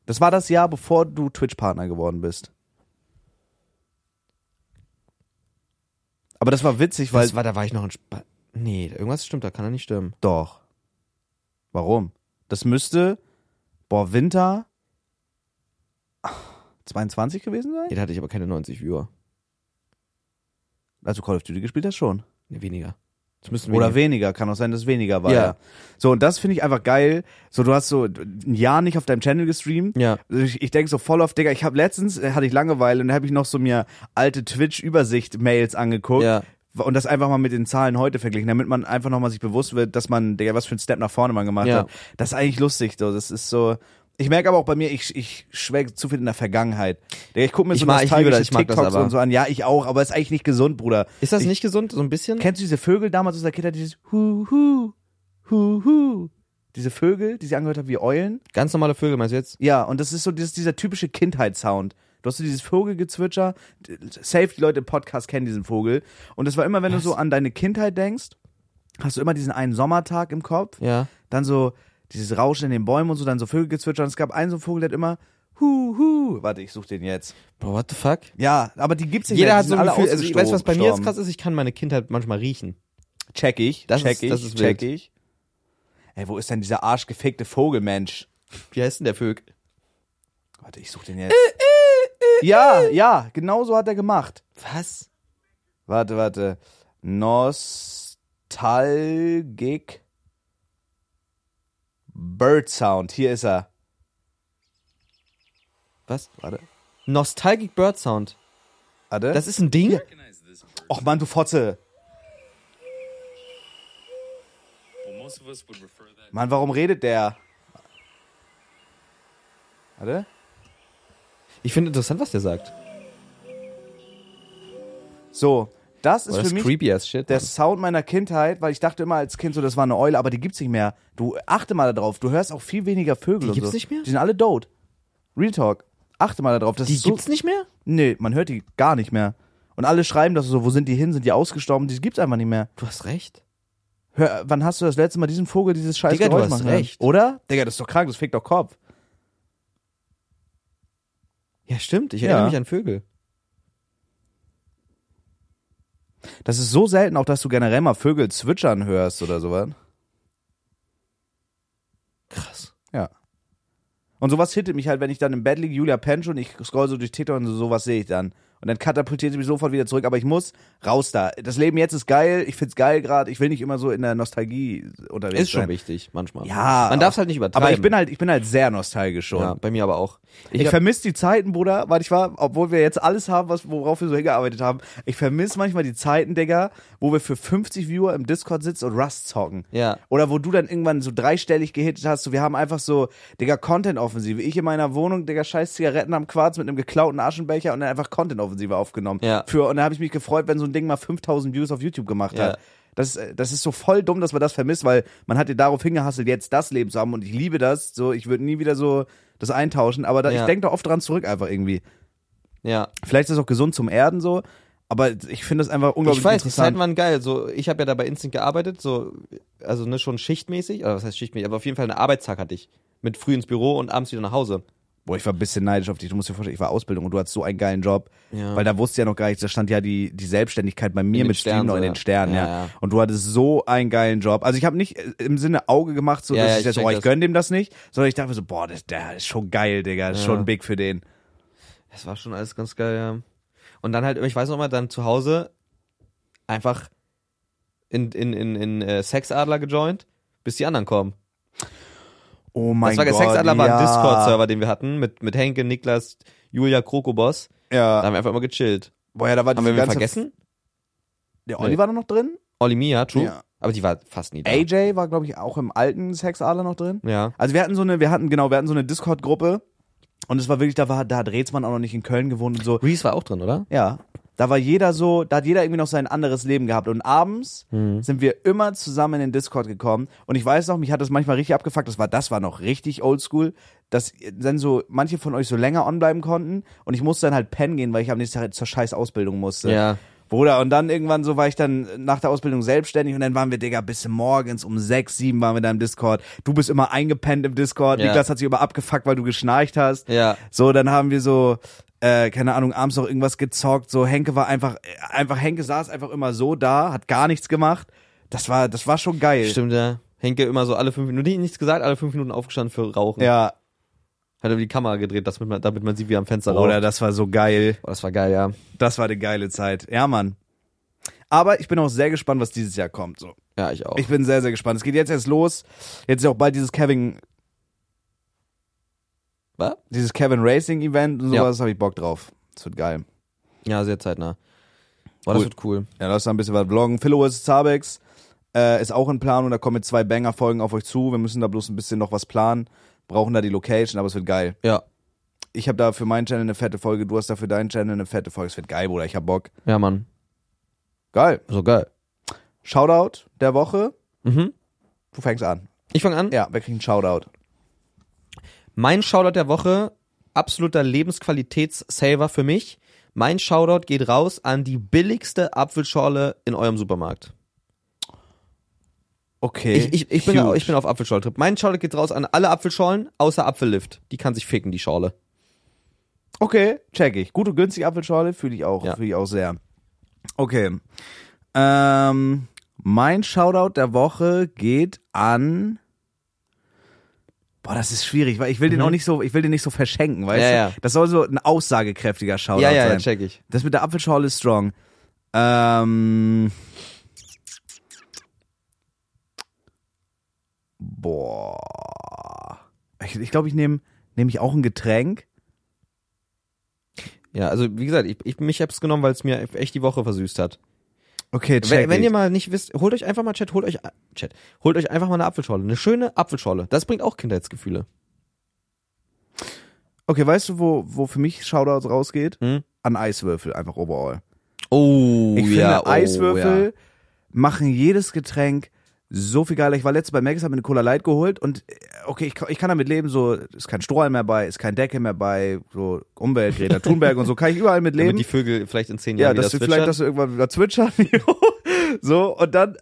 Speaker 2: Das war das Jahr, bevor du Twitch-Partner geworden bist. Aber das war witzig, weil.
Speaker 1: das war da war ich noch in Sp Nee, irgendwas stimmt, da kann er nicht stimmen.
Speaker 2: doch. Warum? Das müsste. Boah, Winter. 22 gewesen sein?
Speaker 1: Nee, da hatte ich aber keine 90 Viewer.
Speaker 2: Also Call of Duty gespielt hast schon.
Speaker 1: Nee, weniger. Das müssen
Speaker 2: Oder
Speaker 1: weniger.
Speaker 2: weniger, kann auch sein, dass es weniger war.
Speaker 1: Ja.
Speaker 2: Ja. So, und das finde ich einfach geil. So, du hast so ein Jahr nicht auf deinem Channel gestreamt. Also
Speaker 1: Ja.
Speaker 2: Ich, ich denke so voll auf, Digga, ich habe letztens, äh, hatte ich Langeweile und habe ich noch so mir alte Twitch-Übersicht-Mails angeguckt.
Speaker 1: Ja.
Speaker 2: Und das einfach mal mit den Zahlen heute verglichen, damit man einfach nochmal sich bewusst wird, dass man, Digga, was für einen Step nach vorne man gemacht
Speaker 1: Ja.
Speaker 2: hat. Das ist eigentlich lustig, so. Das ist so. Ich merke aber auch bei mir, ich, ich schwelge zu viel in der Vergangenheit. Digga, ich gucke mir
Speaker 1: Ich
Speaker 2: so
Speaker 1: mag- ich liebe das, ich mag das
Speaker 2: TikToks
Speaker 1: aber.
Speaker 2: und so an. Ja, ich auch, aber ist eigentlich nicht gesund, Bruder.
Speaker 1: Ist das
Speaker 2: ich,
Speaker 1: nicht gesund so ein bisschen?
Speaker 2: Kennst du diese Vögel damals aus der Kindheit, dieses Hu, Hu, Hu, Hu? Diese Vögel, die sie angehört haben wie Eulen?
Speaker 1: Ganz normale Vögel meinst du jetzt?
Speaker 2: Ja, und das ist so dieses, dieser typische Kindheitssound. Du hast so dieses Vogelgezwitscher. D- Safe, die Leute im Podcast kennen diesen Vogel. Und das war immer, wenn du so an deine Kindheit denkst, hast du immer diesen einen Sommertag im Kopf.
Speaker 1: Ja.
Speaker 2: Dann so dieses Rauschen in den Bäumen und so, dann so Vögelgezwitscher. Und es gab einen so einen Vogel, der hat immer Hu, Hu. Warte, ich such den jetzt.
Speaker 1: Bro, what the fuck?
Speaker 2: Ja, aber die gibt's nicht
Speaker 1: Jeder
Speaker 2: mehr.
Speaker 1: hat
Speaker 2: die
Speaker 1: so
Speaker 2: sind
Speaker 1: ein
Speaker 2: alle
Speaker 1: Gefühl, also ich weiß, was bei mir jetzt
Speaker 2: ausgestorben.
Speaker 1: krass ist, ich kann meine Kindheit manchmal riechen.
Speaker 2: Check ich,
Speaker 1: Das
Speaker 2: check
Speaker 1: ist-
Speaker 2: ich,
Speaker 1: das ist
Speaker 2: check
Speaker 1: wild.
Speaker 2: ich. Ey, wo ist denn dieser arschgefickte Vogelmensch?
Speaker 1: Wie heißt denn der Vögel?
Speaker 2: Warte, ich such den
Speaker 1: Äh,
Speaker 2: jetzt. ja, ja, genau so hat er gemacht.
Speaker 1: Was?
Speaker 2: Warte, warte. Nostalgic Bird Sound. Hier ist er.
Speaker 1: Was?
Speaker 2: Warte,
Speaker 1: Nostalgic Bird Sound.
Speaker 2: warte.
Speaker 1: Das ist ein Ding?
Speaker 2: Och Mann, du Fotze.
Speaker 3: Well, most of us would refer that.
Speaker 2: Mann, warum redet der? Warte.
Speaker 1: Ich finde interessant, was der sagt.
Speaker 2: So, das ist
Speaker 1: Das, das
Speaker 2: für
Speaker 1: ist
Speaker 2: mich
Speaker 1: creepy as shit.
Speaker 2: der Sound meiner Kindheit, weil ich dachte immer als Kind so, das war eine Eule, aber die gibt's nicht mehr. Du achte mal darauf, du hörst auch viel weniger Vögel. und
Speaker 1: gibt's
Speaker 2: so.
Speaker 1: nicht mehr?
Speaker 2: Die sind alle dood. Real Talk. Achte mal darauf, das
Speaker 1: die
Speaker 2: ist so,
Speaker 1: gibt's nicht mehr?
Speaker 2: Nee, man hört die gar nicht mehr. Und alle schreiben das so, wo sind die hin, sind die ausgestorben, die gibt's einfach nicht mehr.
Speaker 1: Du hast recht.
Speaker 2: hör, wann hast du das letzte Mal diesen Vogel dieses scheiß
Speaker 1: Digga, du
Speaker 2: Geräusch
Speaker 1: hast
Speaker 2: machen hören?
Speaker 1: recht.
Speaker 2: Oder? Digga, das ist doch krank, das fickt doch Kopf.
Speaker 1: Ja, stimmt. Ich
Speaker 2: Ja.
Speaker 1: erinnere mich an Vögel.
Speaker 2: Das ist so selten auch, dass du generell mal Vögel zwitschern hörst oder sowas.
Speaker 1: Krass.
Speaker 2: Ja. Und sowas hittet mich halt, wenn ich dann im Bett liege, Julia pennt schon, ich scroll so durch TikTok und so, sowas sehe ich dann. Und dann katapultiert sie mich sofort wieder zurück, aber ich muss raus da. Das Leben jetzt ist geil, ich find's geil gerade, ich will nicht immer so in der Nostalgie unterwegs
Speaker 1: Ist schon
Speaker 2: sein.
Speaker 1: wichtig, manchmal.
Speaker 2: Ja.
Speaker 1: Man darf es halt nicht übertreiben.
Speaker 2: Aber ich bin halt, ich bin halt sehr nostalgisch schon.
Speaker 1: Ja, bei mir aber auch.
Speaker 2: Ich,
Speaker 1: hab-
Speaker 2: vermisse die Zeiten, Bruder, weil ich war, obwohl wir jetzt alles haben, was, worauf wir so hingearbeitet haben. Ich vermisse manchmal die Zeiten, Digga, wo wir für 50 Viewer im Discord sitzen und Rust zocken.
Speaker 1: Ja.
Speaker 2: Oder wo du dann irgendwann so dreistellig gehittet hast. So, wir haben einfach so, Digga, Content-Offensive. Ich in meiner Wohnung, Digga, scheiß Zigaretten am Quarz mit einem geklauten Aschenbecher und dann einfach Content-Offensive aufgenommen.
Speaker 1: Ja.
Speaker 2: Für, und dann habe ich mich gefreut, wenn so ein Ding mal 5000 Views auf YouTube gemacht
Speaker 1: Ja.
Speaker 2: hat. Das, ist- das ist so voll dumm, dass man das vermisst, weil man hat ja darauf hingehasselt, jetzt das Leben zu haben und ich liebe das. So, ich würde nie wieder so das eintauschen, aber da,
Speaker 1: Ja.
Speaker 2: ich denke da oft dran zurück einfach irgendwie.
Speaker 1: ja.
Speaker 2: Vielleicht ist es auch gesund zum Erden so, aber ich finde das einfach unglaublich
Speaker 1: Ich weiß, die
Speaker 2: interessant.
Speaker 1: Zeiten waren geil. So, ich habe ja da bei Instinct gearbeitet, so, also ne, schon schichtmäßig, oder was heißt schichtmäßig, aber auf jeden Fall einen Arbeitstag hatte ich. Mit früh ins Büro und abends wieder nach Hause.
Speaker 2: Boah, ich war ein bisschen neidisch auf dich. Du musst dir vorstellen, ich war Ausbildung und du hattest so einen geilen Job.
Speaker 1: Ja.
Speaker 2: Weil da wusste ja noch gar nicht, da stand ja die, die Selbstständigkeit bei mir
Speaker 1: den
Speaker 2: mit Stream
Speaker 1: Sternen
Speaker 2: noch in
Speaker 1: so,
Speaker 2: den
Speaker 1: ja.
Speaker 2: Sternen. Ja,
Speaker 1: Ja, ja.
Speaker 2: Und du hattest so einen geilen Job. Also ich habe nicht äh, im Sinne Auge gemacht, so
Speaker 1: Ja,
Speaker 2: dass
Speaker 1: ja,
Speaker 2: ich
Speaker 1: ich
Speaker 2: jetzt,
Speaker 1: check
Speaker 2: oh, ich
Speaker 1: das.
Speaker 2: gönn dem das nicht, sondern ich dachte mir so, boah, das, der ist schon geil, Digga, ist
Speaker 1: Ja.
Speaker 2: schon big für den.
Speaker 1: Das war schon alles ganz geil, ja. Und dann halt, ich weiß noch mal, dann zu Hause einfach in, in, in, in äh, Sexadler gejoint, bis die anderen kommen.
Speaker 2: Oh mein
Speaker 1: das war
Speaker 2: Gott.
Speaker 1: der Sexadler war
Speaker 2: ja.
Speaker 1: ein Discord-Server, den wir hatten, mit, mit Henke, Niklas, Julia, Krokoboss. Da
Speaker 2: Ja.
Speaker 1: haben wir einfach immer gechillt.
Speaker 2: Boah, ja, da war
Speaker 1: Haben
Speaker 2: diese
Speaker 1: wir wen
Speaker 2: ganze-
Speaker 1: vergessen?
Speaker 2: Der Olli war da noch drin?
Speaker 1: Olli Mia, true.
Speaker 2: Ja.
Speaker 1: Aber die war fast nie da.
Speaker 2: AJ war, glaube ich, auch im alten Sexadler noch drin.
Speaker 1: Ja.
Speaker 2: Also wir hatten so eine, wir hatten, genau, wir hatten so eine Discord-Gruppe und es war wirklich, da war, da hat Rätsmann auch noch nicht in Köln gewohnt und so.
Speaker 1: Reese war auch drin, oder?
Speaker 2: Ja. Da war jeder so, da hat jeder irgendwie noch sein anderes Leben gehabt. Und abends
Speaker 1: Mhm.
Speaker 2: sind wir immer zusammen in den Discord gekommen. Und ich weiß noch, mich hat das manchmal richtig abgefuckt. Das war, das war noch richtig oldschool, dass dann so manche von euch so länger on bleiben konnten. Und ich musste dann halt pennen gehen, weil ich am nächsten Tag zur scheiß Ausbildung musste.
Speaker 1: Ja.
Speaker 2: Bruder, und dann irgendwann so war ich dann nach der Ausbildung selbstständig und dann waren wir, Digga, bis morgens um sechs, sieben waren wir da im Discord. Du bist immer eingepennt im Discord.
Speaker 1: Ja.
Speaker 2: Niklas hat sich über abgefuckt, weil du geschnarcht hast.
Speaker 1: Ja.
Speaker 2: So, dann haben wir so, äh, keine Ahnung, abends noch irgendwas gezockt. So, Henke war einfach, äh, einfach, Henke saß einfach immer so da, hat gar nichts gemacht. Das war, das war schon geil.
Speaker 1: Stimmt, ja. Henke immer so alle fünf Minuten, nicht- nichts gesagt, alle fünf Minuten aufgestanden für Rauchen.
Speaker 2: Ja.
Speaker 1: Hat über die Kamera gedreht, dass man, damit man sieht, wie er am Fenster
Speaker 2: Oder
Speaker 1: raucht.
Speaker 2: das war so geil.
Speaker 1: Oh, das war geil, ja.
Speaker 2: Das war eine geile Zeit. Ja, Mann. Aber ich bin auch sehr gespannt, was dieses Jahr kommt. So.
Speaker 1: Ja, ich auch.
Speaker 2: Ich bin sehr, sehr gespannt. Es geht jetzt erst los. Jetzt ist auch bald dieses Kevin,
Speaker 1: Was?
Speaker 2: dieses Kevin Racing Event und
Speaker 1: Ja.
Speaker 2: sowas. Habe ich Bock drauf. Das wird geil.
Speaker 1: Ja, sehr zeitnah. Boah,
Speaker 2: Cool.
Speaker 1: das wird cool.
Speaker 2: Ja, lass da ein bisschen was vloggen. Philo ist Zabex. Äh, ist auch in Planung. da kommen jetzt zwei Banger-Folgen auf euch zu. Wir müssen da bloß ein bisschen noch was planen. Brauchen da die Location, aber es wird geil.
Speaker 1: Ja.
Speaker 2: Ich habe da für meinen Channel eine fette Folge, du hast da für deinen Channel eine fette Folge. Es wird geil, Bruder. Ich hab Bock.
Speaker 1: Ja, Mann.
Speaker 2: Geil.
Speaker 1: So geil.
Speaker 2: Shoutout der Woche.
Speaker 1: Mhm.
Speaker 2: Du fängst an.
Speaker 1: Ich fange an.
Speaker 2: Ja, wir kriegen einen Shoutout.
Speaker 1: Mein Shoutout der Woche, absoluter Lebensqualitätssaver für mich. Mein Shoutout geht raus an die billigste Apfelschorle in eurem Supermarkt.
Speaker 2: Okay.
Speaker 1: Ich, ich, ich, bin,
Speaker 2: Huge.
Speaker 1: ich bin auf Apfelschorle-Trip. Mein Shoutout geht raus an alle Apfelschorlen, außer Apfellift. Die kann sich ficken, die Schorle.
Speaker 2: Okay, check ich. Gute, günstige Apfelschorle fühle ich auch,
Speaker 1: Ja.
Speaker 2: fühle ich auch sehr. Okay. Ähm, mein Shoutout der Woche geht an. Boah, das ist schwierig, weil ich will den
Speaker 1: Mhm.
Speaker 2: auch nicht so, ich will den nicht so verschenken, weißt
Speaker 1: Ja,
Speaker 2: du?
Speaker 1: ja.
Speaker 2: Das soll so ein aussagekräftiger Shoutout
Speaker 1: ja, ja, ja,
Speaker 2: sein.
Speaker 1: check ich.
Speaker 2: Das mit der Apfelschorle ist strong. Ähm. Boah. Ich glaube, ich, glaub, ich nehme nehm ich auch ein Getränk.
Speaker 1: Ja, also wie gesagt, ich, ich mich hab's genommen, weil es mir echt die Woche versüßt hat.
Speaker 2: Okay, check
Speaker 1: Wenn, wenn
Speaker 2: ich.
Speaker 1: ihr mal nicht wisst, holt euch einfach mal Chat, holt euch a- Chat, holt euch einfach mal eine Apfelschorle, eine schöne Apfelschorle. Das bringt auch Kindheitsgefühle.
Speaker 2: Okay, weißt du, wo, wo für mich Shoutouts rausgeht?
Speaker 1: Hm?
Speaker 2: An Eiswürfel, einfach overall.
Speaker 1: Oh,
Speaker 2: Ich finde,
Speaker 1: ja, oh,
Speaker 2: Eiswürfel machen jedes Getränk so viel geiler. Ich war letztens bei Maggis, habe mir eine Cola Light geholt und äh, okay, ich, ka- ich kann damit leben, so ist kein Strohhalm mehr bei, ist kein Deckel mehr bei, so Umwelt, Greta Thunberg und so, kann ich überall mit
Speaker 1: ja.
Speaker 2: leben.
Speaker 1: Damit die Vögel vielleicht in zehn
Speaker 2: ja,
Speaker 1: Jahren
Speaker 2: dass wir
Speaker 1: wieder
Speaker 2: vielleicht,
Speaker 1: zwitschern.
Speaker 2: dass wir irgendwann wieder zwitschern. jo. So, und dann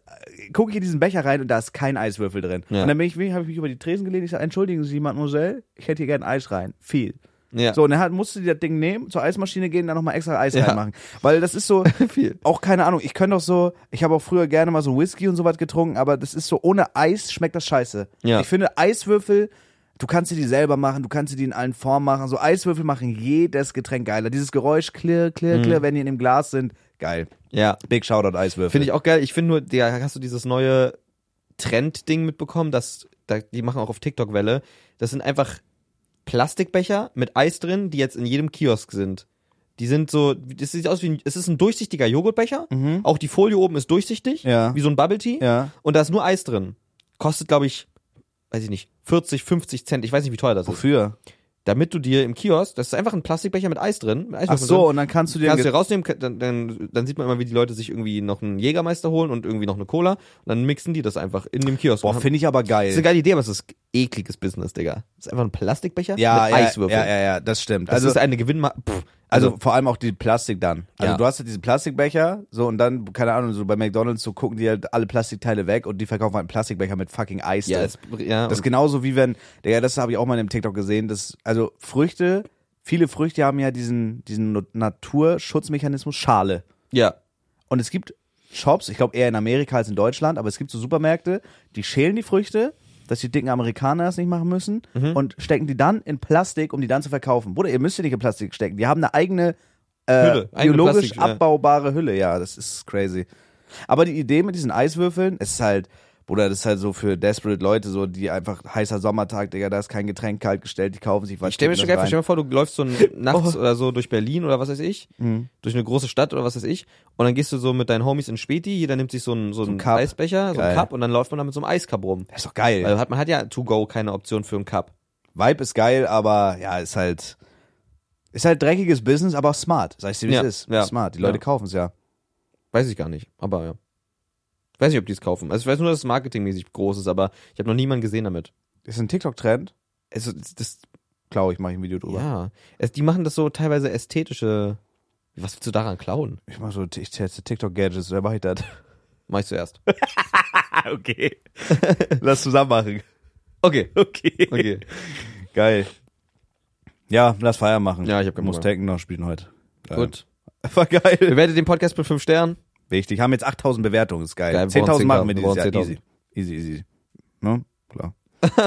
Speaker 2: gucke ich in diesen Becher rein und da ist kein Eiswürfel drin.
Speaker 1: Ja.
Speaker 2: Und dann bin ich, habe ich mich über die Tresen gelehnt. Ich sage, entschuldigen Sie, Mademoiselle, ich hätte hier gern Eis rein. Viel.
Speaker 1: Ja.
Speaker 2: So, und dann hat, musste die das Ding nehmen, zur Eismaschine gehen, dann nochmal extra Eis
Speaker 1: Ja.
Speaker 2: reinmachen. Weil das ist so,
Speaker 1: Viel.
Speaker 2: auch keine Ahnung, ich könnte auch so, ich habe auch früher gerne mal so Whisky und sowas getrunken, aber das ist so, ohne Eis schmeckt das scheiße.
Speaker 1: Ja.
Speaker 2: Ich finde Eiswürfel, du kannst dir die selber machen, du kannst dir die in allen Formen machen. So Eiswürfel machen jedes Getränk geiler. Dieses Geräusch, klirr,
Speaker 1: Mhm.
Speaker 2: klirr, klirr, wenn die in dem Glas sind, geil.
Speaker 1: Ja.
Speaker 2: Big Shoutout Eiswürfel.
Speaker 1: Finde ich auch geil. Ich finde nur, der, hast du dieses neue Trend-Ding mitbekommen, dass da, die machen auch auf TikTok Welle. Das sind einfach Plastikbecher mit Eis drin, die jetzt in jedem Kiosk sind. Die sind so, das sieht aus wie ein, es ist ein durchsichtiger Joghurtbecher. Auch die Folie oben ist durchsichtig,
Speaker 2: Mhm. Ja.
Speaker 1: wie so ein Bubble Tea.
Speaker 2: Ja.
Speaker 1: Und da ist nur Eis drin. Kostet, glaube ich, weiß ich nicht, 40, 50 Cent. Ich weiß nicht, wie teuer das ist.
Speaker 2: Wofür?
Speaker 1: Damit du dir im Kiosk, das ist einfach ein Plastikbecher mit Eis drin. Mit
Speaker 2: Ach
Speaker 1: Eiswürfeln drin.
Speaker 2: so, und dann kannst du dir.
Speaker 1: Kannst du dir rausnehmen, ka- dann, dann, dann sieht man immer, wie die Leute sich irgendwie noch einen Jägermeister holen und irgendwie noch eine Cola. Und dann mixen die das einfach in dem Kiosk.
Speaker 2: Boah,
Speaker 1: Und haben-
Speaker 2: finde ich aber
Speaker 1: das ist eine
Speaker 2: geil.
Speaker 1: geile Idee, aber es ist ekliges Business, Digga. Das ist einfach ein Plastikbecher
Speaker 2: Ja,
Speaker 1: mit
Speaker 2: ja,
Speaker 1: Eiswürfeln.
Speaker 2: ja, ja, ja, das stimmt.
Speaker 1: Das
Speaker 2: Also,
Speaker 1: ist eine Gewinnma... Pff,
Speaker 2: Also, vor allem auch die Plastik dann. Also
Speaker 1: Ja.
Speaker 2: du hast halt diesen Plastikbecher, so und dann, keine Ahnung, so bei McDonalds, so gucken die halt alle Plastikteile weg und die verkaufen halt einen Plastikbecher mit fucking Eis.
Speaker 1: ja,
Speaker 2: drin.
Speaker 1: es, ja,
Speaker 2: das ist
Speaker 1: und,
Speaker 2: genauso wie wenn, Digga, das habe ich auch mal in einem TikTok gesehen, dass, also Früchte, viele Früchte haben ja diesen, diesen No- Naturschutzmechanismus Schale.
Speaker 1: ja.
Speaker 2: Und es gibt Shops, ich glaube eher in Amerika als in Deutschland, aber es gibt so Supermärkte, die schälen die Früchte, dass die dicken Amerikaner das nicht machen müssen
Speaker 1: Mhm.
Speaker 2: und stecken die dann in Plastik, um die dann zu verkaufen. Bruder, ihr müsst die nicht in Plastik stecken. Die haben eine eigene äh,
Speaker 1: Hülle, eigene
Speaker 2: biologisch
Speaker 1: Plastik, ja.
Speaker 2: abbaubare Hülle. Ja, das ist crazy. Aber die Idee mit diesen Eiswürfeln es ist halt, Bruder, das ist halt so für desperate Leute, so die einfach heißer Sommertag, Digga, da ist kein Getränk kalt gestellt, die kaufen sich was.
Speaker 1: Ich stell mir
Speaker 2: kippen
Speaker 1: schon
Speaker 2: das
Speaker 1: geil vor, stell
Speaker 2: rein. Oh.
Speaker 1: mir vor, du läufst so nachts oder so durch Berlin oder was weiß ich,
Speaker 2: Mhm.
Speaker 1: durch eine große Stadt oder was weiß ich, und dann gehst du so mit deinen Homies in Späti, jeder nimmt sich so einen, so einen
Speaker 2: Cup.
Speaker 1: Eisbecher, so
Speaker 2: Geil.
Speaker 1: einen Cup, und dann läuft man da mit so einem Eiscup rum.
Speaker 2: Das ist doch geil.
Speaker 1: Weil hat, man hat ja to go keine Option für einen Cup.
Speaker 2: Vibe ist geil, aber ja, ist halt ist halt dreckiges Business, aber auch smart. Sag ich dir, wie
Speaker 1: Ja,
Speaker 2: es ist.
Speaker 1: ja,
Speaker 2: smart. Die Leute
Speaker 1: ja.
Speaker 2: kaufen es ja.
Speaker 1: Weiß ich gar nicht, aber ja. Weiß nicht, ob die es kaufen. Also ich weiß nur, dass es marketingmäßig groß ist, aber ich habe noch niemanden gesehen damit.
Speaker 2: Ist ein TikTok-Trend.
Speaker 1: Also das, das
Speaker 2: Glaube ich, mache ich ein Video drüber.
Speaker 1: ja, es, die machen das so teilweise ästhetische. Was willst du daran klauen?
Speaker 2: Ich mache so, ich teste TikTok-Gadgets, wer mache ich das?
Speaker 1: Mach ich zuerst.
Speaker 2: Ah, okay. Lass zusammen machen.
Speaker 1: Okay,
Speaker 2: Okay.
Speaker 1: okay.
Speaker 2: Geil. Ja, lass Feier machen.
Speaker 1: Ja, ich hab keinen
Speaker 2: Muss
Speaker 1: Bock.
Speaker 2: Tekken noch spielen heute. Geil.
Speaker 1: Gut.
Speaker 2: War geil.
Speaker 1: Bewertet den Podcast mit 5 Sternen.
Speaker 2: Wichtig. Haben jetzt 8000 Bewertungen, ist geil.
Speaker 1: Geil, wir
Speaker 2: 10.000 machen wir
Speaker 1: brauchen
Speaker 2: dieses Jahr.
Speaker 1: 10.000.
Speaker 2: Easy. Easy, easy. Ne? Klar.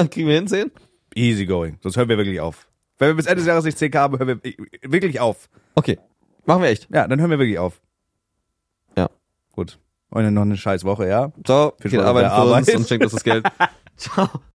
Speaker 1: Kriegen wir hin 10?
Speaker 2: Easy going. Sonst hören wir wirklich auf. Wenn wir bis Ende des Jahres nicht 10k haben, hören wir wirklich auf.
Speaker 1: Okay. Machen wir echt.
Speaker 2: Ja, dann hören wir wirklich auf.
Speaker 1: Ja.
Speaker 2: Gut. Und dann noch eine scheiß Woche, ja?
Speaker 1: Ciao.
Speaker 2: Viel
Speaker 1: Viel
Speaker 2: Spaß bei der
Speaker 1: Arbeit für uns
Speaker 2: Arbeit.
Speaker 1: und schenkt uns das Geld. Ciao.